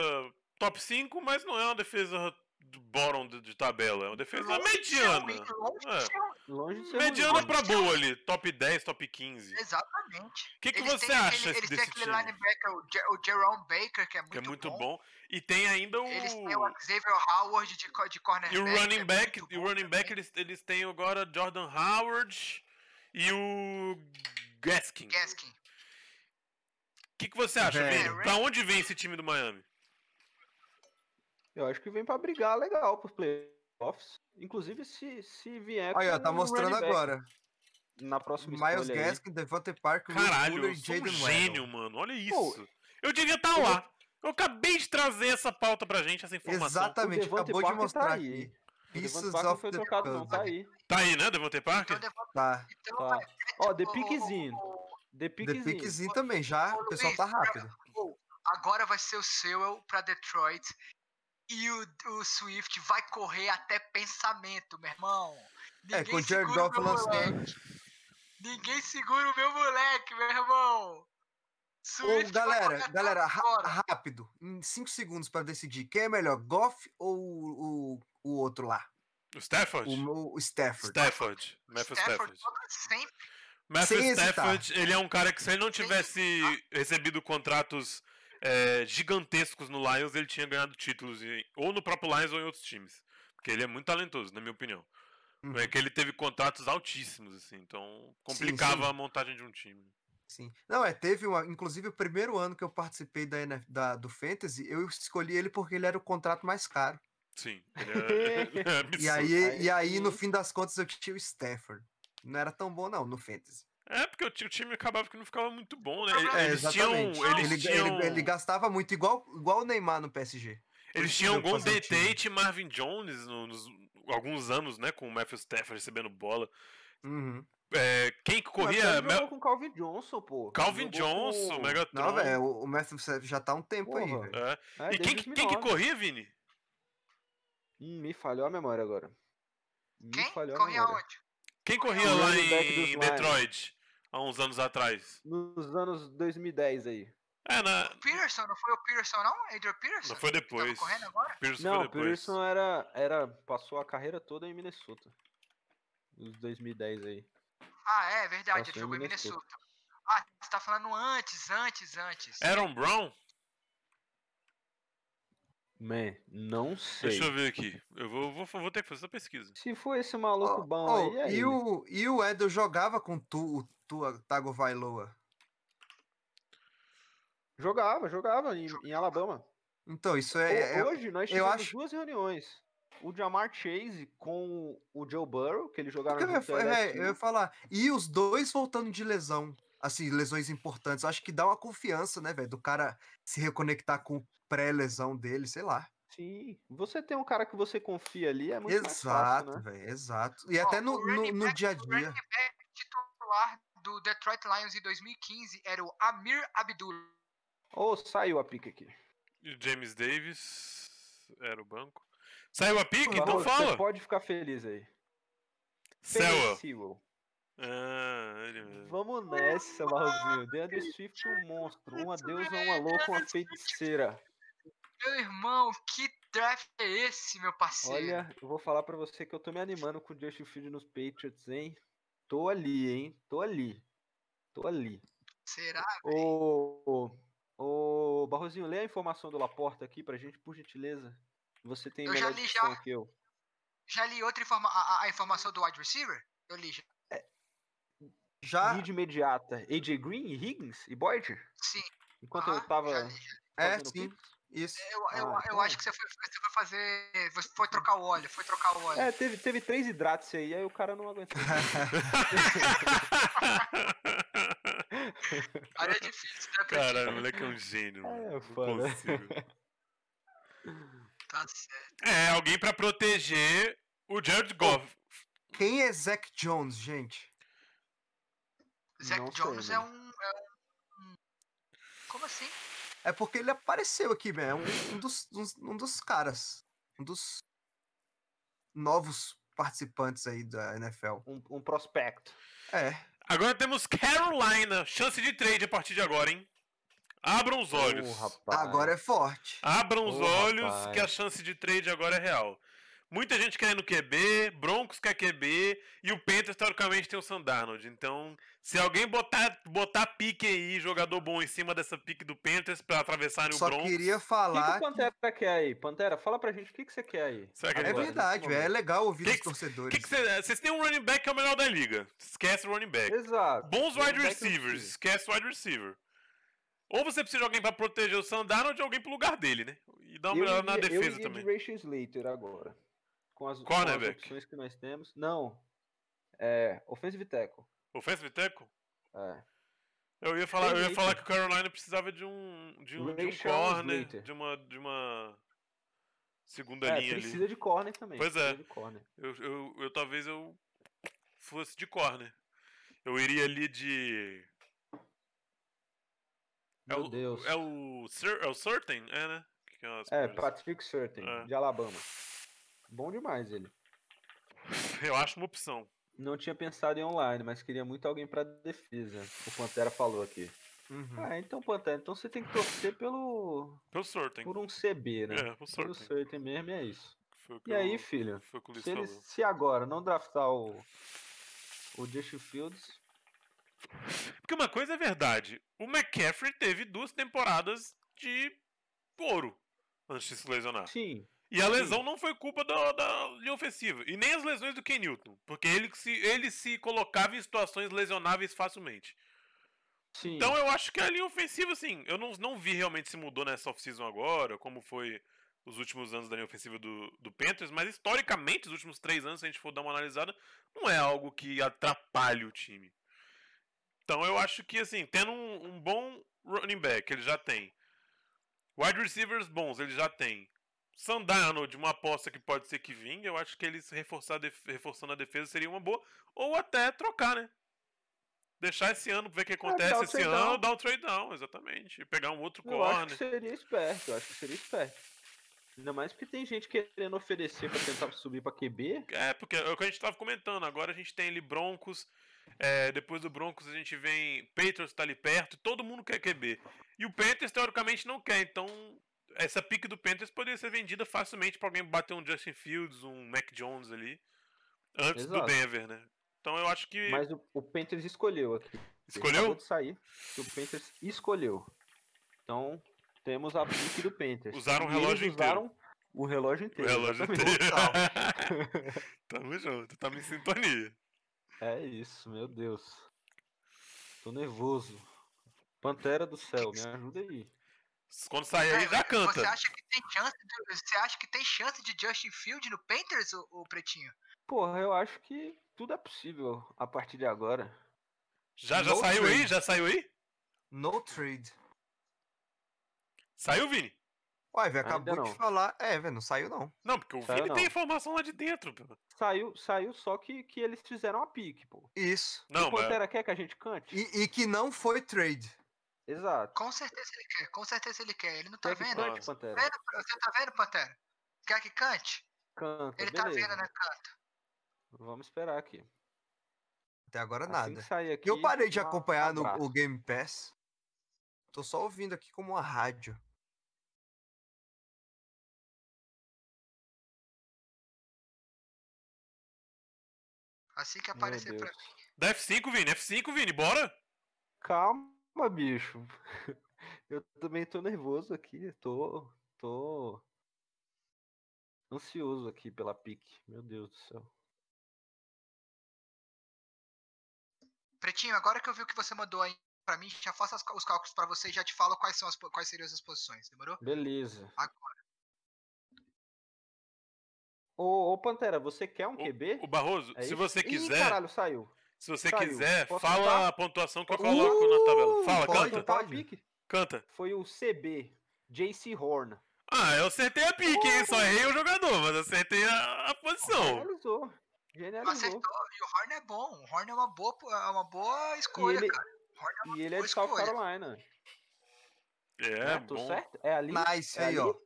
S1: top 5, mas não é uma defesa do bottom de, de tabela. É uma defesa
S2: Longe de ser
S1: mediana.
S2: ruim, longe de
S1: É.
S2: ser ruim.
S3: Longe de ser
S1: Mediana
S3: ruim.
S1: pra boa ali. Top 10, top 15. O
S2: Exatamente.
S1: que, que
S2: Eles
S1: você
S2: têm aquele-
S1: acha
S2: Eles têm
S1: desse
S2: aquele
S1: time?
S2: linebacker, o, Jer o Jerome Baker, que é muito,
S1: que é muito
S2: bom.
S1: bom. E tem ainda o.
S2: Eles têm o Xavier Howard de, co- de cornerback.
S1: E o
S2: que é
S1: running back,
S2: muito
S1: e o
S2: bom
S1: running back
S2: também.
S1: eles, eles têm agora Jordan Howard e o Gaskin. O
S2: Gaskin.
S1: que, que você acha,
S4: Velho.
S1: Vini? Pra onde vem esse time do Miami?
S3: Eu acho que vem pra brigar legal pros playoffs. Inclusive, se, se vier.
S4: Aí, ó,
S3: com
S4: tá
S3: um
S4: mostrando
S3: running back
S4: agora.
S3: Na próxima
S4: Miles
S3: escolha aí.
S4: Gaskin, Devante Parker, Will
S1: Caralho,
S4: Fuller
S1: eu
S4: e
S1: sou um
S4: Jaden
S1: gênio,
S4: Waddle.
S1: mano. Olha
S3: Pô,
S1: isso. Eu devia estar lá. Eu acabei de trazer essa pauta pra gente, essa informação.
S3: O
S4: Exatamente,
S3: Devante
S4: acabou de
S3: Parker tá
S4: mostrar
S3: aí.
S4: aqui.
S3: O Devante
S4: Pieces
S3: Parker não
S4: of
S3: foi
S4: the
S3: trocado, não. Tá
S4: puzzle.
S3: aí.
S1: Tá aí, né, Devante
S2: Então,
S1: Parker?
S2: Devante-
S4: Tá.
S2: então,
S3: Tá.
S2: é
S3: Ó, The
S2: tipo-
S3: Pickzinho. The
S4: The
S3: Pickzinho.
S4: Pickzinho também, já.
S2: Ô,
S4: O pessoal
S2: Luiz,
S4: tá rápido.
S2: Pô, agora vai ser o Sewell pra Detroit. E o, o Swift vai correr até pensamento, meu irmão.
S4: É, com o Jared
S2: segura o
S4: Goff
S2: meu
S4: lançando.
S2: moleque. Ninguém segura o meu moleque, meu irmão. vai
S4: Ô,
S2: correr
S4: galera,
S2: até
S4: galera, ra-
S2: agora.
S4: rápido. Em 5 segundos pra decidir. Quem é melhor, Goff ou o, o- o outro lá?
S1: O Stafford?
S4: O, o Stafford.
S1: Stafford. Matthew
S2: Stafford,
S1: Stafford.
S2: toda sempre.
S1: Matthew
S4: Sem hesitar.
S1: Stafford, ele é um cara que se ele não
S2: Sem
S1: tivesse recebido contratos é, gigantescos no Lions, ele tinha ganhado títulos em- ou no próprio Lions ou em outros times. Porque ele é muito talentoso, na minha opinião.
S4: Uhum.
S1: É que ele teve contratos altíssimos, assim, então complicava a montagem de um time.
S4: Sim. Não, é, teve uma. Inclusive, o primeiro ano que eu participei da, NF da- do Fantasy, eu escolhi ele porque ele era o contrato mais caro.
S1: Sim, ele é, ele é absurdo.
S4: E aí,
S3: Aí
S4: e aí, no
S3: sim.
S4: fim das contas, eu tinha o Stafford. Não era tão bom, não, no Fantasy.
S1: É, porque o ti- o time acabava que não ficava muito bom, né?
S2: É,
S1: Ele- Eles tinham. Eles
S4: Ele, Ah, ele-
S1: tinham,
S4: ele gastava muito, igual, igual o Neymar no PSG.
S1: eles tinham
S4: conseguiu fazer um
S1: Golden
S4: time.
S1: Tate e Marvin Jones no- nos alguns anos, né? Com o Matthew Stafford recebendo bola.
S4: Uhum.
S1: É, quem que corria?
S3: Mas ele jogou
S1: Mel-
S3: com o Calvin Johnson, pô.
S1: Calvin
S3: Jogou com-
S1: Johnson,
S4: Não,
S1: Megatron.
S4: velho, o, o Matthew Stafford já tá há um tempo aí,
S3: Porra.
S4: velho.
S1: é.
S3: É,
S1: E
S3: desde
S1: quem, que- quem que
S3: 2009.
S1: corria, Vini?
S3: Hum, me falhou a memória agora. Me
S2: Quem?
S3: falhou
S2: Corria
S3: a memória.
S2: aonde?
S1: Quem corria
S3: Ah, O
S1: lá
S3: running back dos
S1: em
S3: Lions.
S1: Detroit? Há uns anos atrás.
S3: Nos anos 2010 aí.
S1: É, na...
S2: Peterson, não foi o Peterson, não? Adrian Peterson?
S1: Não foi
S2: Que tava
S1: depois.
S2: correndo agora?
S1: Pearson
S3: não,
S1: foi depois.
S3: Pearson era, era. Passou a carreira toda em Minnesota. Nos 2010 aí.
S2: Ah, é verdade, ele
S3: Passou em
S2: jogou em
S3: Minnesota.
S2: Minnesota. Ah, você tá falando antes, antes, antes.
S4: É,
S1: Aaron Brown?
S3: Man, não sei.
S1: Deixa eu ver aqui. Eu vou, vou, vou ter que fazer essa pesquisa.
S3: Se for esse maluco bom
S4: Oh,
S3: aí, é
S4: e,
S3: ele.
S4: o, e o Edel jogava com tu, o Tua Tagovailoa.
S3: Jogava, jogava em, em Alabama.
S4: Então, isso é. é-
S3: Ho- Hoje nós
S4: eu
S3: tivemos
S4: acho-
S3: duas reuniões. O Jamar Chase com o Joe Burrow, que eles jogaram
S4: Porque eu, ia
S3: junto
S4: fa-
S3: da
S4: é,
S3: LSU.
S4: eu ia falar. E os dois voltando de lesão. assim, lesões importantes. Eu acho que dá uma confiança, né, velho, do cara se reconectar com o pré-lesão dele, sei lá.
S3: Sim. Você tem um cara que você confia ali, é muito mais fácil,
S4: exato,
S3: né?
S4: velho, exato. E
S2: Ó,
S4: até
S2: o
S4: no, no,
S2: running
S4: no
S2: back-
S4: dia a
S2: O running
S4: dia.
S2: back titular do Detroit Lions em 2015 era o Amir Abdullah.
S3: Ô, saiu a pica aqui.
S1: E o James Davis era o banco. Saiu a pique?
S4: Pô,
S1: Então
S3: Barroso, Você
S1: fala.
S3: pode ficar feliz aí.
S1: Céu.
S3: Feliz, Sewell.
S1: Ah, ele mesmo.
S3: Vamos nessa, Barrosinho. Deandre Swift, um monstro. Uma deusa, uma louca, uma feiticeira.
S2: Meu irmão, que draft é esse, meu parceiro?
S3: Olha, eu vou falar pra você que eu tô me animando com o Justin Field nos Patriots, hein? Tô ali, hein? Tô ali. Tô ali.
S2: Será?
S3: Ô, ô, ô, Barrosinho, lê a informação do Laporta aqui pra gente, por gentileza. Você tem
S2: Eu
S3: melhor
S2: já li
S3: dicção
S2: já.
S3: que eu.
S2: Já li outra informa a, a- a informação do wide receiver? Eu li já.
S4: Já
S3: Lead imediata. AJ Green, Higgins e Boyd?
S2: Sim.
S3: Enquanto
S2: aham,
S3: eu tava.
S2: Ah, já li.
S4: é,
S3: fazendo
S4: sim,
S3: pix?
S4: isso.
S2: Eu, eu,
S3: Ah,
S2: eu
S3: então.
S2: acho que você foi, você foi fazer. Você foi trocar o óleo, foi trocar o óleo.
S3: É, teve, teve três hidratos aí, aí o cara não aguentou.
S2: Cara, é difícil, né, Pedro?
S1: Caralho, o moleque é um gênio. mano. Não
S3: foda.
S1: consigo.
S2: Tá certo.
S1: É, alguém pra proteger o Jared Goff.
S4: Quem é Zac Jones, gente?
S2: Zac
S3: Não sei,
S2: Jones é
S3: mano.
S2: um, é um- Como assim?
S4: É porque ele apareceu aqui, velho. É um, um dos, uns- um dos caras. Um dos novos participantes aí da NFL.
S3: Um, um prospecto.
S4: É.
S1: Agora temos Carolina. Chance de trade a partir de agora, hein? Abram os olhos.
S3: Ô, rapaz.
S4: Agora é forte.
S1: Abram os
S3: Ô,
S1: olhos
S3: rapaz.
S1: que a chance de trade agora é real. Muita gente querendo QB, Broncos quer QB e o Panthers, teoricamente, tem o Sandarnold. Então, se alguém botar, botar pique aí, jogador bom em cima dessa pique do Panthers pra atravessarem
S4: Só
S1: o Broncos.
S4: queria
S3: O que, que
S4: falar.
S3: o Pantera quer aí? Pantera, fala pra gente o que, que você quer aí.
S1: Será que ele
S4: É
S1: agora,
S4: verdade,
S3: nesse
S4: velho. É legal ouvir
S1: Que
S4: os
S1: que-
S4: torcedores.
S1: Que que cê- Vocês têm um running back que é o melhor da liga. Esquece o running back.
S3: Exato.
S1: Bons
S3: Running
S1: wide
S3: back é o
S1: receivers,
S3: time.
S1: esquece wide receiver. Ou você precisa de alguém pra proteger o Sandarno ou de alguém pro lugar dele, né? E dar uma melhorada na
S3: iria-
S1: defesa
S3: eu iria
S1: também.
S3: de Rachel Slater agora. Com as, com as
S1: Cornerback.
S3: opções que nós temos. Não. É. Offensive tackle.
S1: Offensive tackle?
S3: É.
S1: Eu ia falar, eu ia
S3: Perfeito.
S1: falar que o Carolina precisava de um de um, de um
S3: Rachel
S1: corner,
S3: Slater.
S1: de uma de uma segunda
S3: É,
S1: linha
S3: precisa
S1: ali.
S3: de corner também.
S1: Pois é.
S3: precisa de corner.
S1: Eu, eu, eu talvez eu fosse de corner. Eu iria ali de é
S3: Meu
S1: o,
S3: Deus.
S1: É o, Sur- é o Certain? É, né? Que é as
S3: É,
S1: primeiras-
S3: Patrick Surtain,
S1: É.
S3: de Alabama. Bom demais ele.
S1: Eu acho uma opção.
S3: Não tinha pensado em online, mas queria muito alguém pra defesa. O Pantera falou aqui.
S1: Hum.
S4: Uhum.
S3: Ah, então, Pantera, então você tem que torcer pelo.
S1: Pelo Certain.
S3: por um CB, né?
S1: É, pelo Certain.
S3: Pelo Surtain mesmo, e é isso.
S1: Foi o que
S3: E aí,
S1: eu-
S3: filho?
S1: Foi o que o Luiz
S3: Se, ele,
S1: falou.
S3: se agora não draftar o. O Justin Fields.
S1: Porque uma coisa é verdade. O McCaffrey teve duas temporadas de ouro antes de se lesionar.
S3: Sim.
S1: E a
S3: Sim.
S1: lesão não foi culpa da, da linha ofensiva. E nem as lesões do Ken Newton. Porque ele que se, ele se colocava em situações lesionáveis facilmente.
S3: Sim.
S1: Então eu acho que a linha ofensiva, assim, eu não, não vi realmente se mudou nessa off-season agora, como foi os últimos anos da linha ofensiva do, do Panthers, mas historicamente, os últimos três anos, se a gente for dar uma analisada, não é algo que atrapalhe o time. Então eu acho que, assim, tendo um, um bom running back, ele já tem. Wide receivers bons, ele já tem. Sandano, de uma aposta que pode ser que vinga, eu acho que ele se reforçar, a def- reforçando a defesa seria uma boa. Ou até trocar, né? Deixar esse ano, ver o que acontece
S3: Ah, o
S1: esse
S3: trade
S1: ano,
S3: down.
S1: dar o trade down, exatamente. E pegar um outro
S3: Eu acho
S1: corner.
S3: que seria esperto, eu acho que seria esperto. Ainda mais porque tem gente querendo oferecer pra tentar subir pra QB.
S1: É, porque é o que a gente tava comentando. Agora a gente tem ali Broncos. é, depois do Broncos a gente vem. Patriots tá ali perto. Todo mundo quer QB. E o Panthers, teoricamente, não quer. Então, essa pique do Panthers poderia ser vendida facilmente pra alguém bater um Justin Fields, um Mac Jones ali. Antes do
S3: Exato.
S1: Denver, né? Então eu acho que.
S3: Mas o, o Panthers escolheu aqui. Acabou
S1: escolheu?
S3: de sair. Que o Panthers escolheu. Então, temos a pick do Panthers.
S1: Usaram o
S3: E eles
S1: relógio inteiro.
S3: Usaram o relógio
S1: O
S3: inteiro.
S1: relógio
S3: exatamente.
S1: inteiro. Tamo junto, tamo em sintonia.
S3: É isso, meu Deus. Tô nervoso. Pantera do céu, me ajuda aí.
S1: Quando sair
S2: É,
S1: aí já
S2: você Você
S1: canta.
S2: acha que tem chance de, você acha que tem chance de Justin Field no Panthers, o, Pretinho?
S3: Porra, eu acho que tudo é possível a partir de agora.
S1: Já, já
S4: No
S1: saiu aí?
S4: trade.
S1: Já saiu aí?
S4: No trade.
S1: Saiu, Vini?
S4: Uai, velho, acabou
S3: Ainda
S4: de
S3: não.
S4: falar. É, velho, não saiu não.
S1: Não, porque o
S3: Saiu
S1: Vini
S3: não.
S1: tem informação lá de dentro. pô.
S3: Saiu, saiu só que, que eles fizeram a pique, pô.
S4: Isso.
S1: Não,
S3: o
S1: mas...
S3: Pantera quer que a gente cante?
S4: E, e que não foi trade.
S3: Exato.
S2: Com certeza ele quer, com certeza ele quer. Ele não tá
S3: Quer que
S2: vendo?
S1: Nossa.
S3: cante, Pantera?
S2: Tá vendo? Você tá vendo, Pantera? Quer que cante?
S3: Canta,
S2: Ele tá
S3: beleza.
S2: vendo, né, canta?
S3: Vamos esperar aqui.
S4: Até agora
S3: Assim que
S4: nada.
S3: sair aqui,
S4: Eu parei de
S3: um
S4: acompanhar no,
S3: abraço.
S4: o Game Pass. Tô só ouvindo aqui como uma rádio.
S2: Assim que
S3: Meu
S2: aparecer pra
S3: Deus.
S2: mim.
S1: Dá F5, Vini. F5, Vini. Bora.
S3: Calma, bicho. Eu também tô nervoso aqui. Tô. tô. ansioso aqui pela pique. Meu Deus do céu.
S2: Pretinho, agora que eu vi o que você mandou aí pra mim, já faço as cal- os cálculos pra você e já te falo quais, são as, po- quais seriam as posições, demorou?
S3: Beleza.
S2: Agora.
S3: Ô, ô Pantera, você quer um
S1: O-
S3: QB?
S1: O Barroso,
S3: É
S1: se
S3: isso?
S1: você
S3: Ih,
S1: quiser,
S3: caralho, saiu.
S1: se você
S3: saiu.
S1: quiser,
S3: Posso
S1: fala
S3: contar?
S1: a pontuação que eu
S3: Uh,
S1: coloco na tabela. Fala,
S4: pode,
S1: canta,
S4: pode.
S3: Tá, pique?
S1: canta.
S3: Foi o CB, JC Horn.
S1: Ah, eu acertei a pique, hein? Só errei o jogador, mas acertei a, a posição.
S3: Generalizou.
S2: Acertou,
S3: Generalizou.
S2: e o Horn é bom. O Horn é uma boa, po- é uma boa
S3: E
S2: escolha,
S3: ele,
S2: cara. Horn é uma
S3: e ele é
S2: boa
S3: de South
S2: escolha.
S3: Carolina.
S1: É,
S3: né? Tô
S1: bom.
S3: certo? É ali?
S4: Nice
S3: É
S4: aí, ó.
S3: ali?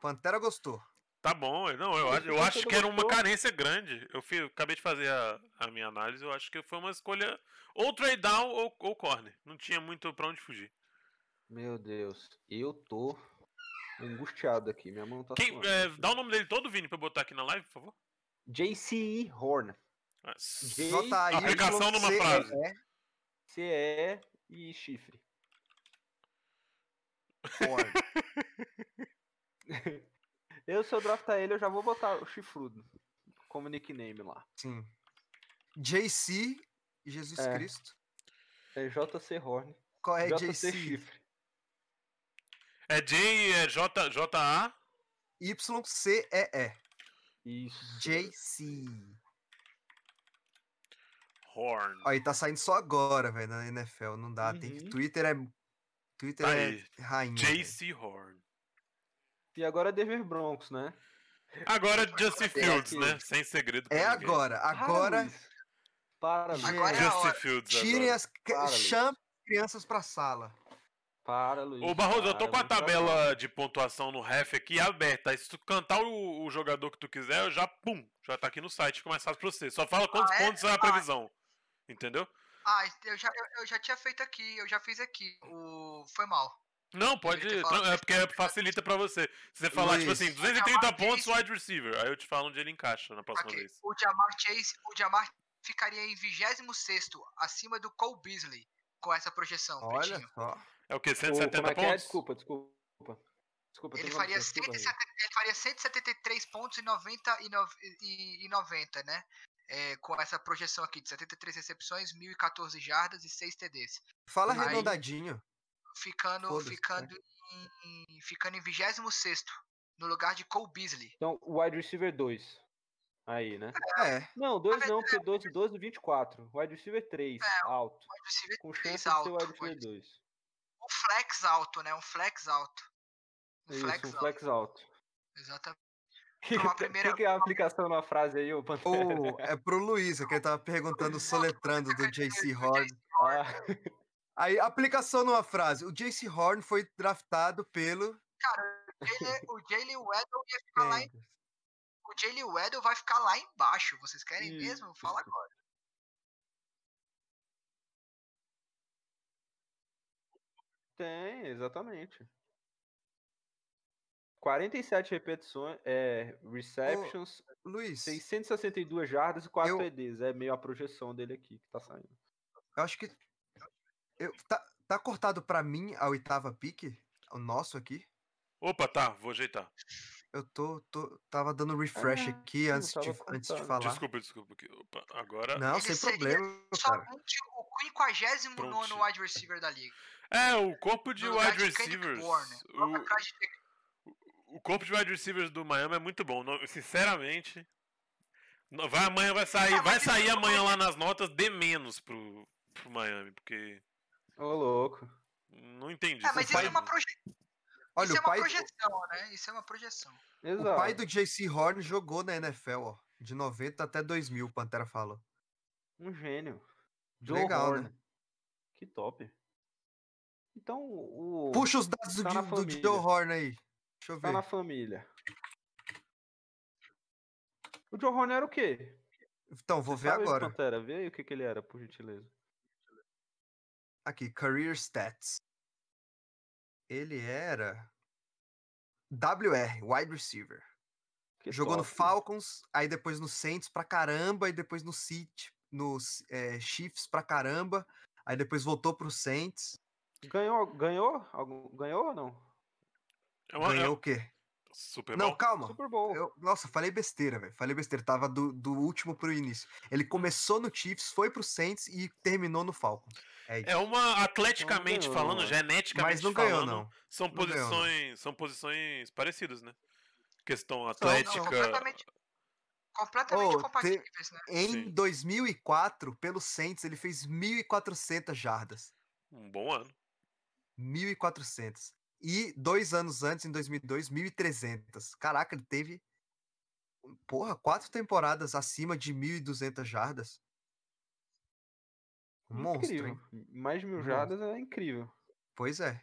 S4: Pantera gostou.
S1: Tá bom, não, eu, acho- eu
S3: Você
S1: acho que era uma
S3: gostou?
S1: carência grande. Eu, fi- eu acabei de fazer a, a minha análise, eu acho que foi uma escolha ou trade down ou, ou corner. Não tinha muito pra onde fugir.
S3: Meu Deus, eu tô angustiado aqui. Minha mão tá
S1: Quem-
S3: suando.
S1: é, dá o nome dele todo, Vini, pra eu botar aqui na live, por favor.
S3: JCE Horn.
S1: Ah, s-
S3: J-
S4: J
S1: Aplicação numa frase.
S3: CE e chifre. Eu, se eu draftar ele, eu já vou botar o chifrudo como nickname lá.
S4: Sim. JC, Jesus
S3: É.
S4: Cristo.
S3: É JC Horn.
S4: Qual é
S3: JC
S4: JC?
S3: chifre.
S1: É J, é J, J-A.
S4: YCEE.
S3: Isso.
S4: JC.
S1: Horn.
S4: Ó, e tá saindo só agora, velho, na NFL. Não dá. Tem que...
S3: Uhum.
S4: Twitter é. Twitter
S1: Tá aí.
S4: é rainha. velho.
S1: JC Horn.
S3: E agora é Denver Broncos, né?
S1: Agora Justin
S3: Será
S1: Fields,
S3: que-
S1: né? Sem segredo pra
S4: É
S1: ninguém.
S4: agora. Agora.
S3: Parabéns. Parabéns.
S2: Agora é a
S1: Justin
S2: hora.
S1: Fields
S4: Tirem
S1: agora.
S4: as. cri-
S3: Para, Luiz.
S4: Chame as crianças pra sala.
S3: Para, Luiz.
S1: Ô Barroso, eu tô com a
S3: para, muito trabalho.
S1: tabela de pontuação no ref aqui aberta. Se tu cantar o, o jogador que tu quiser, eu já, pum, já tá aqui no site, fica mais fácil pra você. Só fala quantos
S2: Ah, é?
S1: pontos é a previsão. Entendeu?
S2: Ah, eu já, eu, eu já tinha feito aqui, eu já fiz aqui. O... Foi mal.
S1: Não, pode.
S2: ter
S1: tran-
S2: falado
S1: É porque facilita pra você. Se você falar, tipo
S4: Luiz.
S1: assim, 230
S2: Acabar
S1: pontos
S2: Tá difícil.
S1: wide receiver. Aí eu te falo onde ele encaixa na próxima
S2: Ok,
S1: vez.
S2: O Jamar Chase, o Jamar ficaria em 26 acima do Cole Beasley com essa projeção,
S4: Olha
S2: Pretinho.
S4: só.
S1: É o quê?
S3: Ô, como
S1: 170
S3: é que é?
S1: pontos?
S3: Desculpa, desculpa. Desculpa,
S2: Ele
S3: tem
S2: faria,
S3: noção, desculpa,
S2: 170 ele faria 173 pontos e 90, e, nove- e- e 90 né? É, com essa projeção aqui de 73 recepções, 1.014 jardas e 6 TDs.
S4: Fala
S2: Aí-
S4: arredondadinho.
S2: Ficando,
S4: Foda-se,
S2: ficando,
S3: né?
S2: em, em- ficando em 26 no lugar de Cole Beasley.
S3: Então, o wide receiver 2. Aí, né?
S4: É.
S3: Não, 2 não, porque 2 do 12 do 24. Wide receiver 3, alto.
S2: Wide receiver
S3: Com
S2: É, três
S3: chance de ser
S2: alto,
S3: wide
S2: wide
S3: receiver 2.
S2: Um flex alto, né? Um flex alto. Um flex
S3: Isso, um
S2: alto.
S3: flex alto.
S2: Exatamente. Uma
S3: O
S2: primeira-
S3: que, que é a aplicação na frase aí, ô Pantera?
S4: Ou é pro Luiz, é que ele tava perguntando o soletrando do JC Horn.
S3: Ah,
S4: Aí, aplicação numa frase. O JC Horn foi draftado pelo.
S2: Jalen- o Jalen Weddle ia ficar Ah, lá em- o Jalen Weddle vai ficar lá embaixo. Vocês querem
S3: Isso.
S2: mesmo? Fala agora.
S3: tem, exatamente. 47 repetições, é, receptions,
S4: Luiz,
S3: 662 jardas e 4
S4: Eu-
S3: TDs. É meio a projeção dele aqui que tá saindo.
S4: eu acho que. eu- tá, tá cortado pra mim a oitava pique? O nosso aqui?
S1: Opa, tá, vou ajeitar.
S4: Eu tô. tô tava dando refresh
S3: Ah,
S4: aqui
S3: não
S4: antes de,
S3: tava
S4: antes de
S3: cortado.
S4: falar.
S1: Desculpa, desculpa. que- Opa, agora.
S4: Não,
S2: Ele
S4: sem
S2: seria
S4: problema, cara.
S2: Somente o 59
S1: Pronto.
S2: wide receiver da liga.
S1: É, o corpo de
S2: No lugar
S1: wide
S2: tá de tá Kendrick
S1: receivers.
S2: Bourne.
S1: o-
S2: Vamos atrás de Kendrick
S1: O corpo de wide receivers do Miami é muito bom. não- Sinceramente. não- Vai, amanhã vai sair.
S2: Ah,
S1: Vai
S2: mas isso
S1: sair
S2: não
S1: amanhã
S2: vai-
S1: lá nas notas de menos pro, pro Miami, porque
S3: Ô, louco.
S1: não entendi.
S2: Ah, mas isso é uma, proje...
S4: Olha,
S2: isso é
S4: o
S2: uma
S4: pai,
S2: projeção, né? Isso é uma projeção.
S4: o
S3: Exato.
S4: pai do JC Horn jogou na NFL, ó. De 90 até 2000, o Pantera falou.
S3: Um gênio. Joe
S4: Legal,
S3: Horn.
S4: né?
S3: Que top. Então, o.
S4: Puxa os dados do,
S3: Tá na
S4: Jo- do
S3: família.
S4: Joe Horn aí. Deixa eu
S3: Tá
S4: ver.
S3: na família. O Joe Horn era o quê?
S4: Então, vou ver
S3: Sabe,
S4: agora.
S3: Pantera, vê aí o que, que ele era, por gentileza.
S4: Aqui, Career Stats. Ele era WR, wide receiver.
S3: Que
S4: Jogou no
S3: top.
S4: Falcons, aí depois no Saints pra caramba, e depois no City, nos eh, Chiefs pra caramba, aí depois voltou pro Saints.
S3: Ganhou, ganhou? Algum, ganhou ou não?
S1: É uma- é
S4: ganhou o quê?
S1: Super
S4: Não,
S1: Bowl.
S4: calma.
S3: Super Bowl.
S4: Eu- nossa, falei besteira, velho. Falei besteira. Tava do, do último pro início. Ele começou no Chiefs, foi pro Saints e terminou no Falcons. É isso.
S1: É uma atleticamente
S3: Não ganhou,
S1: falando,
S3: não.
S1: geneticamente
S4: Mas não ganhou,
S1: falando,
S4: não.
S1: são
S4: Não ganhou, não.
S1: posições, são posições parecidas, né? Questão
S4: não,
S1: atlética.
S2: Completamente, completamente
S4: Oh,
S2: compatíveis, né?
S4: Em
S1: Sim.
S4: 2004, pelo Saints, ele fez 1.400 jardas.
S1: Um bom ano.
S4: 1.400. E dois anos antes, em 2002, 1.300. Caraca, ele teve. Porra, quatro temporadas acima de 1.200 jardas. Um Monstro, hein?
S3: incrível. Mais de mil
S4: Monstro.
S3: jardas é incrível.
S4: Pois é.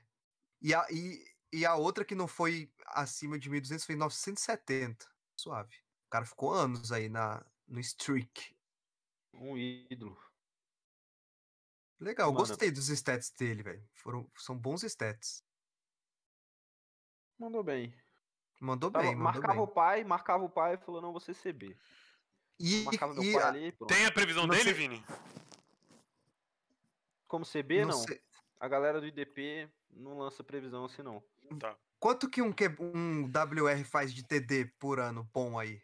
S4: E a, e, e a outra que não foi acima de 1.200 foi 970. Suave. O cara ficou anos aí na, no streak.
S3: Um ídolo.
S4: Legal,
S3: Mano.
S4: gostei dos stats dele, velho. Foram- São bons stats.
S3: Mandou bem.
S4: Mandou
S3: Tava-
S4: bem, mandou
S3: Tá marcava
S4: bem.
S3: o pai, marcava o pai e falou, não, você CB.
S4: E,
S3: Marcava meu
S4: e
S3: pai
S4: a-
S3: ali, pronto.
S1: Tem a previsão
S4: Não
S1: dele,
S4: sei-
S1: Vini?
S3: Como CB,
S4: não
S3: não.
S4: sei-
S3: A galera do IDP não lança previsão assim, não.
S1: Tá.
S4: quanto que um, que- um WR faz de TD por ano bom aí?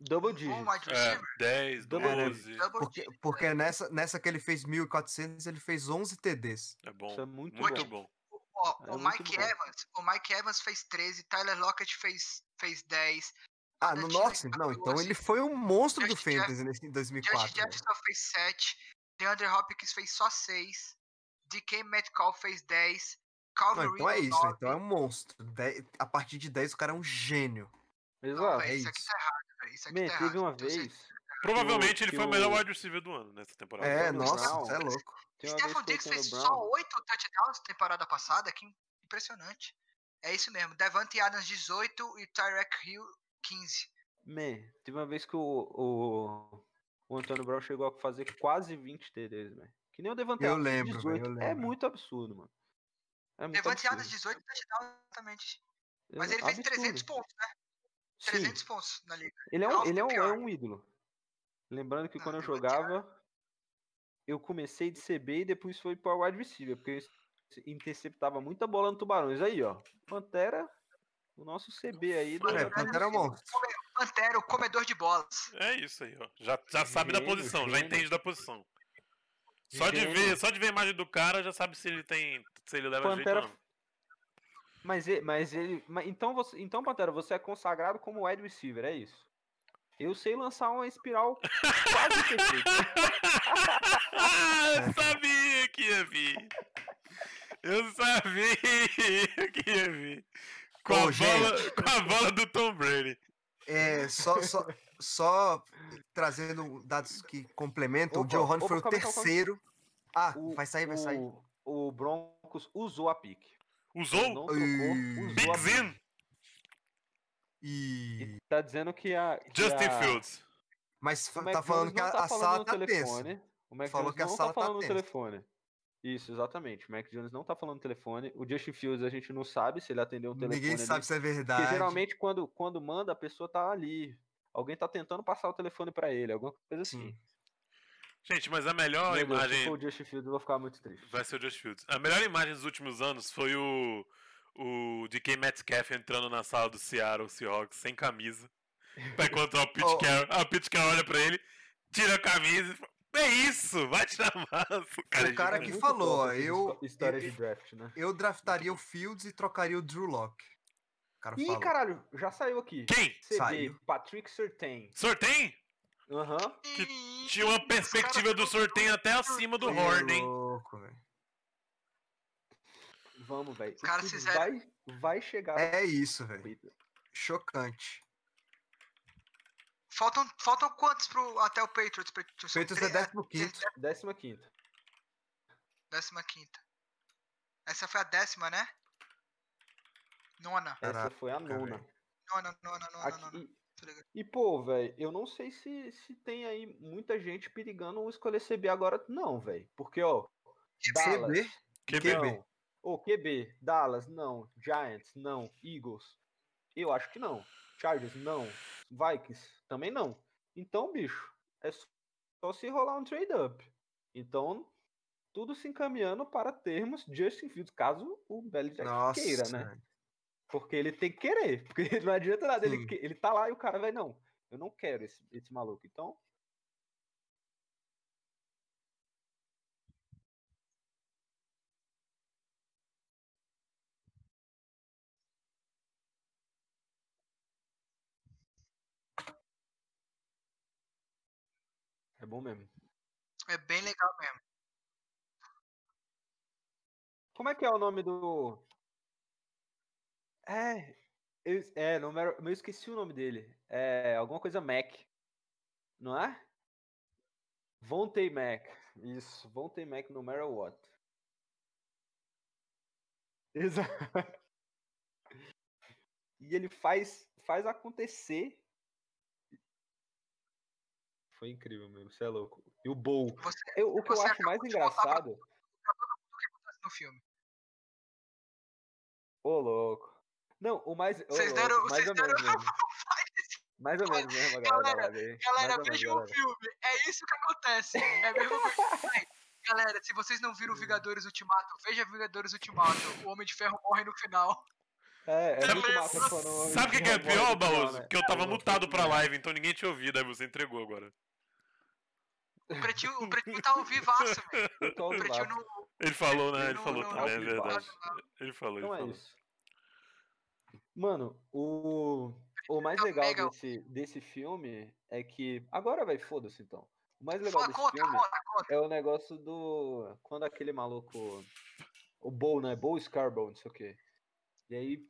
S3: Double
S2: Um
S3: digits.
S2: wide
S1: É,
S2: receiver,
S1: 10,
S3: Double
S1: 12.
S2: double
S4: Porque,
S2: digit,
S4: porque nessa, nessa que ele fez 1.400, ele fez 11 TDs.
S1: É bom.
S3: Isso é muito,
S1: Muito
S3: bom.
S1: bom.
S2: ó,
S3: é
S2: o
S3: muito
S2: Mike
S3: bom.
S2: Evans, o Mike Evans fez 13, Tyler Lockett fez fez 10,
S4: Ah, no
S2: Antes
S4: nosso?
S2: de
S4: Não, então
S2: 14,
S4: ele foi um monstro do
S2: Josh Jeff-
S4: Fantasy nesse- em
S2: Josh
S4: 2004. né?
S2: Jefferson fez 7, DeAndre Hopkins fez só 6, DK Metcalf fez 10, Calvin
S4: Não, então é
S2: Ridley,
S4: isso,
S2: nove.
S4: então é um monstro. Dez- a partir de 10 o cara é um gênio.
S2: Não,
S3: Exato.
S2: véi,
S4: é
S2: isso aqui
S4: isso.
S2: tá errado, véi, isso aqui
S3: Man,
S2: tá errado.
S3: teve uma
S2: Eu sei-
S3: vez.
S1: Provavelmente ele
S3: que
S1: foi o melhor
S3: o-
S1: wide receiver do ano nessa
S3: um
S1: temporada.
S4: É,
S3: Mano
S4: nossa,
S3: Brown.
S4: você é louco.
S3: Tem uma
S2: Stephen
S3: vez
S2: Diggs
S3: que o Antonio
S2: fez
S3: Brown.
S2: só 8 touchdowns temporada passada, que impressionante. É isso mesmo, Devante Adams 18 e Tyreek Hill 15.
S3: Man, teve uma vez que o, o, o Antônio Brown chegou a fazer quase 20 TDs, man. Que nem o Devante
S4: Eu
S3: Adams, fez
S4: lembro, velho, eu
S3: 18. É
S4: lembro.
S3: muito absurdo, mano. É muito
S2: Devante
S3: absurdo.
S2: Adams 18 touchdowns, exatamente.
S3: É
S2: Mas ele fez
S3: absurdo.
S2: 300 pontos, né?
S3: Sim,
S2: 300 pontos na liga.
S3: Ele é um,
S2: Nossa,
S3: ele é um,
S2: pior.
S3: é um ídolo. Lembrando que
S2: Não,
S3: quando eu
S2: Devante Adams.
S3: jogava, eu comecei de CB e depois foi para wide receiver, porque eu se- interceptava muita bola no Tubarões. Aí, ó. Pantera, o nosso CB aí. Do...
S1: Olha,
S4: É,
S2: Pantera
S4: Pantera é um
S2: fez-
S4: monstro.
S2: Pantera, o comedor de bolas.
S1: É isso aí, ó. Já, já sabe da
S3: Gênio,
S1: posição, já
S3: gênio.
S1: entende da posição. Só de,
S3: Gênio.
S1: ver, só de ver a imagem do cara, já sabe se ele tem. se ele leva
S3: Pantera-
S1: jeito ou não.
S3: Mas ele. Mas ele mas, então, você, então, Pantera, você é consagrado como wide receiver, é isso? Eu sei lançar uma espiral quase perfeita.
S1: Eu sabia que ia vir. Eu sabia que ia vir. Com,
S4: Ô,
S1: a, bola, com a bola do Tom Brady.
S4: É, só, só, só trazendo dados que complementam,
S3: Opa,
S4: o Joe Horn
S3: opa,
S4: foi o
S3: calma aí, calma aí.
S4: terceiro. Ah,
S3: O-
S4: vai sair, vai sair.
S3: O, o Broncos usou a pique.
S1: Usou?
S3: Não trocou,
S4: Ih.
S3: usou a
S1: Oh, Big
S3: pique.
S1: Zin?
S4: E...
S3: E tá dizendo que a. que
S1: Justin
S3: a-
S1: Fields.
S4: Mas
S3: O
S4: fa- tá falando
S3: McManus
S4: que
S3: não
S4: a,
S3: tá
S4: a
S3: falando
S4: sala
S3: no
S4: tá tensa.
S3: telefone. O Mac
S4: Falou
S3: Jones
S4: que a
S3: não
S4: sala
S3: tá
S4: tá
S3: falando no
S4: tensa.
S3: telefone. Isso, exatamente. O Mac Jones não tá falando no telefone. O Justin Fields a gente não sabe se ele atendeu o telefone.
S4: Ninguém
S3: ali.
S4: sabe se é
S3: Porque
S4: verdade.
S3: geralmente quando, quando manda, a pessoa tá ali. Alguém tá tentando passar o telefone pra ele, alguma coisa assim.
S4: Sim.
S1: Gente, mas a melhor
S3: Meu Deus, se
S1: imagem.
S3: for o Justin Fields, eu vou ficar muito triste.
S1: Vai ser o Josh Fields. A melhor imagem dos últimos anos foi o, o DK Metcalf entrando na sala do Seattle Seahawks sem camisa pra encontrar o Pete
S4: Oh.
S1: Carroll. Ah, O Pete Carroll olha pra ele, tira a camisa e fala, é isso, vai tirar a massa. O cara,
S4: O cara
S1: é
S4: que
S1: gigante.
S3: Muito
S4: falou,
S3: top
S4: ó,
S3: essas
S4: eu-
S3: histó- Histórias
S4: eu-
S3: de draft, né?
S4: Eu draftaria o Fields e trocaria o Drew Lock. O cara
S3: Ih,
S4: falou.
S3: caralho, já saiu aqui.
S1: Quem?
S3: CB,
S4: Saiu.
S3: Patrick Sertain.
S1: Sortem?
S3: Aham.
S1: Que
S2: Ih,
S1: Tinha uma
S2: os
S1: perspectiva
S2: caras
S1: do sorteio até acima do Horn, hein?
S4: Louco, velho.
S3: Vamos, velho.
S2: Os caras
S3: Isso
S2: fizeram-
S3: Vai, vai chegar.
S4: É isso, velho.
S3: Twitter.
S4: Chocante.
S2: Faltam, faltam quantos pro, até o Patriots? Patriots São
S4: Patriots
S2: três-
S4: é 15
S3: Décima quinta.
S2: Décima quinta. Essa foi a décima, né? Nona.
S3: Essa
S4: Caraca,
S3: foi a
S4: velho.
S3: nona.
S2: Nona, nona, nona,
S3: Aqui-
S2: nona. Tá ligado?
S3: E, pô, velho, eu não sei se, se tem aí muita gente perigando um escolher CB agora, não, velho. Porque, ó, Dallas,
S4: CB?
S1: Que
S4: QB.
S3: não. Ô, QB, Dallas, não. Giants, não. Eagles, eu acho que não. Chargers, não. Vikings, também não. Então, bicho, é só só se rolar um trade-up. Então, tudo se encaminhando para termos Justin Fields, caso o Belichick
S4: Nossa.
S3: queira, né?
S4: velho.
S3: Porque ele tem que querer. Porque não adianta nada. Ele,
S4: Sim.
S3: que- ele tá lá e o cara vai, não. Eu não quero esse, esse maluco. Então. É bom mesmo.
S2: É bem legal mesmo.
S3: Como é que é o nome do. É. Eu, é, não era- eu esqueci o nome dele. É alguma coisa Mac. Não é? Vontae Mac. Isso, Vontae Mac no matter what. Exato. E ele faz, faz acontecer. Foi incrível mesmo, você é louco. E o Bowl.
S2: Você
S3: Eu- o que eu
S2: Você
S3: acho mais
S2: acabou de voltar pra-
S3: engraçado.
S2: Tá no filme.
S3: Ô, louco. Não, o mais. ô,
S2: Vocês
S3: louco,
S2: deram-
S3: mais
S2: vocês
S3: ou
S2: deram-
S3: menos mesmo. Mais ou menos mesmo, a galera.
S2: Galera,
S3: vai ver.
S2: Galera,
S3: Mais ou
S2: vejam o
S3: menos,
S2: filme. É isso que acontece. É mesmo. Vai. Galera, se vocês não viram Vingadores Ultimato, veja Vingadores Ultimato. O Homem de Ferro morre no final.
S3: galera. É, é
S1: Sabe-
S3: muito massa quando o homem
S1: Sabe o que, que é
S3: chega a bola
S1: pior,
S3: do final,
S1: Barroso?
S3: né?
S1: Que eu tava
S3: É,
S1: mutado pra
S3: é.
S1: live, então ninguém tinha ouvido, aí você entregou agora.
S2: O Pretinho, o Pretinho tá ao vivaço, velho.
S3: Eu tô
S2: O Pretinho
S3: ouvindo.
S2: não.
S1: Ele falou, né? Ele
S2: Não,
S1: falou
S2: não,
S1: também, é
S3: não.
S1: verdade. Ele falou, ele
S3: Então é
S1: falou.
S3: isso. Mano, o, o mais
S2: tá
S3: legal
S2: mega-
S3: desse, desse filme é que. Agora, vai, foda-se então. O mais legal
S2: Fala,
S3: desse
S2: conta,
S3: filme
S2: conta, conta.
S3: é o negócio do. Quando aquele maluco. O Bow, né? Bow Scarborough, não sei o quê. E aí.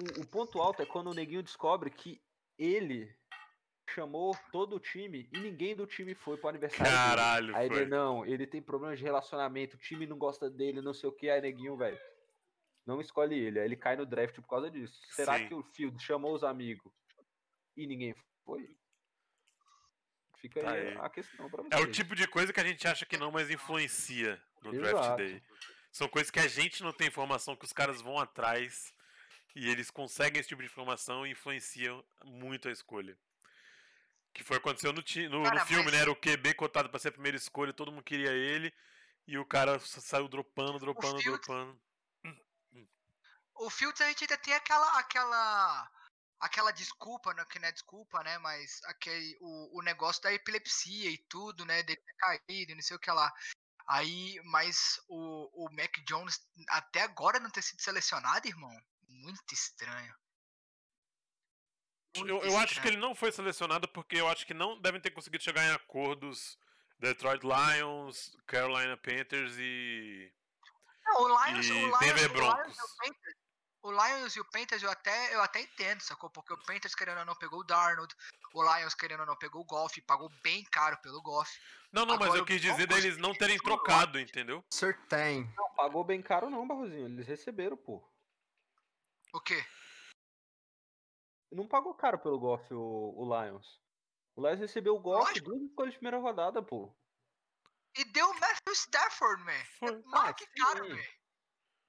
S3: O, o ponto alto é quando o neguinho descobre que ele chamou todo o time e ninguém do time foi pro aniversário. dele.
S1: Caralho,
S3: Aí ele,
S1: foi.
S3: não, ele tem problema de relacionamento, o time não gosta dele, não sei o que, aí neguinho, velho. Não escolhe ele, aí ele cai no draft por causa disso. Será
S1: Sim.
S3: que o Field chamou os amigos e ninguém foi? Fica
S1: Tá
S3: aí,
S1: aí.
S3: a questão pra
S1: É
S3: vocês.
S1: o tipo de coisa que a gente acha que não, mas influencia no draft
S3: Exato.
S1: day. São coisas que a gente não tem informação, que os caras vão atrás e eles conseguem esse tipo de informação e influenciam muito a escolha. Que foi aconteceu no, ti- no, no
S2: Cara,
S1: filme,
S2: mas-
S1: né? Era o QB cotado pra ser a primeira escolha, todo mundo queria ele, e o cara sa- saiu dropando, dropando,
S2: Fields-
S1: dropando.
S2: O Fields a gente ainda tem aquela. aquela. aquela desculpa, né, que não é desculpa, né? Mas aquele, o, o negócio da epilepsia e tudo, né? Dele ter caído, não sei o que lá. Aí, mas o, o Mac Jones até agora não ter sido selecionado, irmão. Muito estranho. Muito
S1: Eu, eu acho
S2: estranho.
S1: que ele não foi selecionado porque eu acho que não devem ter conseguido chegar em acordos Detroit Lions, Carolina Panthers e.
S2: Não, o Lions,
S1: e
S2: o Lions,
S1: Denver
S2: o Lions e
S1: Broncos.
S2: o Panthers. O Lions e o Panthers eu até, eu até entendo, sacou? Porque o Panthers querendo ou não pegou o Darnold, o Lions querendo ou não pegou o Golf, pagou bem caro pelo Golf.
S1: Não, não, mas
S2: Agora,
S1: eu
S2: o
S1: quis dizer
S2: Broncos
S1: deles não terem
S2: fez um
S1: trocado, entendeu?
S4: Certain.
S3: Não pagou bem caro não, Barrozinho, eles receberam, pô.
S2: O quê?
S3: Não pagou caro pelo Goff o, o Lions. O Lions recebeu o Goff
S2: Lógico.
S3: duas escolhas de primeira rodada, pô.
S2: E deu o Matthew Stafford, man.
S1: Foi.
S2: Mano,
S3: Ah,
S2: que
S3: sim.
S2: caro, velho.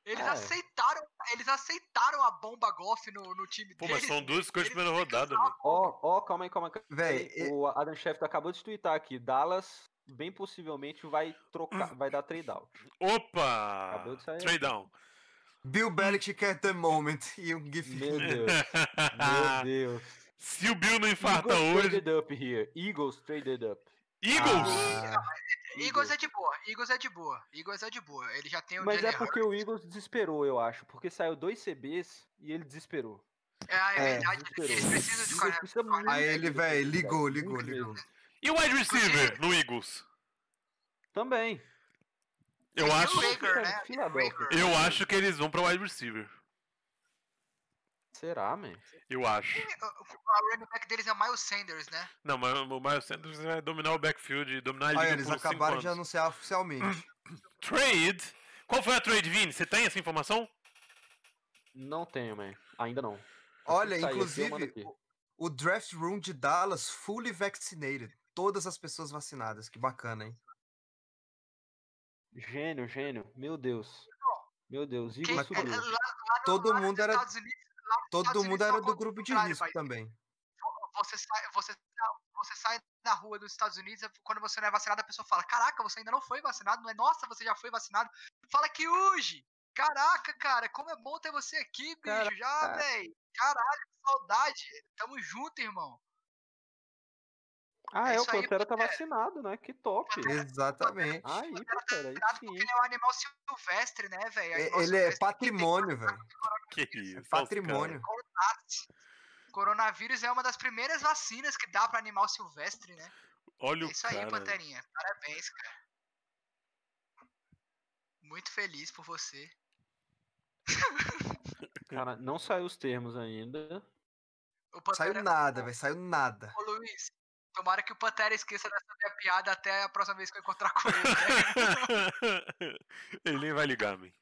S2: Eles
S3: É.
S2: aceitaram, eles aceitaram a bomba golfe no, no time
S1: Pô, mas um
S2: deles.
S1: são duas coisas de primeira
S2: eles ficam
S1: rodada, velho.
S3: Ó, ó, calma aí, calma aí. calma
S4: Véi,
S3: aí. o Adam Schefter acabou de twittar aqui. Dallas, bem possivelmente, vai trocar, vai dar trade out.
S1: Opa!
S3: Acabou de sair
S1: Trade down.
S4: Bill Belichick at the moment. E um gif.
S3: Meu Deus. Meu Deus.
S1: Se o Bill não infarta
S3: Eagles
S1: Ah, hoje.
S3: traded up here. Eagles traded up. Ah.
S1: Eagles!
S2: Eagles é de boa, Eagles é de boa, Eagles é de boa. Ele já tem o
S3: Mas
S2: Jalen
S3: é porque o Eagles desesperou, eu acho. Porque saiu dois CBs e ele desesperou.
S2: É, a
S4: É,
S2: verdade, né?
S3: desesperou.
S2: eles precisam de
S3: Precisa-
S2: quarterback.
S3: precisa muito
S4: Ah, Aí ele,
S3: de
S4: velho,
S3: quarterback,
S4: ligou,
S3: muito
S4: ligou,
S3: mesmo.
S4: ligou.
S1: E o wide receiver no Eagles?
S3: Também.
S1: Eu
S2: Tem
S1: acho,
S2: o Rager,
S3: Cara,
S2: né? Tem o
S3: Philadelphia.
S2: Rager.
S1: eu acho que eles vão pra wide receiver.
S3: Será, man?
S1: Eu acho.
S2: O o running back deles é o Miles Sanders, né?
S1: Não, mas o Miles Sanders vai dominar o backfield e dominar a liga
S4: Olha, eles
S1: por uns cinco
S4: acabaram
S1: anos.
S4: de anunciar oficialmente.
S1: Trade? Qual foi a trade, Vini? Você tem essa informação?
S3: Não tenho, man. Ainda não.
S4: Olha,
S3: Assim que sair aqui, eu mando
S4: inclusive,
S3: aqui.
S4: o, o draft room de Dallas fully vaccinated. Todas as pessoas vacinadas. Que bacana, hein?
S3: Gênio, gênio. Meu Deus. Meu Deus.
S2: Quem-
S3: Eagles
S2: é,
S3: subiu.
S2: lá-
S4: Todo
S2: lá nos
S4: mundo era,
S2: Estados Unidos,
S4: todo
S2: Estados
S4: mundo
S2: Unidos
S4: era
S2: só
S4: do
S2: conta o
S4: grupo de
S2: contrário,
S4: risco
S2: vai.
S4: também.
S2: você sai, você, tá, você sai na rua dos Estados Unidos, quando você não é vacinado, a pessoa fala: Caraca, você ainda não foi vacinado, não é? Nossa, você já foi vacinado. Fala que hoje! Caraca, cara, como é bom ter você aqui, bicho, já, véi. Caralho, que saudade. Tamo junto, irmão.
S3: Ah,
S2: É
S3: é, o
S2: isso aí,
S3: Pantera tá
S2: Pantera.
S3: vacinado, né? Que top.
S4: Exatamente.
S3: Aí, Pantera, aí
S2: Cuidado porque
S3: sim.
S2: ele é um animal silvestre, né, velho?
S4: É-
S2: Animal
S4: Ele é
S2: silvestre que tem
S4: patrimônio, velho.
S1: Que isso, os
S4: Patrimônio.
S2: Coronavírus é uma das primeiras vacinas que dá pra animal silvestre, né?
S1: caras. Olha
S2: É
S1: o
S2: isso aí,
S1: cara.
S2: Panterinha. Parabéns, cara. Muito feliz por você.
S3: Cara, não saiu os termos ainda.
S2: O Pantera...
S4: Saiu nada, velho. Saiu nada.
S2: Ô, Luiz, tomara que o Pantera esqueça dessa minha piada até a próxima vez que eu encontrar com ele. Né?
S1: Ele nem vai ligar, man.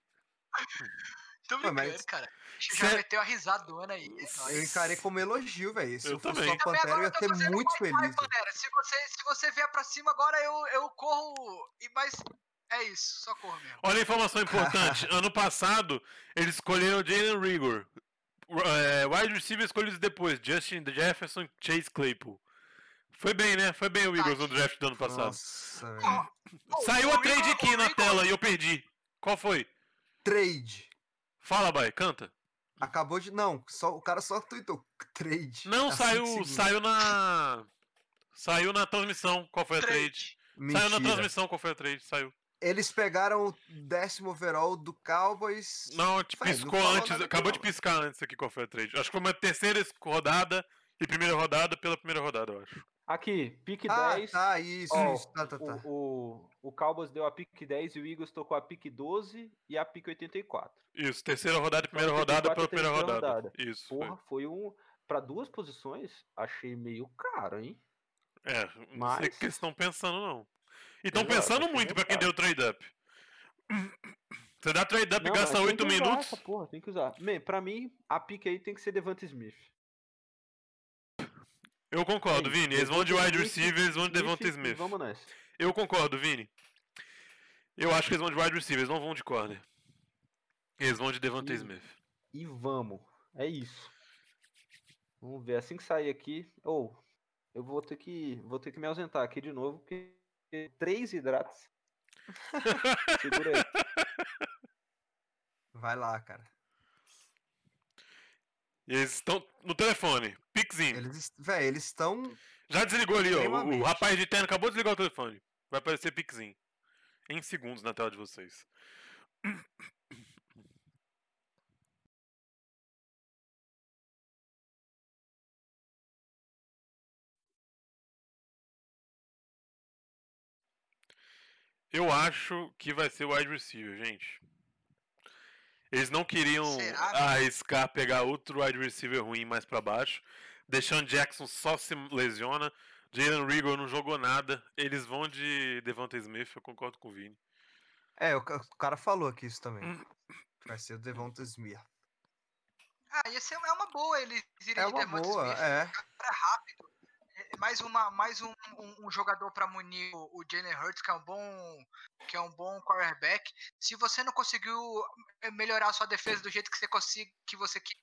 S2: Tô
S4: Pô,
S2: brincando,
S4: mas-
S2: cara. Já
S1: Cê-
S2: meteu a risadona aí. É nóis.
S4: Eu encarei como elogio, velho. Se
S1: Eu
S4: eu fosse
S1: também.
S4: só Pantera, eu ia
S2: tô fazendo
S4: ser muito
S2: Wi-Fi,
S4: feliz. velho.
S2: Pantera. Se você, se você vier pra cima agora, eu, eu corro. E, mas é isso, só corro mesmo.
S1: Olha a informação importante. ano passado, eles escolheram Jalen Rigor. É, wide receiver escolhidos depois. Justin Jefferson, Chase Claypool. Foi bem, né? Foi bem o Eagles no draft do ano passado.
S4: Nossa, velho.
S1: Saiu
S2: o
S1: a trade
S2: Rigor-
S1: aqui
S2: o
S1: na
S2: Rigor-
S1: tela e eu perdi. Qual foi?
S4: Trade.
S1: Fala, Bai, canta.
S4: Acabou de. Não, só, o cara só tweetou trade. Tá
S1: Não,
S4: Há cinco
S1: saiu,
S4: segundos.
S1: saiu na. Saiu na transmissão. Qual foi a trade? Saiu na
S4: Mentira.
S1: transmissão qual foi a trade, saiu.
S4: Eles pegaram o décimo overall do Cowboys.
S1: Não, te
S4: Ué, não
S1: piscou
S4: falou
S1: antes,
S4: nada
S1: acabou de
S4: aqui, não,
S1: piscar antes aqui qual foi a trade. Acho que foi uma terceira es- rodada e primeira rodada pela primeira rodada, eu acho.
S3: Aqui, pique
S4: Ah,
S3: 10.
S4: tá, isso,
S3: Ó,
S4: isso, tá, tá, tá.
S3: O, o, o Cowboys deu a pique 10 e o Eagles tocou a pique 12 e a pique 84.
S1: Isso, terceira rodada e
S3: Então,
S1: primeira rodada
S3: 84
S1: pela
S3: e
S1: primeira
S3: terceira
S1: rodada.
S3: rodada.
S1: Isso. foi.
S3: Porra, foi um. Pra duas posições, achei meio caro, hein?
S1: É, não sei o
S3: Mas-
S1: que eles estão pensando, não. E estão
S3: Exato,
S1: pensando
S3: acho que
S1: muito
S3: não
S1: pra quem
S3: tá.
S1: deu trade-up. Você dá trade-up e
S3: Não,
S1: gasta
S3: mas tem
S1: 8
S3: que usar
S1: minutos.
S3: essa porra, tem que usar. Man, pra mim, a pique aí tem que ser Devante Smith.
S1: Eu concordo,
S3: Sim,
S1: Vini. Eles vão de
S3: Devonta
S1: wide
S3: Smith,
S1: receiver, eles vão de Devonta
S3: e
S1: Smith.
S3: Vamos nessa.
S1: Eu concordo, Vini. Eu acho que eles vão de wide receiver, eles não vão de corner. Eles vão de Devonta
S3: Ih.
S1: Smith.
S3: E vamos. É isso. Vamos ver. Assim que sair aqui. Ou eu vou ter que. Vou ter que me ausentar aqui de novo, porque três hidratos. Segura aí.
S4: Vai lá, cara.
S1: E Eles estão no telefone, pixinho.
S4: Eles, velho, eles estão.
S1: Já desligou ali, ó. O- O
S4: Extremamente.
S1: rapaz de terno acabou de desligar o telefone. Vai aparecer pixinho. Em segundos na tela de vocês. Eu acho que vai ser wide receiver, gente. Eles não queriam
S2: Será, velho?
S1: arriscar pegar outro wide receiver ruim mais pra baixo. Deixando Jackson só se lesiona. Jalen Rigor não jogou nada. Eles vão de Devonta Smith, eu concordo com o Vini.
S4: É, o, ca- o cara falou aqui isso também.
S3: Hum.
S4: Vai ser o Devonta Smith.
S2: Ah, ia ser é uma boa eles irem
S4: É
S2: de
S4: uma
S2: Devonta
S4: boa,
S2: Smith.
S4: é.
S2: cara rápido. É, Mais, uma, mais um, um- um jogador pra munir o, o Jalen Hurts, que é um bom que é um bom quarterback. Se você não conseguiu eh, melhorar a sua defesa do jeito que você consiga, que você queria,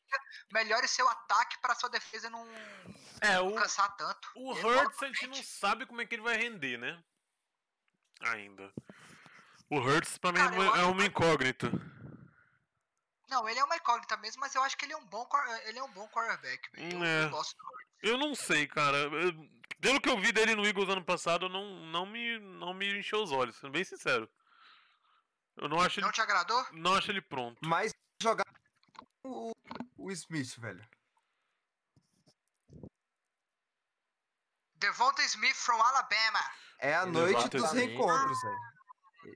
S2: melhore seu ataque pra sua defesa não
S1: É,
S2: não cansar tanto.
S1: O
S2: Ele
S1: Hurts a
S2: volta
S1: gente
S2: pra
S1: não
S2: frente.
S1: sabe como é que ele vai render, né? Ainda. O Hurts pra mim
S2: Cara,
S1: é uma-
S2: eu
S1: é
S2: acho
S1: uma
S2: que-
S1: incógnita.
S2: Não, ele é uma incógnita mesmo, mas eu acho que ele é um bom quar- ele é um bom quarterback, velho. Eu,
S1: É.
S2: eu gosto do
S1: Eu não sei, cara. Eu- Pelo que eu vi dele no Eagles ano passado, não, não, me, não me encheu os olhos, sendo bem sincero. Eu não acho ele,
S2: Não te agradou?
S1: não acho ele pronto.
S4: Mas jogar o, o Smith, velho.
S2: Devonta Smith from Alabama.
S4: É a
S6: Ele
S4: noite
S6: levanta
S4: dos
S6: também.
S4: reencontros, velho.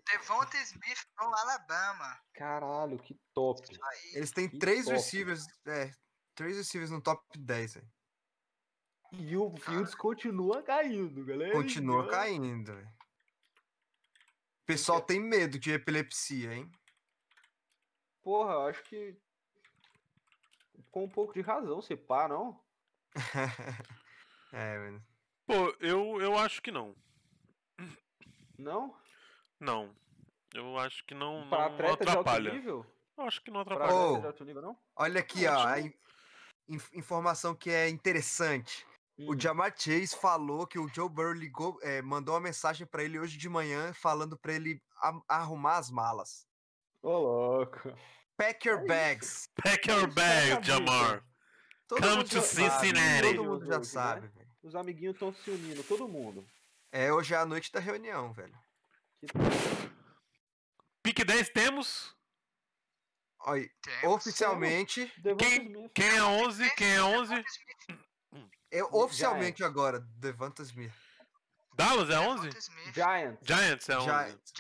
S2: Ah, Devonta Smith from Alabama.
S3: Caralho, que top.
S2: Aí,
S4: Eles têm
S3: Que
S4: três
S3: top.
S4: receivers, é, três receivers no top 10, velho.
S3: E o Fields continua caindo, galera.
S4: Continua caindo, velho. O pessoal tem medo de epilepsia, hein?
S3: Porra, eu acho que. Com um pouco de razão, se pá, não?
S4: É, mano.
S1: Pô, eu, eu acho que não.
S3: Não?
S1: Não. Eu acho que não, não
S3: Pra atleta de alto
S1: atrapalha.
S3: nível?
S1: Eu acho que não
S3: Pra
S1: atrapalha.
S3: atleta
S4: Oh.
S3: de alto nível, não?
S4: Olha aqui, ó, a in- inf- informação que é interessante. O
S3: Hum.
S4: Jamar Chase falou que o Joe Burrow ligou, é, mandou uma mensagem pra ele hoje de manhã falando pra ele a- arrumar as malas.
S3: Ô, louco.
S4: Pack your bags.
S1: Pack your
S3: Isso é
S1: bag,
S3: cabeça.
S1: Jamar.
S4: Todo
S1: Come
S4: mundo já
S1: to
S4: sabe,
S1: Cincinnati.
S4: Todo mundo já sabe. velho.
S3: Os amiguinhos estão se unindo, todo mundo.
S4: É hoje é a noite da reunião, velho.
S3: Que-
S1: Pick 10 temos. É
S4: Olha, aí,
S2: temos.
S4: oficialmente,
S3: Devonta
S1: Quem-
S3: Smith.
S1: Quem é 11? Quem é 11?
S2: Devonta Smith,
S4: é oficialmente agora, Devonta Smith.
S1: Dallas é 11?
S2: Devonta Smith.
S3: Giants.
S1: Giants é 11.
S4: Já-
S2: Giants.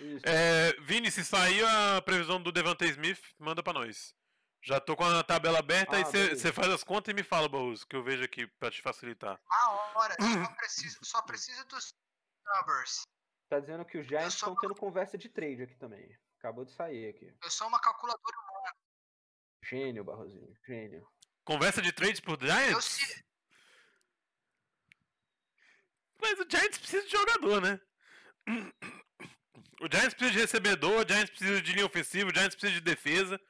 S3: Isso.
S1: É, Vini, se sair a previsão do Devante Smith, manda pra nós. Já tô com a tabela aberta
S3: Ah,
S1: e
S3: beleza.
S1: você faz as contas e me fala, Barroso, que eu vejo aqui pra te facilitar.
S2: Na hora. Só preciso, só preciso dos numbers.
S3: Tá dizendo que os Giants
S2: só-
S3: estão tendo conversa de trade aqui também. Acabou de sair aqui.
S2: Eu sou uma calculadora.
S3: Gênio, Barrozinho. Gênio.
S1: Conversa de trades por
S2: Eu
S1: Giants?
S2: sei.
S1: Mas o Giants precisa de jogador, né? O Giants precisa de recebedor, o Giants precisa de linha ofensiva, o Giants precisa de defesa.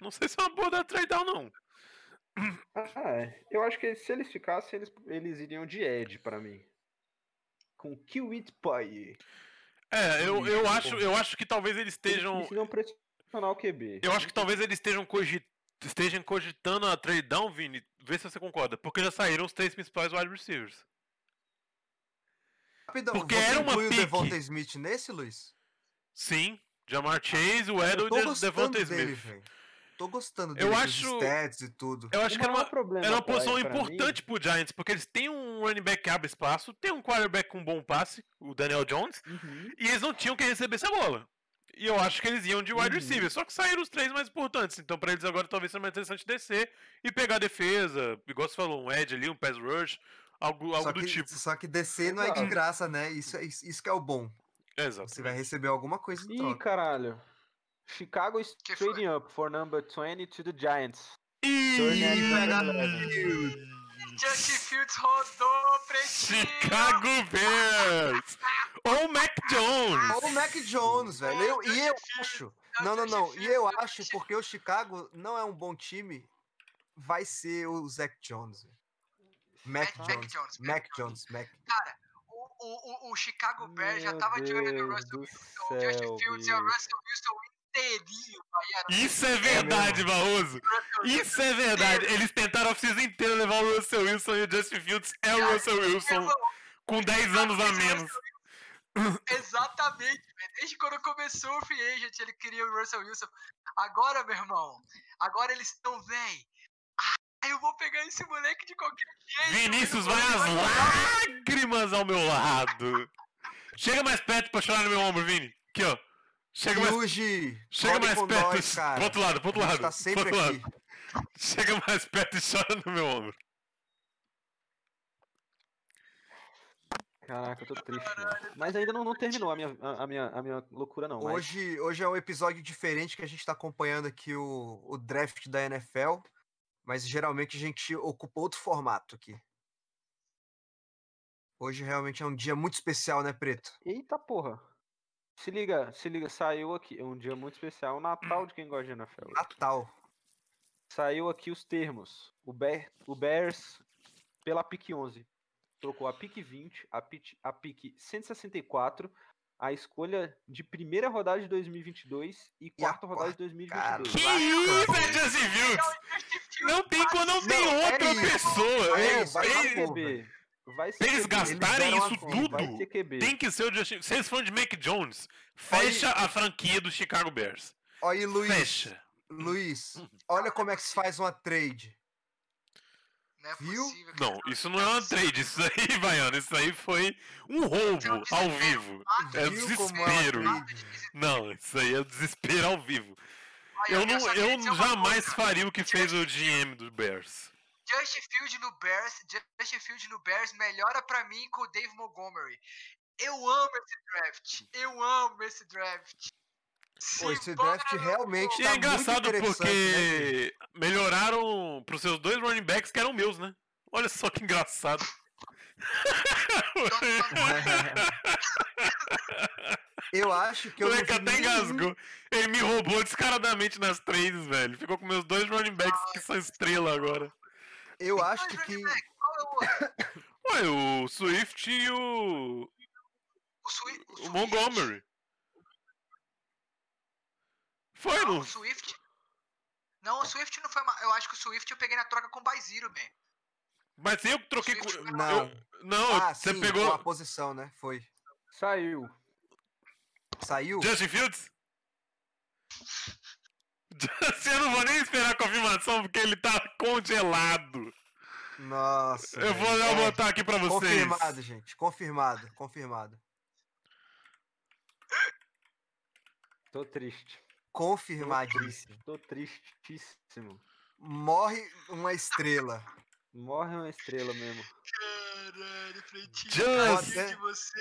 S1: Não sei se é uma boa da trade down, não.
S3: Ah, é. eu acho que se eles ficassem, eles, eles iriam de Ed pra mim. Com Kiwit Pie.
S1: É, eu, eu,
S3: Hum,
S1: acho, eu acho que talvez eles estejam.
S3: Eles precisam pressionar o QB.
S1: Eu acho que talvez eles estejam cogitando, estejam cogitando a trade down, Vini. Vê se você concorda. Porque já saíram os três principais wide receivers.
S4: Rapidão,
S1: Porque
S4: você
S1: era uma
S4: inclui o
S1: pique.
S4: Devonta Smith nesse, Luiz?
S1: Sim, Jamar Chase, o
S4: Eu
S1: Edwards
S4: tô
S1: e o
S4: gostando
S1: Devonta
S4: dele,
S1: Smith.
S4: velho. Tô gostando
S1: Eu
S4: dele, dos
S1: acho-
S4: stats e tudo.
S1: Eu acho
S3: O
S1: que era
S3: maior
S1: uma,
S3: problema
S1: era uma
S3: pra-
S1: posição
S3: pra mim-
S1: importante pro Giants, porque eles têm um running back que abre espaço, tem um quarterback com um bom passe, o Daniel Jones,
S3: Uhum.
S1: e eles não tinham quem receber essa bola. E eu acho que eles iam de wide
S3: Uhum.
S1: receiver, só que saíram os três mais importantes. Então, pra eles agora talvez seja mais interessante descer e pegar a defesa, igual você falou, um edge ali, um pass rush, algo, algo
S4: só,
S1: do
S4: que,
S1: tipo.
S4: só que descer não é de
S3: Exato.
S4: graça, né? Isso, é- isso, isso que é o bom.
S1: Exato.
S4: Você vai receber alguma coisa em
S3: Ih,
S4: troca.
S3: caralho. Chicago is
S2: Que foi?
S3: trading up for number 20 to the Giants.
S4: Ih,
S1: E...
S4: pega-
S2: Justin Fields rodou, pretinho.
S1: Chicago Bears! Ou Mac Jones!
S4: Ou o Mac Jones,
S1: É,
S4: velho. Eu-
S1: tá
S4: e eu acho. Não, não, não. E eu acho, porque o Chicago não é um bom time, vai ser o Zach Jones. velho. Mac
S2: Mac
S4: Jones.
S2: Jones,
S4: Mac Jones, Mac.
S2: O, o, o, o Chicago Bears já
S3: Meu
S2: tava de olho no
S3: Deus
S2: Russell
S3: do
S2: Wilson. O Justin
S3: céu,
S2: Fields e o
S3: bicho.
S2: Russell Wilson inteirinho.
S1: Isso é verdade, Barroso! Isso é verdade!
S2: Deus.
S1: Eles tentaram a oficina inteira levar o Russell Wilson e o Justin Fields é o Russell Wilson,
S2: Irmão,
S1: com 10 anos a menos.
S2: Exatamente, velho. desde quando começou o Free Agent, ele queria o Russell Wilson. Agora, meu irmão, agora eles estão, véi. Ah, eu vou pegar esse moleque de qualquer jeito.
S1: Vinícius
S2: eu
S1: vai
S2: vou-
S1: às lágrimas ao meu lado! Chega mais perto pra chorar no meu ombro, Vini. Aqui, ó. Chega mais,
S4: Yuji,
S1: chega
S4: cola
S1: mais
S4: com
S1: perto.
S4: nós, cara.
S1: pro outro lado, pro outro
S4: A gente
S1: lado.
S4: tá
S1: pro
S4: sempre
S1: outro lado.
S4: aqui.
S1: Chega mais perto e chora no meu ombro.
S3: Caraca, eu tô triste. mano. Mas ainda não, não terminou a minha, a, a minha, a minha loucura, não. mas-
S4: Hoje, hoje é um episódio diferente que a gente está acompanhando aqui o, o draft da NFL, mas geralmente a gente ocupa outro formato aqui. Hoje realmente é um dia muito especial, né, Preto?
S3: Eita porra. Se liga, se liga, saiu aqui. É um dia muito especial. O Natal de quem gosta de NFL.
S4: Natal.
S3: Saiu aqui os termos. O, Bear, o Bears, pela pique 11, trocou a pique 20, a pique, a pique 164, a escolha de primeira rodada de 2022 e
S4: E a
S3: quarta rodada de 2022.
S1: Que
S4: Vai,
S1: isso,
S4: cara.
S1: é Justin Fields? Não tem quando não tem
S4: Não, é
S1: outra
S4: isso.
S1: pessoa.
S4: É
S1: Eu-
S4: isso, vai
S1: eu-
S4: lá,
S3: Vai ser
S4: pô,
S3: QB. Vai ser
S1: Pra eles
S3: QB.
S1: gastarem
S3: deram a
S1: isso
S3: conta, Vai
S1: tudo,
S3: ser QB.
S1: Tem que ser o Justin. Vocês são fã de Mac Jones? Fecha a franquia do Chicago Bears.
S4: Olha aí, Luiz.
S1: Fecha. hum,
S4: Luiz, olha como é que se faz uma trade.
S2: Não é
S4: Viu?
S2: possível. que
S1: Não,
S2: eles
S1: isso não é uma trade, isso aí, Baiano, isso aí foi um roubo ao vivo.
S2: matam
S1: É
S2: de
S4: Viu como ela
S1: desespero.
S2: matam
S4: trade?
S2: de desespero.
S1: Não, isso aí é desespero ao vivo.
S2: Olha,
S1: Eu, não,
S2: só queria dizer
S1: eu
S4: é
S2: uma
S1: jamais
S2: coisa.
S1: faria o que fez o GM do Bears.
S4: Tá
S2: Justin Field no Bears, Justin Field no Bears melhora pra mim com o Dave Montgomery. Eu amo esse draft. Eu amo esse draft.
S4: Pô, esse
S2: Simbora,
S4: draft
S2: meu
S4: realmente
S1: E
S2: povo.
S4: tá
S1: é
S4: muito
S1: engraçado
S4: interessante, né,
S1: porque melhoraram pros seus dois running backs que eram meus, né? Olha só que engraçado.
S4: Eu acho que
S1: O
S4: eu não
S1: moleque
S4: vi
S1: até
S4: nenhum-
S1: engasgou. Ele me roubou descaradamente nas trades, velho. Ficou com meus dois running backs que são estrela agora.
S4: Eu
S2: Dois
S4: acho que
S2: running back, qual é o outro?
S1: Ué, o Swift e o,
S2: O Swi- o
S1: o
S2: Swift.
S1: Montgomery. Foi,
S2: Não,
S1: não?
S2: o Swift. Não, o
S4: Tá.
S2: Swift não foi. ma- Eu acho que o Swift eu peguei na troca com o Baiziro, man.
S1: Mas eu que troquei com.
S2: Swift foi
S4: Não.
S1: eu- não,
S4: ah,
S1: você
S4: sim,
S1: pegou.
S4: com a posição, né? Foi.
S3: Saiu.
S4: Saiu?
S1: Justin Fields? Justin, eu não vou nem esperar a confirmação porque ele tá congelado.
S4: Nossa.
S1: Eu vou
S4: velho.
S1: já
S4: É,
S1: botar aqui pra vocês.
S4: Confirmado, gente. Confirmado, confirmado.
S3: Tô triste.
S4: Confirmadíssimo.
S3: Tô tristíssimo.
S4: Morre uma estrela.
S3: Morre uma estrela mesmo.
S2: Caralho, Freitinho.
S1: Just-
S2: tadinho de você.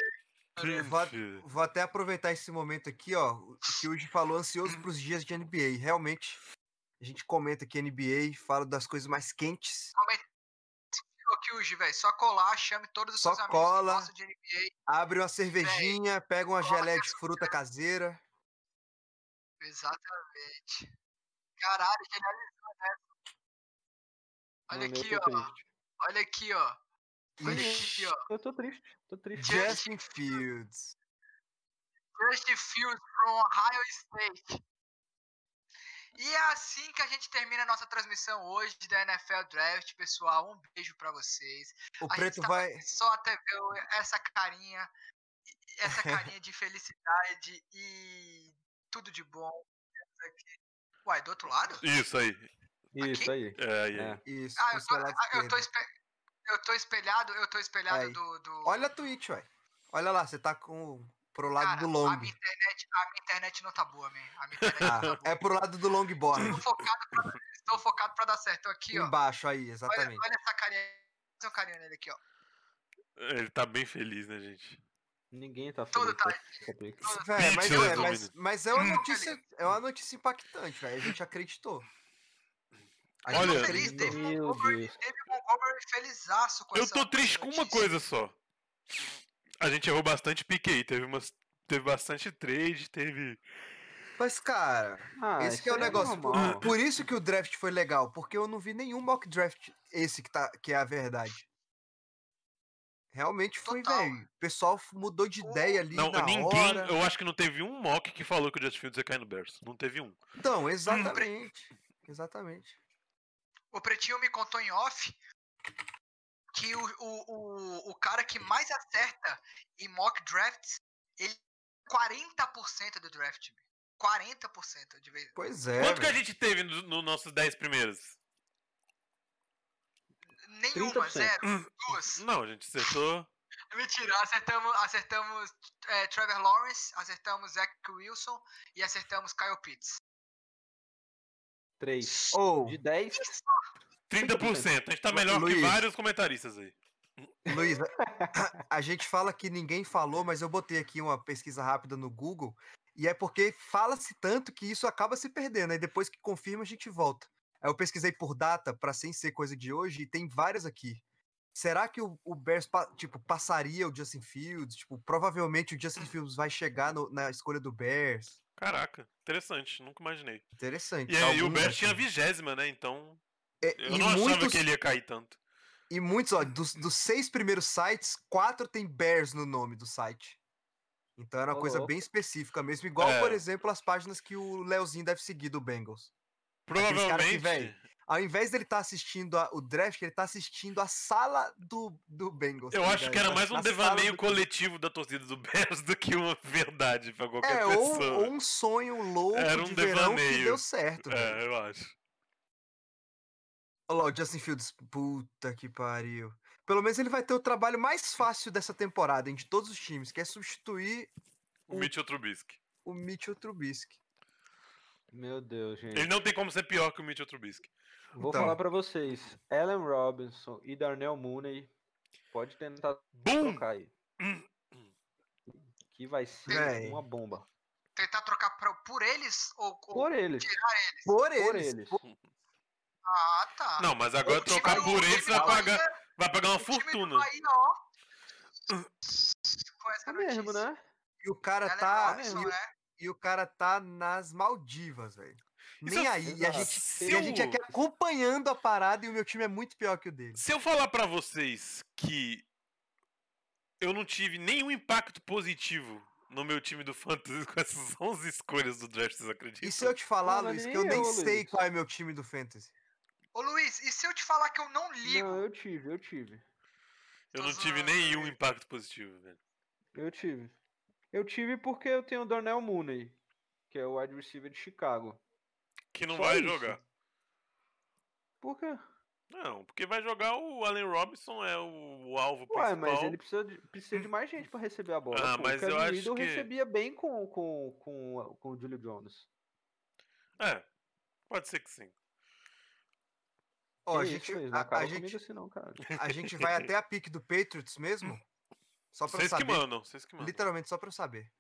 S1: Gente,
S4: Vou até aproveitar esse momento aqui, ó, que o Uji falou ansioso para os dias de NBA. Realmente, a gente comenta aqui NBA, fala das coisas mais quentes.
S2: Ô, Kyuji, velho, só colar, chame todos os
S4: Só
S2: seus
S4: cola.
S2: amigos que gostam de NBA.
S4: Abre uma cervejinha, pega uma
S2: coloca
S4: geleia de
S2: essa
S4: fruta caseira.
S2: Exatamente. Caralho, generalizou, né? Olha
S3: Mano,
S2: aqui,
S3: eu tô
S2: ó.
S3: triste.
S2: Olha aqui, ó. Olha aqui,
S4: E
S2: ó.
S3: Eu tô triste. Tô triste.
S4: Justin Fields.
S2: Justin Fields from Ohio State. E é assim que a gente termina a nossa transmissão hoje da NFL Draft, pessoal. Um beijo pra vocês.
S4: O
S2: A gente
S4: preto
S2: tá
S4: vai.
S2: Só até ver o- essa carinha, essa carinha de felicidade e tudo de bom. Uai, do outro lado?
S1: Isso aí.
S3: Isso aí.
S1: É, aí, aí.
S3: É.
S4: Isso,
S2: Ah,
S4: pro
S2: eu
S4: seu
S2: tô,
S4: lado
S2: ah, eu tô
S4: esquerdo.
S2: espe- eu tô espelhado, eu tô espelhado
S4: Aí.
S2: do, do-
S4: Olha a Twitch, ué. Olha lá, você tá com pro lado
S2: Cara,
S4: do
S2: A
S4: long.
S2: minha, internet, a minha internet não tá boa, man. A minha internet não tá
S4: Ah,
S2: boa.
S4: é pro lado do longboard.
S2: Tô focado pra, tô focado pra dar certo. Tô aqui, ó.
S4: Embaixo aí,
S2: Olha,
S4: exatamente.
S2: olha essa carinha. Faz um carinho nele aqui, ó.
S4: É.
S1: Ele tá bem feliz, né, gente?
S3: Ninguém tá
S2: Todo
S3: feliz. com
S2: tá-
S3: essa pick.
S2: olha-
S4: Véi, mas,
S1: Pixels
S4: é,
S1: do
S4: mas,
S1: Windows.
S4: mas é uma
S2: Hum.
S4: notícia, é uma notícia impactante, velho. A gente acreditou. A
S1: Olha,
S4: gente
S2: feliz,
S4: acreditou.
S2: David
S3: Meu
S2: Montgomery,
S3: Deus.
S2: David Montgomery é um felizaço com
S1: Eu
S2: essa
S4: é
S1: tô triste com uma
S2: notícia.
S1: coisa só. A gente errou bastante pique aí. Teve, umas, teve bastante trade, teve.
S4: mas cara,
S3: Ah,
S4: esse
S3: isso
S4: que é o
S3: aí
S4: negócio. Por,
S3: normal.
S4: por isso que o draft foi legal, porque eu não vi nenhum mock draft esse que tá que é a verdade. Realmente foi,
S2: Total.
S4: velho. O pessoal mudou de ideia ali
S1: Não,
S4: na
S1: ninguém.
S4: hora.
S1: Eu acho que não teve um mock que falou que o Justin Fields ia cair no Bears. Não teve um.
S4: Então, exatamente. Exatamente.
S2: O Pretinho me contou em off que o, o, o, o cara que mais acerta em mock drafts, ele 40% do draft. 40% de vez.
S4: Pois é.
S1: Quanto que a
S4: velho.
S1: gente teve nos no nossos 10 primeiros?
S2: Nenhuma,
S3: 30%.
S1: Hum.
S2: zero, duas.
S1: Não, a gente acertou.
S2: Mentira, acertamos, acertamos é, Trevor Lawrence, acertamos Zach Wilson e acertamos Kyle Pitts.
S3: Três.
S4: Ou,
S3: De 10,
S1: 30%. A gente tá melhor que
S4: Luiz.
S1: vários comentaristas aí.
S4: Luiz, a- a gente fala que ninguém falou, mas eu botei aqui uma pesquisa rápida no Google e é porque fala-se tanto que isso acaba se perdendo. Aí depois que confirma, a gente volta. Aí eu pesquisei por data para sem ser coisa de hoje e tem várias aqui. Será que o, o Bears pa- tipo, passaria o Justin Fields? Tipo, provavelmente o Justin Fields vai chegar no- na escolha do Bears.
S1: Caraca, interessante, nunca imaginei.
S4: Interessante.
S1: E aí o
S4: Algumas,
S1: Bears tinha a
S4: assim.
S1: vigésima, né? Então.
S4: É,
S1: Eu
S4: e
S1: não achava
S4: muitos-
S1: que ele ia cair tanto.
S4: E muitos, ó, dos, dos seis primeiros sites, quatro tem Bears no nome do site. Então era uma
S3: Ô,
S4: coisa
S3: louco.
S4: bem específica mesmo, igual,
S1: É.
S4: por exemplo, as páginas que o Leozinho deve seguir do Bengals. cara que,
S1: Provavelmente.
S4: véi, Ao invés dele estar assistindo a- o draft, ele tá assistindo a sala do, do Bengals.
S1: Eu
S4: tá
S1: acho
S4: ligado?
S1: que era
S4: Na-
S1: mais um
S4: na sala
S1: devaneio
S4: do-
S1: coletivo da torcida do Bears do que uma verdade pra qualquer
S4: É, ou,
S1: pessoa.
S4: ou um sonho louco
S1: Era um É.
S4: de verão que
S1: devaneio.
S4: deu certo. velho.
S1: É, eu acho.
S4: Olha lá, o Justin Fields. Puta que pariu. Pelo menos ele vai ter o trabalho mais fácil dessa temporada, hein, de todos os times, que é substituir
S1: O Mitchell Trubisky.
S4: o Mitchell Trubisky.
S3: Meu Deus, gente.
S1: Ele não tem como ser pior que o Mitchell Trubisky.
S3: Vou
S4: Então.
S3: falar pra vocês. Allen Robinson e Darnell Mooney. Pode tentar
S1: Boom!
S3: trocar aí. Que vai ser
S4: Véi.
S3: uma bomba.
S2: Tentar trocar pra- por eles ou, ou-
S3: Por eles.
S4: Por eles.
S3: Por eles.
S2: Ah, tá.
S1: Não, mas agora
S2: O time
S1: trocar
S2: do-
S1: por
S2: o time
S1: eles vai
S2: do
S1: pagar,
S2: Bahia-
S1: vai pagar uma
S2: o time do
S1: fortuna.
S2: Bahia, ó. Com essa
S3: É mesmo,
S2: notícia.
S3: né?
S4: E o cara
S2: Allen
S4: tá.
S2: Robinson,
S4: e, o-
S2: é né?
S4: e o cara tá nas Maldivas, velho.
S1: Isso
S4: Nem
S1: é-
S4: aí. E a,
S3: Exato.
S4: gente,
S1: se,
S4: e a gente é
S1: eu,
S4: aqui acompanhando a parada e o meu time é muito pior que o dele.
S1: se eu falar pra vocês que eu não tive nenhum impacto positivo no meu time do Fantasy com essas 11 escolhas do draft, vocês acreditam?
S4: E se eu te falar,
S3: mas
S4: Luiz, que
S3: nem
S4: eu nem
S3: eu,
S4: sei
S3: Luiz.
S4: qual é meu time do Fantasy.
S2: Ô Luiz, e se eu te falar que eu não ligo?
S3: Não, eu tive, eu tive.
S1: Eu não tive nenhum impacto positivo, velho.
S3: Eu tive. Eu tive porque eu tenho o Darnell Mooney, que é o wide receiver de Chicago.
S1: Que não
S3: Só
S1: vai
S3: isso.
S1: jogar.
S3: Por quê?
S1: Não, porque vai jogar o Allen Robinson, é o, o alvo
S3: Ué,
S1: principal.
S3: mas ele precisa de, precisa de mais gente pra receber a bola.
S1: Ah,
S3: pô.
S1: mas
S3: o Kevin
S1: eu acho
S3: Ridley
S1: que-
S3: recebia bem com, com, com, com o Julio Jones.
S1: É, pode ser que sim.
S4: Ó, a
S3: Que
S4: gente,
S3: isso, Luiz, não
S4: a, a
S3: acaba comigo
S4: gente,
S3: assim não, cara.
S4: a gente vai até a pique do Patriots mesmo? Só pra eu
S1: Vocês que
S4: saber.
S1: mandam, vocês que mandam.
S4: Literalmente, só pra eu saber.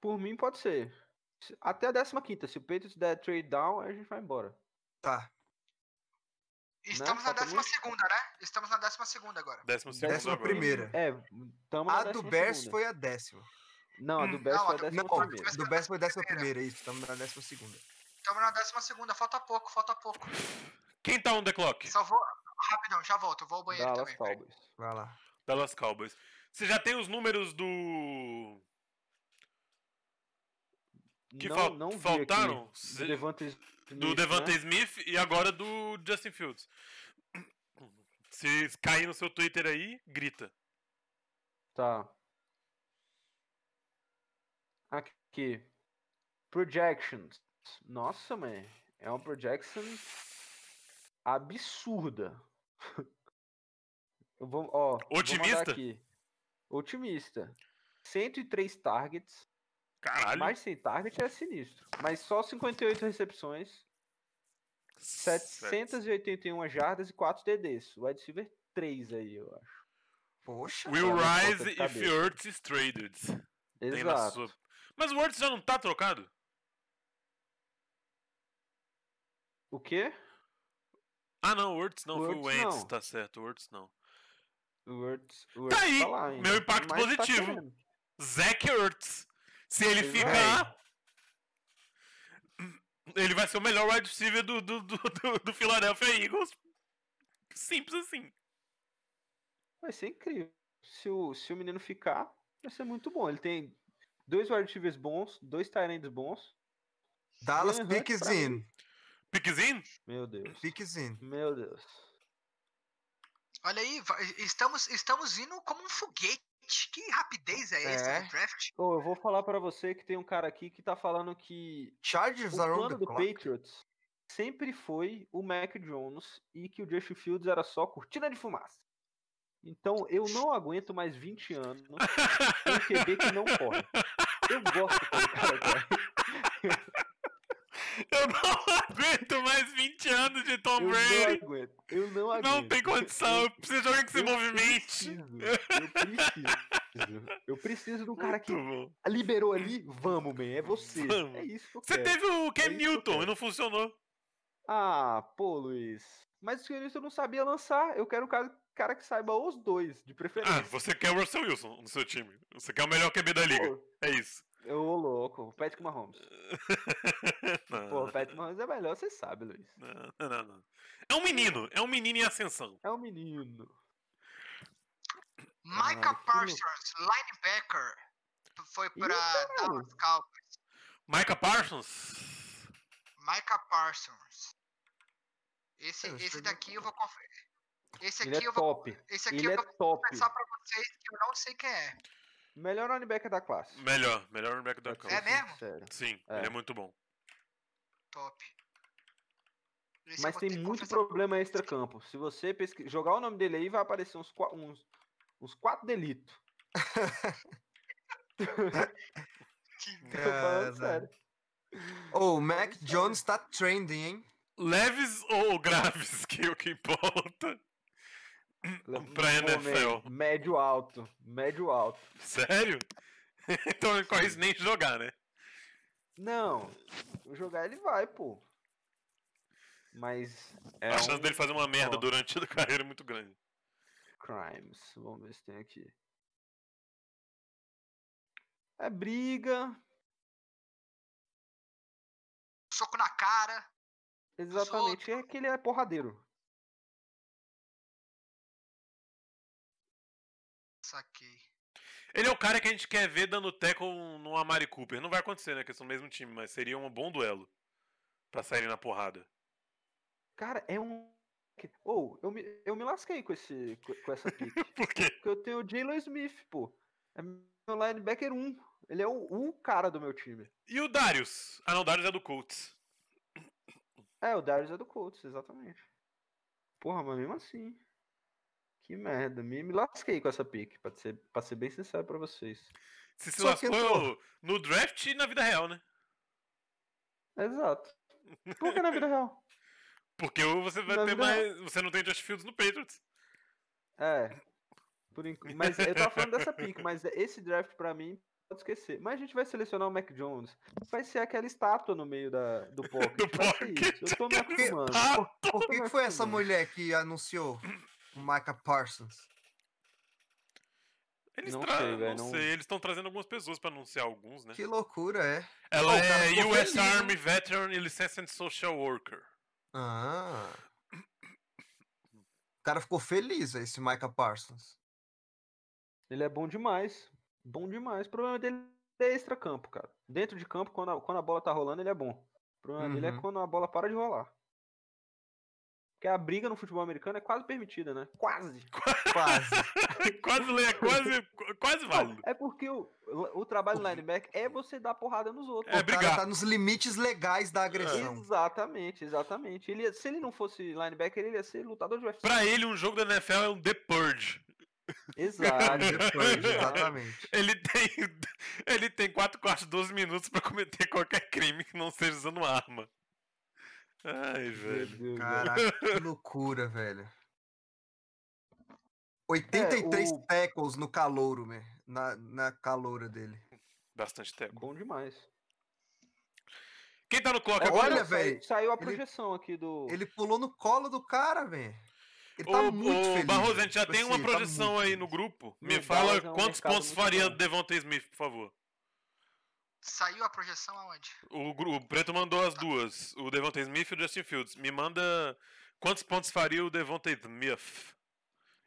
S3: Por mim, pode ser. Se- Até a 15 Se o Patriots der trade down, a gente vai embora.
S4: Tá.
S2: Estamos
S3: Não,
S2: na
S3: falta
S2: décima
S3: muito. segunda,
S2: segunda, né? Estamos na décima segunda agora.
S1: Décimo segundo
S4: Décima
S1: agora.
S4: primeira.
S3: É, tamo na
S4: A do
S3: 12ª.
S4: Bears foi a décima.
S3: Não, a do Bears
S2: Não,
S3: foi
S2: a
S3: a
S2: do-
S3: décima
S4: Não,
S3: primeira.
S4: do Bears foi a décima primeira, isso. Estamos na décima segunda.
S2: Estamos na décima segunda, falta pouco, falta pouco.
S1: Quem tá on the clock?
S2: Só vou. Rapidão, já volto, eu vou ao banheiro
S3: Dallas
S2: também. peraí.
S3: Cowboys.
S4: Vai lá.
S1: Dallas Cowboys. Você já tem os números do. Que
S3: não,
S1: fal-
S3: não vi aqui.
S1: faltaram?
S3: Do
S1: Cê-
S3: Devante Smith,
S1: do Devante
S3: né?
S1: Smith e agora do Justin Fields. Se cair no seu Twitter aí, grita.
S3: Tá. Aqui. Projections. Nossa, man. É uma projection absurda. Eu vou, ó, vou mandar
S1: Otimista?
S3: aqui. Otimista. 103 targets.
S1: Caralho.
S3: Mais 100 targets é sinistro. Mas só 58 recepções,
S1: Sete.
S3: 781 jardas e 4 TDs. Wide receiver 3 aí, eu acho.
S4: Poxa.
S1: Will
S3: Olha,
S1: rise
S3: falta de
S1: if
S3: cabeça.
S1: Earth is traded. Tem na
S3: Exato.
S1: sua- Mas o Ertz já não tá trocado?
S3: O quê?
S1: Ah, não, o Ertz não,
S3: O
S1: foi o
S3: Ertz
S1: Wentz,
S3: não.
S1: tá certo, o Ertz não.
S3: O Ertz- o
S1: Tá
S3: Ertz
S1: aí,
S3: lá ainda,
S1: meu impacto
S3: mas tá
S1: positivo.
S3: querendo.
S1: Zach Ertz. Se ele
S3: Pois
S1: ficar. Ele vai ser o melhor wide receiver do, do, do, do, do Philadelphia Eagles. Simples assim.
S3: Vai ser incrível. Se o, se o menino ficar, vai ser muito bom. Ele tem dois wide receivers bons, dois tight ends bons.
S4: Dallas
S3: Uhum,
S4: picks
S3: pra mim.
S4: in.
S1: Piquezinho?
S3: Meu Deus.
S4: Picks in.
S3: Meu Deus.
S2: Olha aí, va- estamos, estamos indo como um foguete. Que rapidez é essa
S4: É.
S2: do draft?
S3: Ô, eu vou falar pra você que tem um cara aqui que tá falando que o
S4: Chargers are on
S3: plano
S4: the
S3: do
S4: clock.
S3: Patriots sempre foi o Mac Jones e que o Justin Fields era só cortina de fumaça. Então eu não aguento mais 20 anos um QB que não corre. Eu gosto quando o cara corre.
S1: Eu não aguento mais 20 anos de Tom
S3: eu
S1: Brady.
S3: Não aguento. Eu não
S1: Não,
S3: aguento.
S1: tem condição. Eu preciso de alguém que se
S3: eu
S1: movimente.
S3: preciso, Eu preciso. Eu preciso de um cara que
S1: Muito bom.
S3: liberou ali. Vamos, man. É você.
S1: Vamos.
S3: É isso que eu
S1: Você
S3: quero.
S1: teve o Cam
S3: isso que eu
S1: Newton e
S3: quero.
S1: não funcionou.
S3: Ah, pô, Luiz. Mas o senhorista não sabia lançar. Eu quero um cara, cara que saiba os dois, de preferência.
S1: Ah, você quer o Russell Wilson no seu time. Você quer o melhor QB da liga.
S3: Pô,
S1: É isso.
S3: eu, ô, louco. O Patrick Mahomes.
S1: Não,
S3: Pô, o Patrick Mahomes é melhor, você sabe, Luiz.
S1: não, não, não, não. É um menino. É um menino em ascensão.
S3: É um menino.
S2: Micah
S3: que lou-
S2: Parsons, linebacker. Foi
S3: Ih,
S2: pra
S3: caralho.
S2: Dallas Cowboys.
S1: Micah Parsons.
S2: Micah Parsons. Esse,
S4: Eu
S2: esse
S4: sei
S2: daqui eu vou conferir. Esse
S3: Ele
S2: aqui
S3: é
S2: eu vou.
S3: top.
S2: Esse aqui
S3: Ele
S2: eu
S3: é
S2: vou
S3: top.
S2: confessar pra vocês que eu não sei quem é.
S3: Melhor linebacker da classe.
S1: Melhor. Melhor running back da
S3: pra
S1: classe.
S2: É
S3: ser
S2: mesmo?
S3: sincero.
S1: Sim,
S3: É.
S1: ele é muito bom.
S2: Top. Esse eu
S3: Mas
S2: vou
S3: tem
S2: ter que
S3: muito
S2: confessar pra
S3: problema
S2: vocês.
S3: extra-campo. Se você pesqui- jogar o nome dele aí, vai aparecer uns, qua- uns, uns quatro delitos.
S2: Que
S3: Tô
S1: É,
S3: falando
S4: Cara.
S3: sério.
S4: É,
S3: é
S4: Ô, o Mac Jones tá trending, hein?
S1: Leves ou graves, que é o que importa. Pra NFL.
S3: Um Homem, Médio alto. Médio alto.
S1: Sério? então ele corre isso nem jogar, né?
S3: Não. Jogar ele vai, pô. Mas. É
S1: a chance
S3: um
S1: dele fazer um uma merda
S3: Ó.
S1: durante a carreira é muito grande.
S3: Crimes. Vamos ver se tem aqui. É briga.
S2: Soco na cara.
S3: Exatamente. É que ele é porradeiro.
S2: Saquei.
S1: Ele é o cara que a gente quer ver dando teco no Amari Cooper. Não vai acontecer, né? Que eles são do mesmo time, mas seria um bom duelo. Pra saírem na porrada.
S3: Cara, é um. Ou, eu, me, eu me lasquei com, esse, com com essa pick.
S1: Por quê?
S3: Porque eu tenho o Jalen Smith, pô. É meu linebacker 1. Ele é o, o cara do meu time.
S1: E o Darius? Ah, não, o Darius é do Colts.
S3: É, o Darius é do Colts, exatamente. Porra, mas mesmo assim. Que merda. Me, me lasquei com essa pick, pra ser, pra ser bem sincero pra vocês.
S1: Se se
S4: Só que
S1: lascou no draft e na vida real, né?
S3: Exato. Por que na vida real?
S1: Porque você vai
S3: Na
S1: ter
S3: vida
S1: mais. Você não tem Josh Fields no Patriots.
S3: É. Por enquanto. Mas eu tava falando dessa pick, mas esse draft pra mim. Pode esquecer. Mas a gente vai selecionar o Mac Jones. Vai ser aquela estátua no meio da, do pocket.
S1: Do
S3: vai ser
S1: pocket.
S3: isso. Eu tô me acostumando.
S1: Ah,
S4: Por que, que foi essa
S3: Sim.
S4: mulher que anunciou o Micah Parsons?
S1: eles
S3: Não
S1: tra-
S3: sei, velho,
S1: não
S3: não-
S1: sei, eles estão trazendo algumas pessoas pra anunciar alguns, né?
S4: Que loucura, é?
S1: Ela
S4: Pô, o cara
S1: é
S4: ficou
S1: US
S4: feliz, né?
S1: Army Veteran e Licensed Social Worker.
S4: Ah. O cara ficou feliz, velho, esse Micah Parsons.
S3: Ele é bom demais. Bom demais. O problema dele é extra-campo, cara. Dentro de campo, quando a, quando a bola tá rolando, ele é bom. O problema dele é
S4: Uhum.
S3: quando a bola para de rolar. Porque a briga no futebol americano é quase permitida, né? Quase!
S4: Quase.
S1: quase lei, é quase, qu- quase válido.
S3: É porque o, o trabalho do linebacker é você dar porrada nos outros.
S1: É
S4: o cara
S1: brigar.
S4: tá nos limites legais da
S1: É,
S4: agressão.
S3: Exatamente, exatamente. Ele, ia- se ele não fosse linebacker, ele ia ser lutador de UFC.
S1: Pra ele, um jogo da NFL é um The Purge.
S3: Exato.
S4: Depois,
S3: exato.
S4: exatamente.
S1: Ele tem, ele tem 4 quartos, 12 minutos pra cometer qualquer crime que não seja usando uma arma. Ai,
S3: Meu
S1: velho.
S3: Deus, velho.
S4: Caraca, que loucura, velho. 83
S3: É, o-
S4: tackles no calouro, meu. Na, na caloura dele.
S1: Bastante tempo.
S3: é Bom demais.
S1: Quem tá no clock
S4: É,
S1: agora?
S4: olha,
S3: saiu-
S4: velho,
S3: Saiu a
S4: ele-
S3: projeção aqui do.
S4: Ele pulou no colo do cara, velho. Ele tá
S1: Ô,
S4: muito
S1: ô,
S4: feliz.
S1: Barroso, a
S4: velho.
S1: gente já
S4: Tipo
S1: tem uma
S4: assim, ele tá
S1: projeção
S4: muito
S1: aí
S4: feliz.
S1: no grupo. Me
S3: Meu
S1: fala
S3: Deus, é um
S1: quantos
S3: mercado
S1: pontos
S3: muito
S1: faria
S3: bom.
S1: Devontae Smith, por favor.
S2: Saiu a projeção aonde?
S1: O, gru- o Preto mandou as duas, o Devontae Smith e o Justin Fields. Me manda quantos pontos faria o Devontae Smith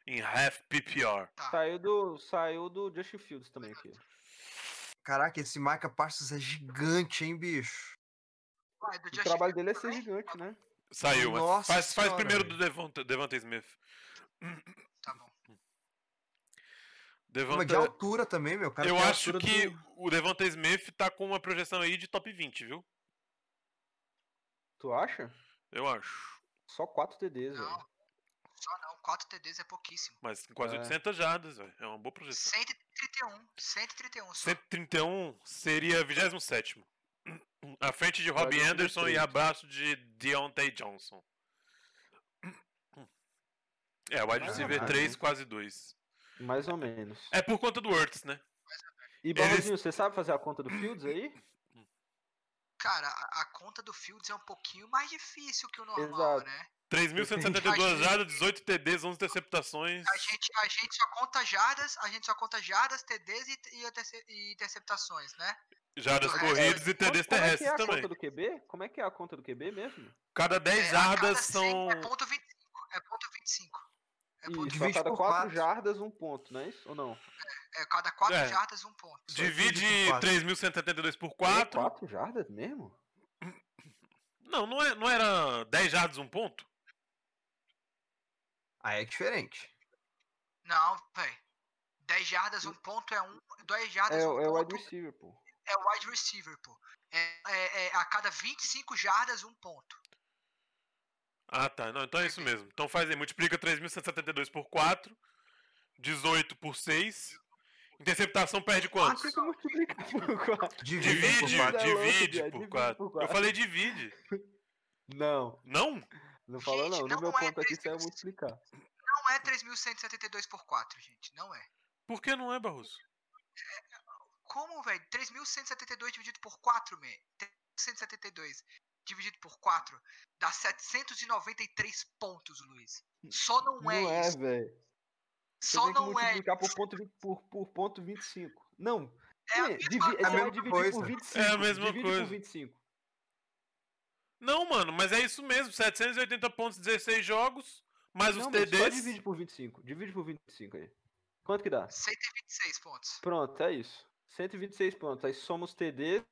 S1: em half PPR.
S2: Tá.
S3: Saiu do, saiu do Justin Fields também aqui.
S4: Caraca, esse Micah Parsons é gigante, hein, bicho?
S2: Vai, do
S3: O
S2: Justin
S3: trabalho
S2: Fields
S3: dele é ser
S2: também?
S3: gigante, né?
S1: Saiu, mas
S4: Nossa
S1: faz, faz
S4: senhora,
S1: primeiro do
S4: velho.
S1: Devonta- Devontae Smith.
S2: Tá bom.
S4: Mas de
S1: Devonta,
S4: altura também, meu. é O cara
S1: eu
S4: tem a
S1: acho
S4: altura
S1: que
S4: do-
S1: o Devontae Smith tá com uma projeção aí de top 20, viu?
S3: Tu acha?
S1: Eu acho.
S3: Só 4 TDs, velho.
S2: Não. Só não. 4 TDs é pouquíssimo.
S1: Mas com quase
S3: É.
S1: 800 jardas, velho. É uma boa projeção.
S2: 131. 131 só.
S1: 131 seria 27. À frente de Robbie
S3: Quase um
S1: Anderson e
S3: 33.
S1: abaixo de Deontay Johnson. É, wide
S3: Mais ou
S1: receiver
S3: menos.
S1: 3, quase 2.
S3: Mais ou menos.
S1: É por conta do Hurts, né?
S3: E Barrozinho, você sabe fazer a conta do Fields aí?
S2: Cara, a, a conta do Fields é um pouquinho mais difícil que o normal,
S3: Exato.
S2: né?
S1: 3.172
S2: Entendi.
S1: jardas, 18 TDs, 11 interceptações.
S2: A gente, a gente só conta jardas, a gente só conta jardas, TDs e, e interce- e interceptações, né?
S1: Jardas
S2: É,
S1: corridas e TDs
S3: Como- como é que é
S1: terrestres
S3: a
S1: também.
S3: conta do QB? Como é que é a conta do QB mesmo?
S1: Cada
S2: É,
S1: 10
S2: a
S1: jardas
S2: cada 100
S1: são.
S2: É ponto 25. É ponto 25. É ponto
S3: Isso, a
S4: divide
S3: cada
S4: por
S3: 4
S4: quatro.
S3: jardas, um ponto, não é isso? Ou não?
S2: É, cada 4
S1: É.
S2: jardas, um ponto.
S4: Só divide
S1: Divide
S4: por quatro.
S1: 3.172 por 4.
S3: 4 jardas mesmo?
S1: Não, não, é, não era 10 jardas um ponto?
S4: Aí é diferente.
S2: Não, velho. 10 jardas, um ponto é um. 2 jardas,
S3: É,
S2: um
S3: o- é o wide
S2: ponto
S3: receiver, pô.
S2: é wide receiver, pô. É, é- é a cada 25 jardas, um ponto.
S1: Ah, tá. Não, então é isso mesmo. Então faz aí, multiplica 3.172 por 4, 18 por 6. Interceptação perde quantos?
S3: Por que que eu multiplicar por quatro?
S4: Divide.
S1: Divide,
S4: por
S3: Ah,
S4: quatro.
S3: quatro.
S1: divide
S3: É louco,
S1: por
S3: viado, divide
S1: 4.
S3: por
S1: Eu
S3: quatro.
S1: falei divide.
S3: Não,
S1: Não?
S3: não falou
S2: Gente,
S3: não.
S2: não
S3: No meu
S2: é
S3: ponto aqui
S2: três
S3: saiu
S2: vezes.
S3: multiplicar.
S2: Não é 3.172 por 4, gente. Não é.
S1: Por que não é, Barroso?
S2: Como, velho? 3.172 dividido por 4, man. 3.172 dividido por 4 dá 793 pontos, Luiz. Só não,
S3: Não
S2: é,
S3: é,
S2: isso.
S3: velho. Você
S2: Só
S3: tem que
S2: não é.
S3: multiplicar por ponto, vi- por, por ponto 25. Não,
S2: É a
S3: é,
S2: mesma
S3: divi- você vai
S4: mesma
S3: dividir
S4: coisa.
S3: por 25.
S1: É a mesma
S3: divide
S1: coisa.
S3: por 25.
S1: Não, mano, mas é isso mesmo. 780 pontos, 16 jogos, mais os
S3: Não, mas só
S1: TDs.
S3: divide por 25. Divide por 25 aí. Quanto que dá?
S2: 126 pontos.
S3: Pronto, é isso. 126 pontos. Aí soma os TDs.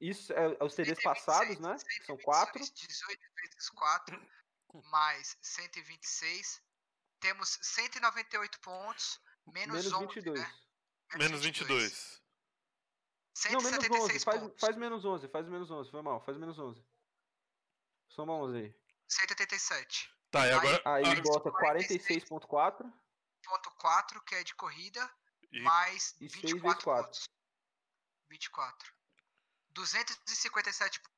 S3: Isso é é os TDs
S2: 126,
S3: passados, né? Que são 4.
S2: 18 vezes 4 mais 126. Temos 198 pontos. Menos,
S3: Menos
S2: 11,
S3: 22.
S2: Né?
S1: Menos 22.
S3: Não, menos 11.
S2: 176
S3: Faz,
S2: pontos.
S3: faz menos 11. Faz menos 11. Foi mal. Faz menos 11. Soma 11 aí.
S2: 187.
S1: Tá, e
S2: Aí-
S1: agora.
S3: Aí
S1: ah,
S3: bota
S2: 46.
S3: 46.4
S2: Ponto 4, que é de corrida,
S1: e-
S2: mais
S3: e 6 vezes
S2: 24
S3: 4.
S2: pontos. 24. 257 pontos.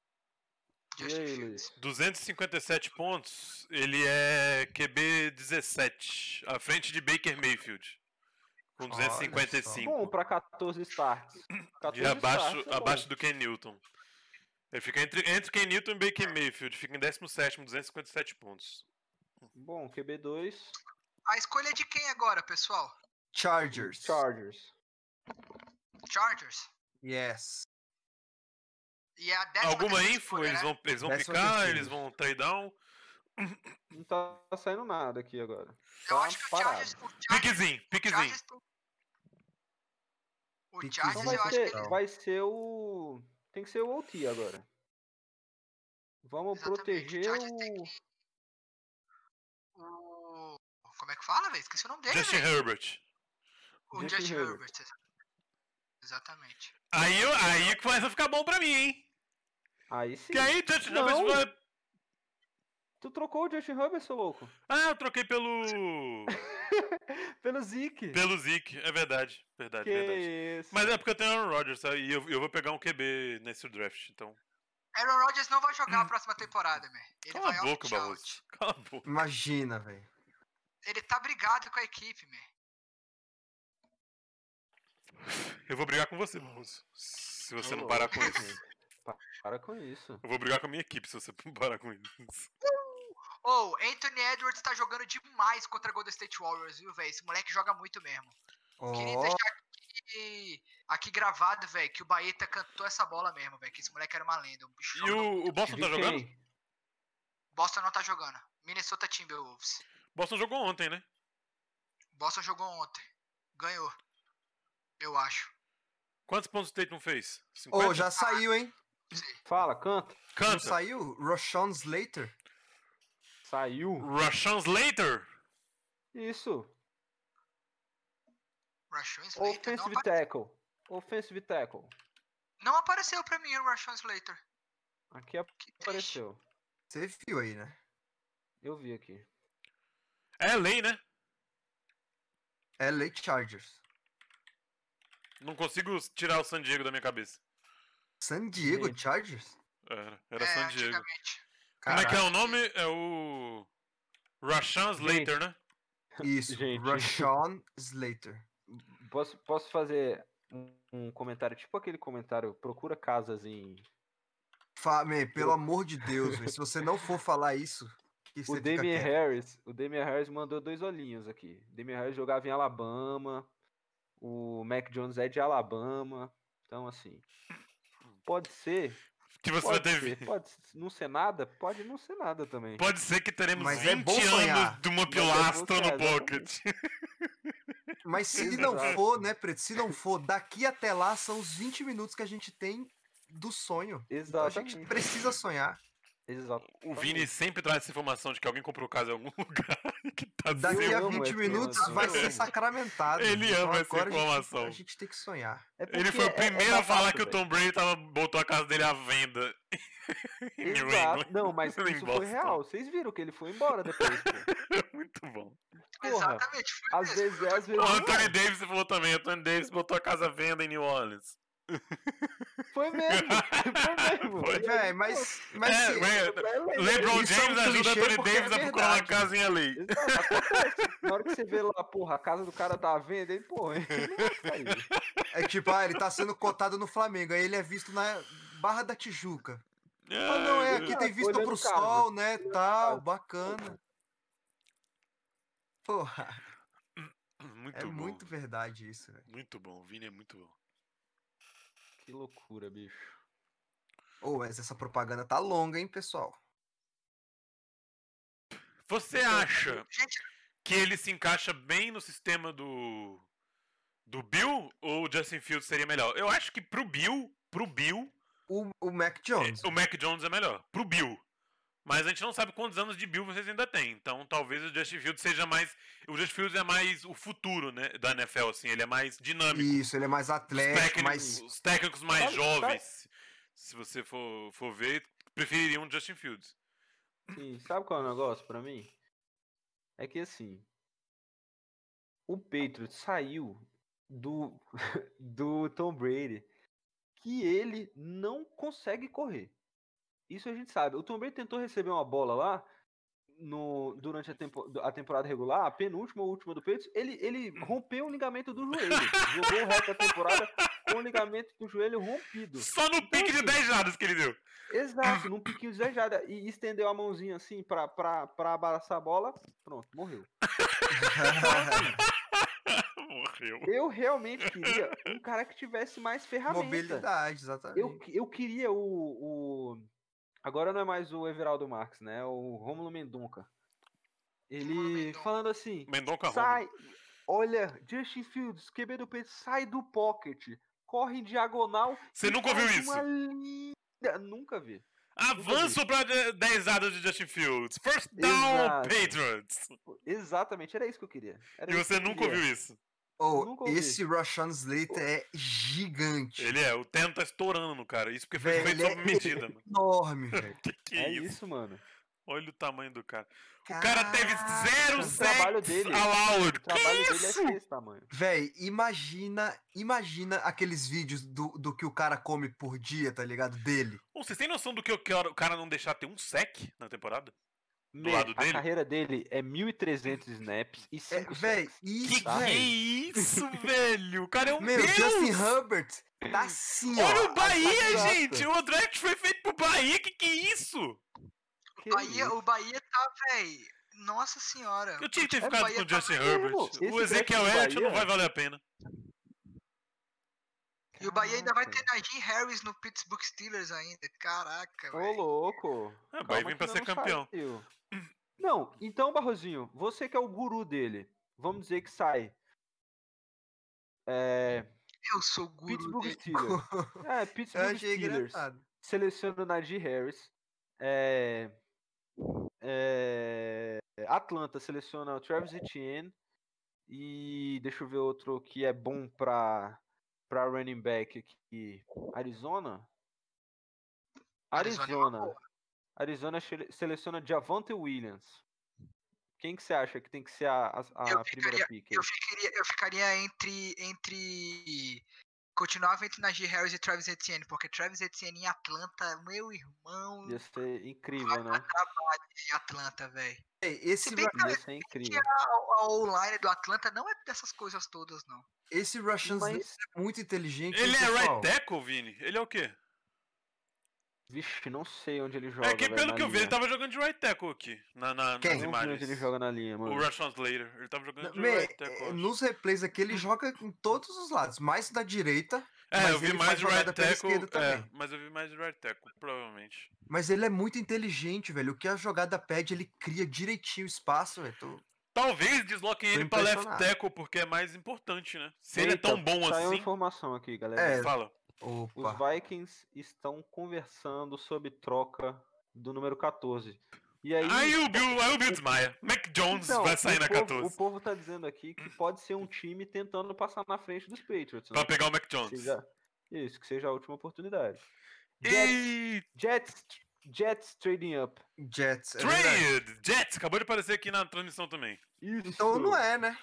S3: E
S2: Justin
S3: aí,
S2: Fields.
S3: Luiz?
S1: 257 pontos, ele é QB 17, à frente de Baker Mayfield, com
S4: Olha
S1: 255.
S3: Bom, pra 14 starts. 14
S1: e abaixo,
S3: starts é
S1: abaixo
S3: bom.
S1: do Ken Newton. Ele fica entre, entre Ken Newton e Baker Mayfield, fica em 17, 257 pontos.
S3: Bom, QB2,
S2: A escolha é de quem agora, pessoal?
S4: Chargers.
S3: Chargers.
S2: Chargers?
S4: Yes.
S2: E é a décima
S1: Alguma
S2: terceira
S1: info?
S2: escolha,
S1: Eles
S2: né?
S1: vão, eles vão
S4: Décima
S1: picar,
S4: terceira.
S1: eles vão trade down.
S3: Não tá saindo nada aqui agora.
S2: Eu
S3: Tá
S2: acho que o
S3: parado.
S2: Chargers. O Chargers,
S1: Piquezinho,
S2: o
S1: piquezinho.
S2: Chargers, tem- o
S4: Piquezinho.
S3: Então
S2: Chargers
S3: vai
S2: Ah, eu acho que
S3: ser,
S2: ele,
S3: vai ser o. Tem que ser o OT agora. Vamos
S2: Exatamente,
S3: proteger
S2: Chargers tem
S3: o.
S2: o. Como é que fala, velho? Esqueci o nome dele,
S1: Justin
S2: velho.
S1: Herbert.
S2: O
S3: Justin
S2: Justin
S3: Herbert.
S2: Herbert. Exatamente.
S1: Aí, eu- aí começa a ficar bom pra mim, hein?
S3: Aí sim.
S1: Que aí, Justin
S3: Não.
S1: Herbert vai.
S3: Tu trocou o Justin Herbert, seu louco?
S1: Ah, eu troquei pelo.
S3: Pelo Zeke.
S1: Pelo Zeke, é verdade. Verdade,
S3: Que
S1: verdade.
S3: isso.
S1: Mas é porque eu tenho Aaron Rodgers, sabe? E eu, eu vou pegar um QB nesse draft, então.
S2: Aaron Rodgers não vai jogar a próxima temporada, man. Ele
S1: Hum. Cala
S2: vai
S1: a boca,
S2: opt-out.
S1: Barroso. Cala a boca.
S4: Imagina, velho.
S2: Ele tá brigado com a equipe, man.
S1: Eu vou brigar com você, Barroso. Se você
S3: Ô,
S1: não parar
S3: louco,
S1: com isso.
S3: Pa- Para com isso.
S1: Eu vou brigar com a minha equipe se você não parar com isso.
S2: Ou, Anthony Edwards tá jogando demais contra a Golden State Warriors, viu, velho? Esse moleque joga muito mesmo. Queria
S4: Ó,
S2: deixar aqui, aqui gravado, velho, que o Baeta cantou essa bola mesmo, velho. Que esse moleque era uma lenda. Um bicho
S1: E o, o Boston tá
S3: De
S1: jogando?
S3: quem?
S2: Boston não tá jogando. Minnesota Timberwolves.
S1: Boston jogou ontem, né?
S2: Boston jogou ontem. Ganhou. Eu acho.
S1: Quantos pontos o Tatum fez? 50?
S4: Ô, já saiu, hein?
S3: Fala, canta.
S4: Não
S1: Canta.
S4: saiu? Roshan Slater?
S3: Saiu.
S1: Rashan Slater?
S3: Isso.
S2: Rashawn Slater não,
S3: Offensive
S2: apa-
S3: tackle. Offensive tackle.
S2: não apareceu pra mim o Rashawn Slater.
S3: Aqui é
S2: Que triste.
S3: apareceu.
S4: Você viu aí, né?
S3: Eu vi aqui.
S1: É lei, né?
S4: LA Chargers.
S1: Não consigo tirar o San Diego da minha cabeça.
S4: San Diego
S3: Gente.
S4: Chargers?
S1: Era, era
S2: é,
S1: San Diego.
S2: antigamente.
S1: Como é que é
S4: Caraca,
S1: o nome? É o. Rashan Slater, né?
S4: Isso,
S3: Gente.
S4: Rashawn Slater.
S3: Posso, posso fazer um- um comentário, tipo aquele comentário, procura casas em.
S4: Fa- man, pelo amor de Deus, véi, se você não for falar isso, que
S3: O
S4: você fica
S3: Damian
S4: quieto.
S3: Harris, o Damian Harris mandou dois olhinhos aqui. Damian Harris jogava em Alabama, o Mac Jones é de Alabama, então assim, pode ser,
S1: Que você vai
S3: pode
S1: ter.
S3: ser, pode s- não ser nada, pode não ser nada também.
S1: Pode ser que teremos
S4: Mas
S1: 20
S4: é bom sonhar.
S1: anos de uma
S3: bom
S1: pilastra no
S3: sonhar,
S1: pocket.
S4: Mas se não
S3: Exato.
S4: for, né, Preto? Se não for, daqui até lá são os 20 minutos que a gente tem do sonho. Então a gente
S3: Exatamente.
S4: precisa sonhar.
S3: Exato.
S1: O Vini sempre traz essa informação de que alguém comprou casa em algum lugar e que tá
S4: Daqui
S1: sem.
S4: a
S3: Eu amo
S4: 20
S3: essa
S4: minutos
S3: informação.
S4: vai ser sacramentado. Então,
S1: Ele ama essa
S4: agora a gente-
S1: informação.
S4: A gente tem que sonhar.
S3: É
S1: Ele
S3: porque
S1: foi
S3: é-
S1: o
S3: é
S1: primeiro a falar
S3: barato,
S1: que o Tom Brady tava, botou a casa dele à venda. em New
S3: velho.
S1: England.
S3: Exato. Não, mas
S1: Em
S3: isso foi
S1: Boston.
S3: real. Vocês viram que ele foi embora depois. pô.
S1: Muito bom.
S3: Porra,
S2: Exatamente, foi
S3: às
S2: mesmo.
S3: vezes, é, às
S1: O
S3: vezes.
S1: Anthony Davis falou também. Anthony Davis botou a casa à venda em New Orleans.
S3: Foi mesmo. Foi mesmo.
S1: Foi.
S4: Véi, mas. mas
S1: é,
S4: se-
S1: ué, LeBron
S4: Isso é um
S1: James ajuda
S4: clichê
S1: Anthony
S4: porque é
S1: Davis a procurar uma
S4: verdade.
S1: casa em LA.
S3: Exato, acontece. Na hora que você vê lá, porra, a casa do cara tá à venda, ele, porra, ele não vai sair.
S4: É tipo, ah, ele tá sendo cotado no Flamengo. Aí ele é visto na Barra da Tijuca. Ah, não, é, aqui tem vista
S3: tá Olhando
S4: pro
S3: casa.
S4: sol, né? Tal, bacana. Porra,
S1: Muito
S4: é
S1: bom.
S4: muito verdade isso, né? velho.
S1: Muito bom. O Vini é muito bom.
S3: Que loucura, bicho.
S4: Ô, mas essa propaganda tá longa, hein, pessoal?
S1: Você acha
S2: Gente,
S1: que ele se encaixa bem no sistema do do Bill ou o Justin Fields seria melhor? Eu acho que pro Bill, pro Bill,
S4: O, o Mac
S1: é,
S4: Jones.
S1: o Mac Jones é melhor. Pro Bill. Mas a gente não sabe quantos anos de Bill vocês ainda têm. Então talvez o Justin Fields seja mais. O Justin Fields é mais o futuro, né? Da NFL, assim. Ele é mais dinâmico.
S4: Isso, ele é mais
S1: os,
S4: atlético,
S1: técnicos,
S4: mais.
S1: os técnicos mais
S3: Sabe-
S1: jovens, se você for, for ver, prefeririam o Justin Fields.
S3: Sim, sabe qual é o negócio pra mim? É que assim. O Patriots saiu do, do Tom Brady que ele não consegue correr. Isso a gente sabe. O Tom Brady tentou receber uma bola lá no, durante a, tempo- a temporada regular, a penúltima ou última do Patriots, ele, ele rompeu o ligamento do joelho. Jogou o resto da temporada com o ligamento do joelho rompido.
S1: Só no pique de
S3: assim,
S1: 10 jardas que ele deu. Ah.
S3: Exato, num piquinho desejado. E estendeu a mãozinha assim pra, pra, pra abraçar a bola. Pronto, morreu.
S1: Morreu.
S3: Eu realmente queria um cara que tivesse mais ferramenta.
S4: Mobilidade, exatamente.
S3: Eu, que- eu queria o, o. Agora não é mais o Everaldo Marques, né? É O Rômulo Mendonca.
S2: Rômulo
S3: Ele
S2: Mendonca.
S3: falando assim:
S1: Mendonca Romo.
S3: sai, olha, Justin Fields, QB do peito, sai do pocket, corre em diagonal.
S1: Você
S3: e
S1: nunca ouviu
S3: faz
S1: isso?
S3: Uma linda... Nunca vi.
S1: Avanço pra 10 jardas de Justin Fields. First down,
S3: Exato.
S1: Patriots.
S3: Exatamente, era isso que eu queria. era
S1: E
S3: isso que
S1: você
S3: eu
S1: nunca
S3: queria.
S1: ouviu isso.
S4: Ô,
S3: nunca ouvi.
S4: esse Roshan Slater é gigante.
S1: Ele é, o Teno tá estourando no cara. Isso porque foi
S4: Velho,
S1: feito
S4: ele é-
S1: sob medida, mano.
S4: Enorme, velho.
S1: Que que é
S3: É
S1: isso?
S3: isso, mano.
S1: Olha o tamanho do cara. O cara teve
S4: Caraca.
S1: zero
S3: O trabalho
S1: sacks
S3: dele-
S1: allowed.
S3: O trabalho
S1: é Que
S3: dele é
S1: isso?
S3: ser esse tamanho.
S4: Véi, imagina, imagina aqueles vídeos do, do que o cara come por dia, tá ligado? Dele.
S1: Ô, Vocês têm noção do que eu quero o cara não deixar ter um sec na temporada?
S3: Meu,
S1: lado
S3: a
S1: dele?
S3: carreira dele é 1.300 snaps e
S4: É,
S3: 5
S4: véi,
S3: sacks.
S1: Que
S4: isso,
S1: que
S3: Tá.
S1: é
S4: véi.
S1: isso, velho? O cara é um
S4: Meu,
S1: deus!
S4: Justin Herbert tá assim,
S1: Olha
S4: ó.
S1: o Bahia,
S3: exato.
S1: gente! O draft foi feito pro Bahia, que que é isso?
S3: Que
S2: Bahia,
S3: isso?
S2: o Bahia tá, véi. Nossa senhora.
S1: Eu tinha que ter
S2: É, o
S1: ficado
S2: Bahia
S1: com o
S2: tá
S1: Justin
S3: mesmo.
S1: Herbert.
S3: Esse
S1: O
S3: draft
S1: Ezequiel
S3: do
S1: Elliott não
S3: Bahia-
S1: vai valer a pena.
S2: E o Bahia ainda vai ter
S3: Caraca.
S2: Najee Harris no Pittsburgh Steelers ainda. Caraca,
S3: Ô,
S2: velho.
S3: louco.
S1: É, o Bahia
S3: Calma
S1: vem
S3: que
S1: pra
S3: ainda
S1: ser
S3: não
S1: campeão.
S3: saiu. Não, então, Barrozinho, você que é o guru dele, vamos dizer que sai. É.
S2: Eu sou o guru
S3: Pittsburgh
S2: dele.
S3: Steelers. É,
S4: Eu
S3: Pittsburgh
S4: achei
S3: Steelers.
S4: engraçado.
S3: seleciona o Najee Harris. É, é, Atlanta seleciona o Travis Etienne. E deixa eu ver outro que é bom pra, pra running back aqui. Arizona?
S2: Arizona é uma
S3: Arizona.
S2: boa.
S3: Arizona sele- seleciona Javante Williams. Quem que você acha que tem que ser a, a, a
S2: Eu
S3: primeira pick? aí?
S2: Eu ficaria, eu ficaria entre. entre. Continuava entre Najee Harris e Travis Etienne, porque Travis Etienne em Atlanta, meu irmão,
S3: Ia ser
S2: vai
S3: incrível,
S2: dar
S3: né?
S2: trabalho em Atlanta, velho.
S4: Véi, É, esse,
S2: Se bem
S4: Ra-
S2: que
S3: Ia ser incrível.
S2: a, a online do Atlanta não é dessas coisas todas, não.
S4: esse Roshan Slater
S3: Mas,
S4: é muito inteligente. hein,
S1: Ele é right
S4: pessoal?
S1: tackle, Vini? Ele é o quê?
S3: vixe, não sei onde ele joga.
S1: É que
S3: velho,
S1: pelo
S3: na
S1: que eu vi, ele
S3: linha.
S1: tava jogando de right tackle aqui. Na, na,
S4: Quem?
S1: nas
S3: Não sei onde
S1: imagens.
S3: ele joga na linha, mano.
S1: O Rashawn Slater. Ele tava jogando de
S4: Meu,
S1: right tackle.
S4: é,
S1: acho.
S4: nos replays aqui ele joga com todos os lados, mais da direita,
S1: É,
S4: mas
S1: eu vi
S4: ele
S1: mais
S4: faz
S1: de
S4: jogada
S1: right
S4: pela
S1: tackle.
S4: esquerda
S1: é,
S4: também.
S1: mas eu vi mais de right tackle, provavelmente.
S4: mas ele é muito inteligente, velho. O que a jogada pede, ele cria direitinho o espaço, velho. Tô-
S1: Talvez desloquem
S4: Tô
S1: ele pra left
S4: impressionado.
S1: tackle, porque é mais importante, né? Se ele é
S3: Eita,
S1: tão bom
S3: Saiu um uma
S1: assim,
S3: informação aqui, galera.
S4: É,
S1: fala.
S3: Os
S4: Opa.
S3: Vikings estão conversando sobre troca do número 14. E aí,
S1: Aí o Bill, aí o Bill desmaia. Mac Jones
S3: então,
S1: vai sair
S3: o
S1: na
S3: povo-
S1: 14
S3: O povo tá dizendo aqui que pode ser um time tentando passar na frente dos Patriots. né?
S1: pra pegar o Mac
S3: Que
S1: Jones.
S3: seja- isso, que seja a última oportunidade. Jets,
S1: E
S3: Jets, Jets trading up.
S4: Jets. é verdade.
S1: Trade! Jets, acabou de aparecer aqui na transmissão também.
S3: Isso.
S4: então não é, né?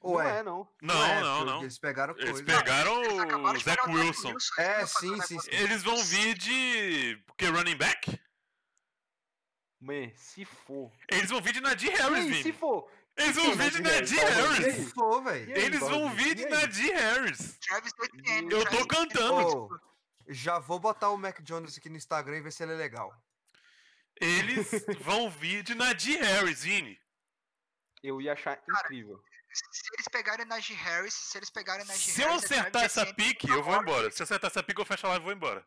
S4: Ou
S3: Não
S4: é?
S3: é, não.
S1: Não,
S4: é,
S1: não,
S4: porque
S1: não.
S4: Eles pegaram
S1: Eles
S4: coisa.
S1: pegaram
S2: Eles acabaram
S1: o
S2: de
S1: Zach
S2: pegar Doug
S1: Wilson.
S2: Wilson,
S4: É,
S2: pra fazer
S4: sim,
S2: um
S4: sim,
S2: negócio.
S4: sim.
S1: Eles vão vir de. Porque running back?
S3: Man, se for.
S1: Eles vão vir de Nadir
S3: E
S1: Harris,
S3: aí, se
S1: Vini.
S3: for.
S1: Eles vão vir de
S3: Nadir
S1: Nadir
S3: Harris, tá bom.
S1: Harris.
S4: Eles for,
S3: E
S4: velho.
S3: aí,
S1: Eles vão
S3: Baldi?
S1: vir
S3: E
S1: de
S3: aí?
S1: Nadir Harris.
S2: Travis Etienne,
S1: Eu
S2: Travis
S1: tô
S2: Etienne.
S1: cantando. tipo.
S4: Ô, já vou botar o Mac Jones aqui no Instagram e ver se ele é legal.
S1: Eles vão vir de Nadir Harris, Vini.
S3: Eu ia achar incrível.
S2: Se eles pegarem Najee Harris, se eles pegarem Najee
S1: Se eu
S2: Harris... é
S1: acertar
S2: Travis
S1: essa
S2: Etienne.
S1: pique, eu vou embora. Se eu acertar essa pique, eu fecho a live e vou embora.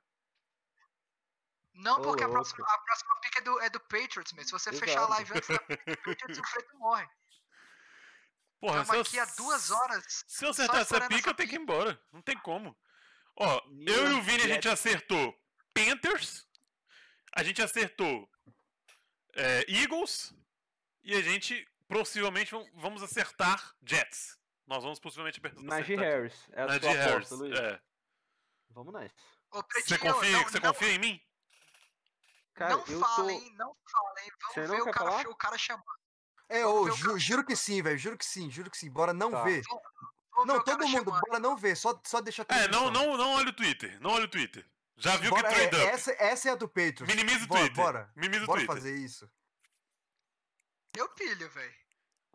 S2: Não,
S3: Ô,
S2: porque a,
S3: louco.
S2: próxima, a próxima pick é do, é do Patriots, mesmo. Se você fechar a
S3: Exato.
S2: live antes da pick do Patriots, o Fredo morre.
S1: Porra, se
S2: Estamos
S1: eu...
S2: aqui há duas horas.
S1: Se eu
S2: só
S1: acertar essa
S2: explorando
S1: pique,
S2: essa
S1: eu tenho que ir
S2: pique.
S1: embora. Não tem como. Ó,
S3: New
S1: eu e o
S3: York
S1: Vini, a gente
S3: Jets.
S1: acertou Panthers, a gente acertou é, Eagles e a gente possivelmente vam- vamos acertar Jets. Nós vamos possivelmente acertar.
S3: Najee Harris. É a
S1: tá Najee
S3: sua aposta,
S1: Harris,
S3: Luiz.
S1: é.
S3: Vamos nessa.
S2: Ô,
S1: Você
S2: Pretinho,
S1: confia,
S2: não,
S1: você
S2: não,
S1: confia em mim?
S3: Cara,
S2: não
S3: eu tô.
S2: falem, não falem. Vamos
S3: Você não
S2: ver o
S3: quer
S2: cara,
S3: falar?
S2: o cara chamando.
S4: É,
S2: Vamos
S4: ô,
S2: ver o
S4: ju-
S2: cara-
S4: juro que sim, velho. Juro que sim, juro que sim. Bora não
S3: Tá.
S4: ver.
S2: Vamos ver
S4: Não,
S2: o cara
S4: todo mundo,
S2: chamando.
S4: bora não ver. Só, só deixa
S1: É, não,
S4: transmissão.
S1: não, não olha o Twitter. Não olha o Twitter. Já viu
S4: Bora,
S1: que
S4: é,
S1: trade up.
S4: essa, essa é a do Patriots.
S1: Minimiza o
S4: Bora,
S1: Twitter.
S4: bora.
S1: Minimiza o
S4: Bora
S1: Twitter.
S4: fazer isso.
S2: Eu pilho, velho.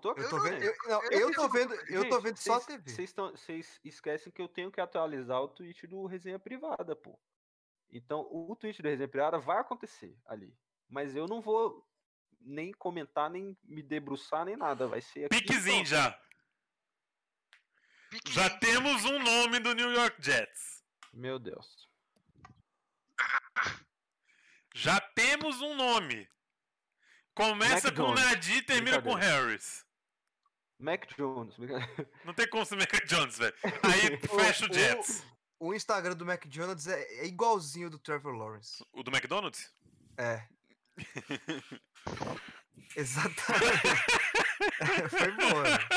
S3: tô
S4: Eu tô
S2: não
S4: vendo,
S2: tenho.
S4: eu, não,
S2: Eu
S4: eu
S2: não
S4: tô
S2: tenho.
S4: vendo, eu tô
S3: Gente,
S4: vendo só a
S3: vocês-
S4: TV.
S3: Vocês tão- Vocês esquecem que eu tenho que atualizar o tweet do Resenha Privada, pô. Então, o tweet do Resenha Privada vai acontecer ali. Mas eu não vou nem comentar, nem me debruçar, nem nada. Vai ser aqui.
S1: Piquezinho
S3: pronto.
S1: já.
S2: Pique
S1: Já
S2: em-
S1: temos um nome do New York Jets.
S3: Meu Deus.
S1: Já temos um nome. Começa
S3: Mac
S1: com
S3: Jones.
S1: Nadir e termina com Harris.
S3: Mac Jones. brincadeira.
S1: Não tem como ser Mac Jones, velho. Aí fecha o Jets.
S4: O Instagram do Mac Jones é, é igualzinho do Trevor Lawrence.
S1: O do McDonald's?
S4: É. Exatamente. É, Foi boa. velho.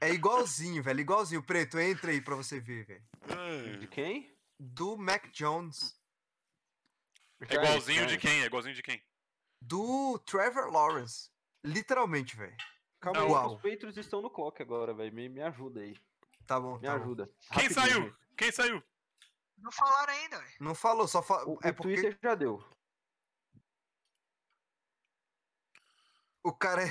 S4: É igualzinho, velho. Igualzinho. Preto, entra aí pra você ver, velho.
S3: De quem?
S4: Do Mac Jones.
S1: É igualzinho de quem? É igualzinho de quem?
S4: Do Trevor Lawrence. Literalmente, velho.
S3: Calma aí,
S4: Igual.
S3: os Patriots estão no clock agora, velho. Me, me ajuda aí.
S4: Tá bom,
S3: Me
S4: tá bom.
S3: ajuda.
S1: Quem
S3: Rapidinho,
S1: saiu?
S3: gente.
S1: Quem saiu?
S2: Não falaram ainda, velho.
S4: Não falou, só
S3: O,
S4: falou. É
S3: o
S4: porque
S3: Twitter já deu.
S4: o cara é.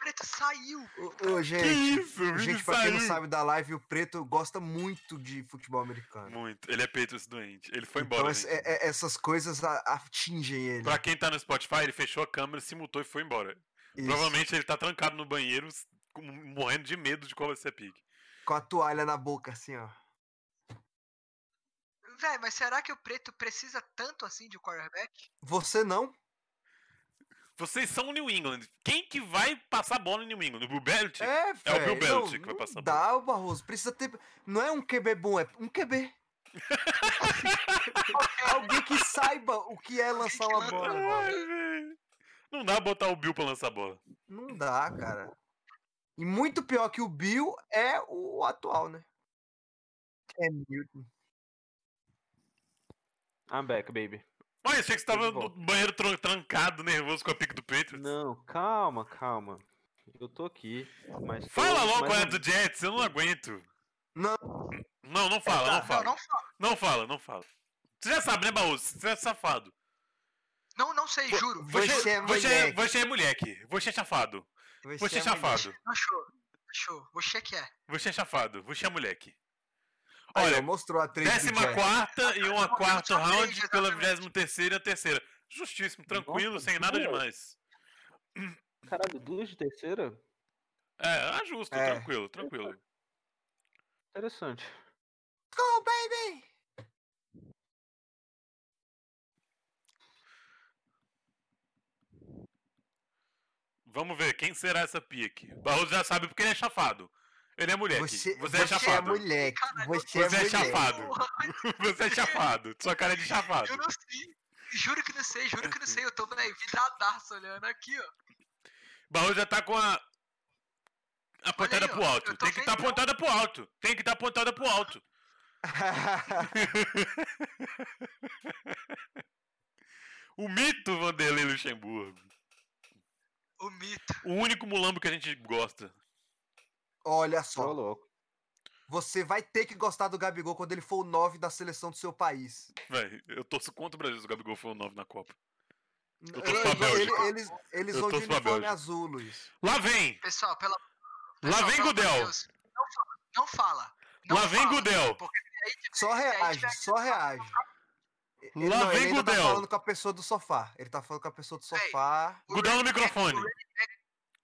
S2: Preto saiu.
S4: Ô, ô,
S1: Que
S4: gente.
S1: isso? O Vini
S4: Gente, pra quem
S1: saiu.
S4: não sabe da live, o Preto gosta muito de futebol americano.
S1: Muito. Ele é Patriots doente. Ele foi
S4: então,
S1: embora.
S4: essa-
S1: gente.
S4: é- é- essas coisas a- atingem ele.
S1: Pra quem tá no Spotify, ele fechou a câmera, se mutou e foi embora.
S4: Isso,
S1: Provavelmente ele tá trancado no banheiro, s- com- morrendo de medo de qual vai ser a pique.
S4: Com a toalha na boca, assim, ó.
S2: Véi, mas será que o Preto precisa tanto assim de um quarterback?
S4: Você não?
S1: Vocês são o New England. Quem que vai passar bola em New England? O Bill Belichick?
S4: É, velho.
S1: Bill
S4: não,
S1: Belichick que vai
S4: não
S1: passar a
S4: Dá, o Barroso. Precisa ter. Não é um QB bom, é um QB. Alguém que saiba o que é lançar uma bola.
S1: Ai,
S4: velho.
S1: velho. Não dá botar o Bill pra lançar a bola.
S4: Não dá, cara. E muito pior que o Bill é o atual, né? É Newton.
S3: I'm back, baby.
S1: Mas achei que você tava
S3: de
S1: no
S3: volta.
S1: banheiro tran- trancado, nervoso com a pique do Patriots.
S3: Não, calma, calma. Eu tô aqui, mas. tô-
S1: Fala logo
S3: mas
S1: qual é
S3: não-
S1: a do Jets, eu não aguento.
S4: Não.
S1: Não, não fala, não
S2: Não,
S1: fala.
S2: não, fa-
S1: Não fala, não fala. Você já sabe, né, Baú? Você é safado.
S2: não, não sei, juro.
S4: Você
S1: Você,
S4: é
S1: você, é,
S4: moleque.
S1: você é moleque. Você é chafado. Você é chafado.
S2: Não achou. Achou. Você que é.
S1: Você é chafado. Você é moleque.
S4: Olha,
S1: Olha,
S4: mostrou a trade do
S1: décima
S4: Jets.
S1: quarta e uma
S2: Uma
S1: quarta
S2: última trade,
S1: round pela
S2: exatamente.
S1: vigésima terceira e a terceira. Justíssimo, tranquilo,
S3: Nossa,
S1: sem nada
S3: boa.
S1: demais.
S3: Caralho, duas de terceira?
S1: É, ah, justo,
S4: É.
S1: tranquilo, tranquilo.
S3: Interessante.
S4: Go, baby!
S1: Vamos ver, quem será essa pique? Barroso já sabe porque ele é chafado. Ele é moleque. Você, é chafado.
S4: moleque. Você,
S1: Você é
S4: moleque.
S1: chafado.
S2: Porra,
S1: você é chafado. Sua cara é de chafado.
S2: eu não sei. Juro que não sei, juro que não sei. Eu tô véi, vidradaço olhando aqui, ó.
S1: Barroso já tá com a. Apontada
S2: aí, ó,
S1: pro alto.
S2: eu tô
S1: Tem que estar tá
S2: vendo, ó.
S1: apontada pro alto. Tem que estar tá apontada pro alto. o mito Vanderlei Luxemburgo.
S2: O mito.
S1: O único mulambo que a gente gosta.
S4: Olha
S3: Tô
S4: só,
S3: louco.
S4: você vai ter que gostar do Gabigol quando ele for o 9 da seleção do seu país.
S1: Véi, eu torço contra o Brasil se o Gabigol for o 9 na Copa. Eu torço pra
S4: Ele-
S1: Bélgica.
S4: ele- eles eles
S1: Eu
S4: vão de
S1: torço pra
S4: uniforme
S1: Bélgica.
S4: azul, Luiz.
S1: Lá vem!
S2: Pessoal, pela.
S1: Lá
S2: pessoal,
S1: vem
S2: pelo amor de
S1: Gudel!
S2: Deus, Não fala. Não fala. Não
S1: Lá vem
S2: fala,
S1: Gudel!
S2: Porque aí,
S4: Só
S2: aí
S4: reage,
S2: tiver-
S4: só reage. Ele-
S1: Lá
S4: não,
S1: vem
S4: ele ainda tá
S1: Gudel.
S4: falando com a pessoa do sofá. Ele tá falando com a pessoa do
S2: Ei.
S4: sofá.
S2: o
S1: Gudel no
S2: running back-
S1: microfone.
S2: O running back,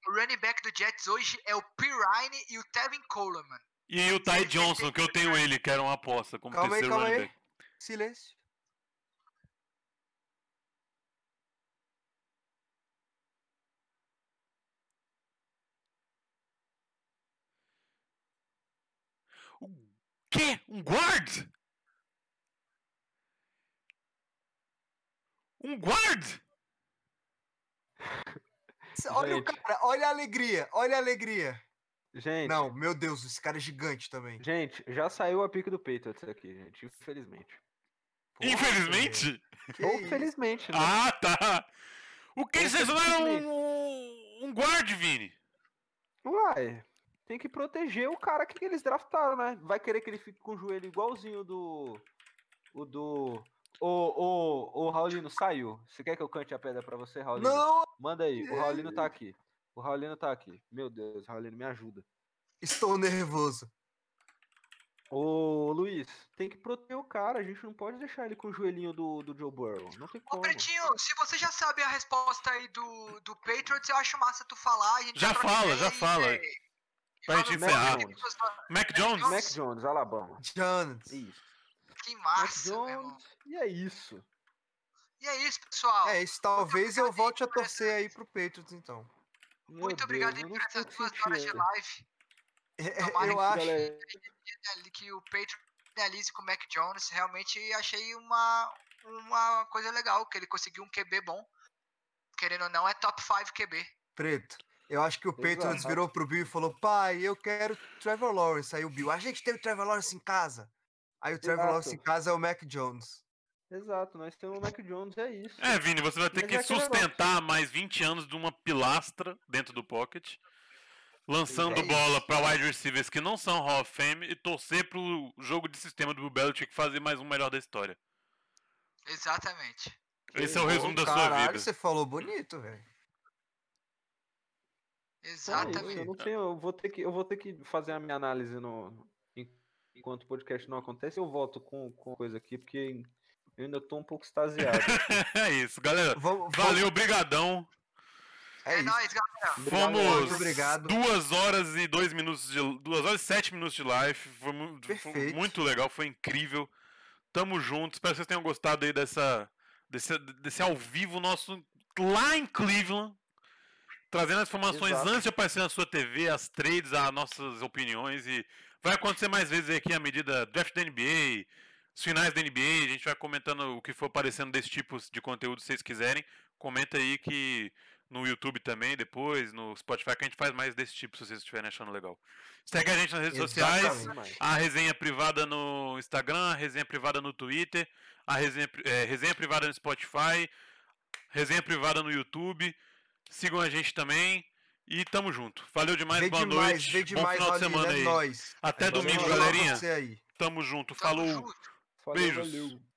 S2: o running back do Jets hoje é o Pirine e o Tevin Coleman.
S1: E o Ty Johnson, que eu tenho ele, que era uma aposta como
S4: Calma aí,
S1: terceiro
S4: calma
S1: running
S4: aí.
S1: back.
S4: Silêncio.
S1: O quê? Um guard? Um guard?
S4: Cê- Olha o
S3: Gente.
S4: cara, olha a alegria, olha a alegria.
S3: Gente,
S4: Não, meu Deus, esse cara é gigante também.
S3: gente, já saiu a pique do Patriots aqui, gente. Infelizmente.
S4: Pô,
S1: Infelizmente.
S4: que
S3: Ou
S4: isso.
S3: felizmente, né?
S1: Ah, tá. O que
S4: é
S1: vocês usaram
S3: Infelizmente.
S1: um, um guard, Vini? Ah.
S3: Uai, tem que proteger o cara que eles draftaram, né? Vai querer que ele fique com o joelho igualzinho do. O do. O, o, o Raulino saiu. Você quer que eu cante a pedra pra você, Raulino?
S4: Não,
S3: Manda aí. O Raulino tá aqui. O Raulino tá aqui. Meu Deus, Raulino, me ajuda.
S4: estou nervoso.
S3: Ô, Luiz, tem que proteger o cara. A gente não pode deixar ele com o joelhinho do, do Joe Burrow. Não tem
S2: Ô,
S3: como.
S2: Pretinho, se você já sabe a resposta aí do, do Patriots, eu acho massa tu falar. A gente
S1: Já
S2: troca
S1: fala,
S2: ideia
S1: já
S2: e,
S1: fala.
S2: véi,
S4: Ah,
S1: Pra gente
S2: fala
S1: encerrar.
S2: sobre as suas-
S1: Mac Jones?
S3: Mac Jones, Alabama. É
S4: Jonas.
S3: Isso.
S2: Que
S3: Mac
S2: massa, meu irmão.
S3: Jones. E é isso.
S2: E é isso, pessoal.
S4: É isso, talvez eu volte a torcer aí pro Patriots, então.
S3: Meu
S2: Muito obrigado
S3: Deus,
S2: aí
S3: eu
S2: por
S3: não
S2: essas
S3: sei
S2: duas
S3: sentir
S2: horas de
S3: ele.
S2: live. Tomara
S4: É, Eu
S2: que
S4: acho.
S3: Galera,
S2: Que o Patriots finalize com o Mac Jones. Realmente achei uma, uma coisa legal, que ele conseguiu um QB bom. Querendo ou não, é top 5 QB.
S4: Preto. Eu acho que o Patriots
S3: Exato.
S4: virou pro Bill e falou: pai, eu quero Trevor Lawrence. Aí o Bill, a gente tem o Trevor Lawrence em casa. Aí o Trevor
S3: Exato.
S4: Lawrence em casa é o Mac Jones.
S3: Exato, nós temos o Mac Jones, é isso.
S1: É, Vini, você vai ter
S3: Mas
S1: que
S3: é aquele negócio.
S1: sustentar mais 20 anos de uma pilastra dentro do pocket, lançando
S4: É
S1: bola pra wide receivers que não são Hall of Fame e torcer pro jogo de sistema do Bill Belichick fazer mais um melhor da história.
S2: Exatamente.
S1: Esse é o
S4: Pô,
S1: resumo da sua
S4: Caralho,
S1: vida.
S4: você falou bonito, velho.
S3: Então é isso, Eu
S2: Exatamente.
S3: não tenho, eu vou ter que, eu vou ter que fazer a minha análise no en- enquanto o podcast não acontece, eu volto com com coisa aqui porque eu ainda tô um pouco extasiado.
S1: é isso, galera.
S4: Vamos, vamos-
S1: Valeu, brigadão.
S4: É
S2: É,
S4: isso.
S2: nóis, galera.
S3: Obrigado,
S1: Fomos
S4: muito obrigado.
S1: duas horas e dois minutos de duas horas e sete minutos de live. Foi, mu- foi
S4: Perfeito.
S1: muito legal, foi incrível. Tamo junto. Espero que vocês tenham gostado aí dessa desse, desse ao vivo nosso lá em Cleveland, trazendo as informações
S3: Exato.
S1: antes de aparecer na sua TV, as trades, as nossas opiniões e vai acontecer mais vezes aqui à medida draft da NBA, os finais da NBA, a gente vai comentando o que for aparecendo desse tipo de conteúdo se vocês quiserem. Comenta aí que no YouTube também, depois, no Spotify, que a gente faz mais desse tipo, se vocês estiverem achando legal. Segue a gente nas redes sociais,
S4: Exatamente.
S3: demais.
S1: a resenha privada no Instagram, a resenha privada no Twitter, a resenha, pri- eh, resenha privada no Spotify, resenha privada no YouTube. Sigam a gente também e tamo junto. Valeu demais,
S4: Vê
S1: boa
S4: demais,
S1: noite.
S4: vê demais,
S1: Bom final de
S4: Valino,
S1: semana
S4: é
S1: aí.
S4: nóis.
S1: Até
S3: É nóis.
S1: domingo,
S3: Valeu,
S1: galerinha.
S4: Você aí.
S1: Tamo junto.
S2: Tamo
S1: Falou.
S2: junto.
S3: Falou,
S1: Beijos.
S3: valeu.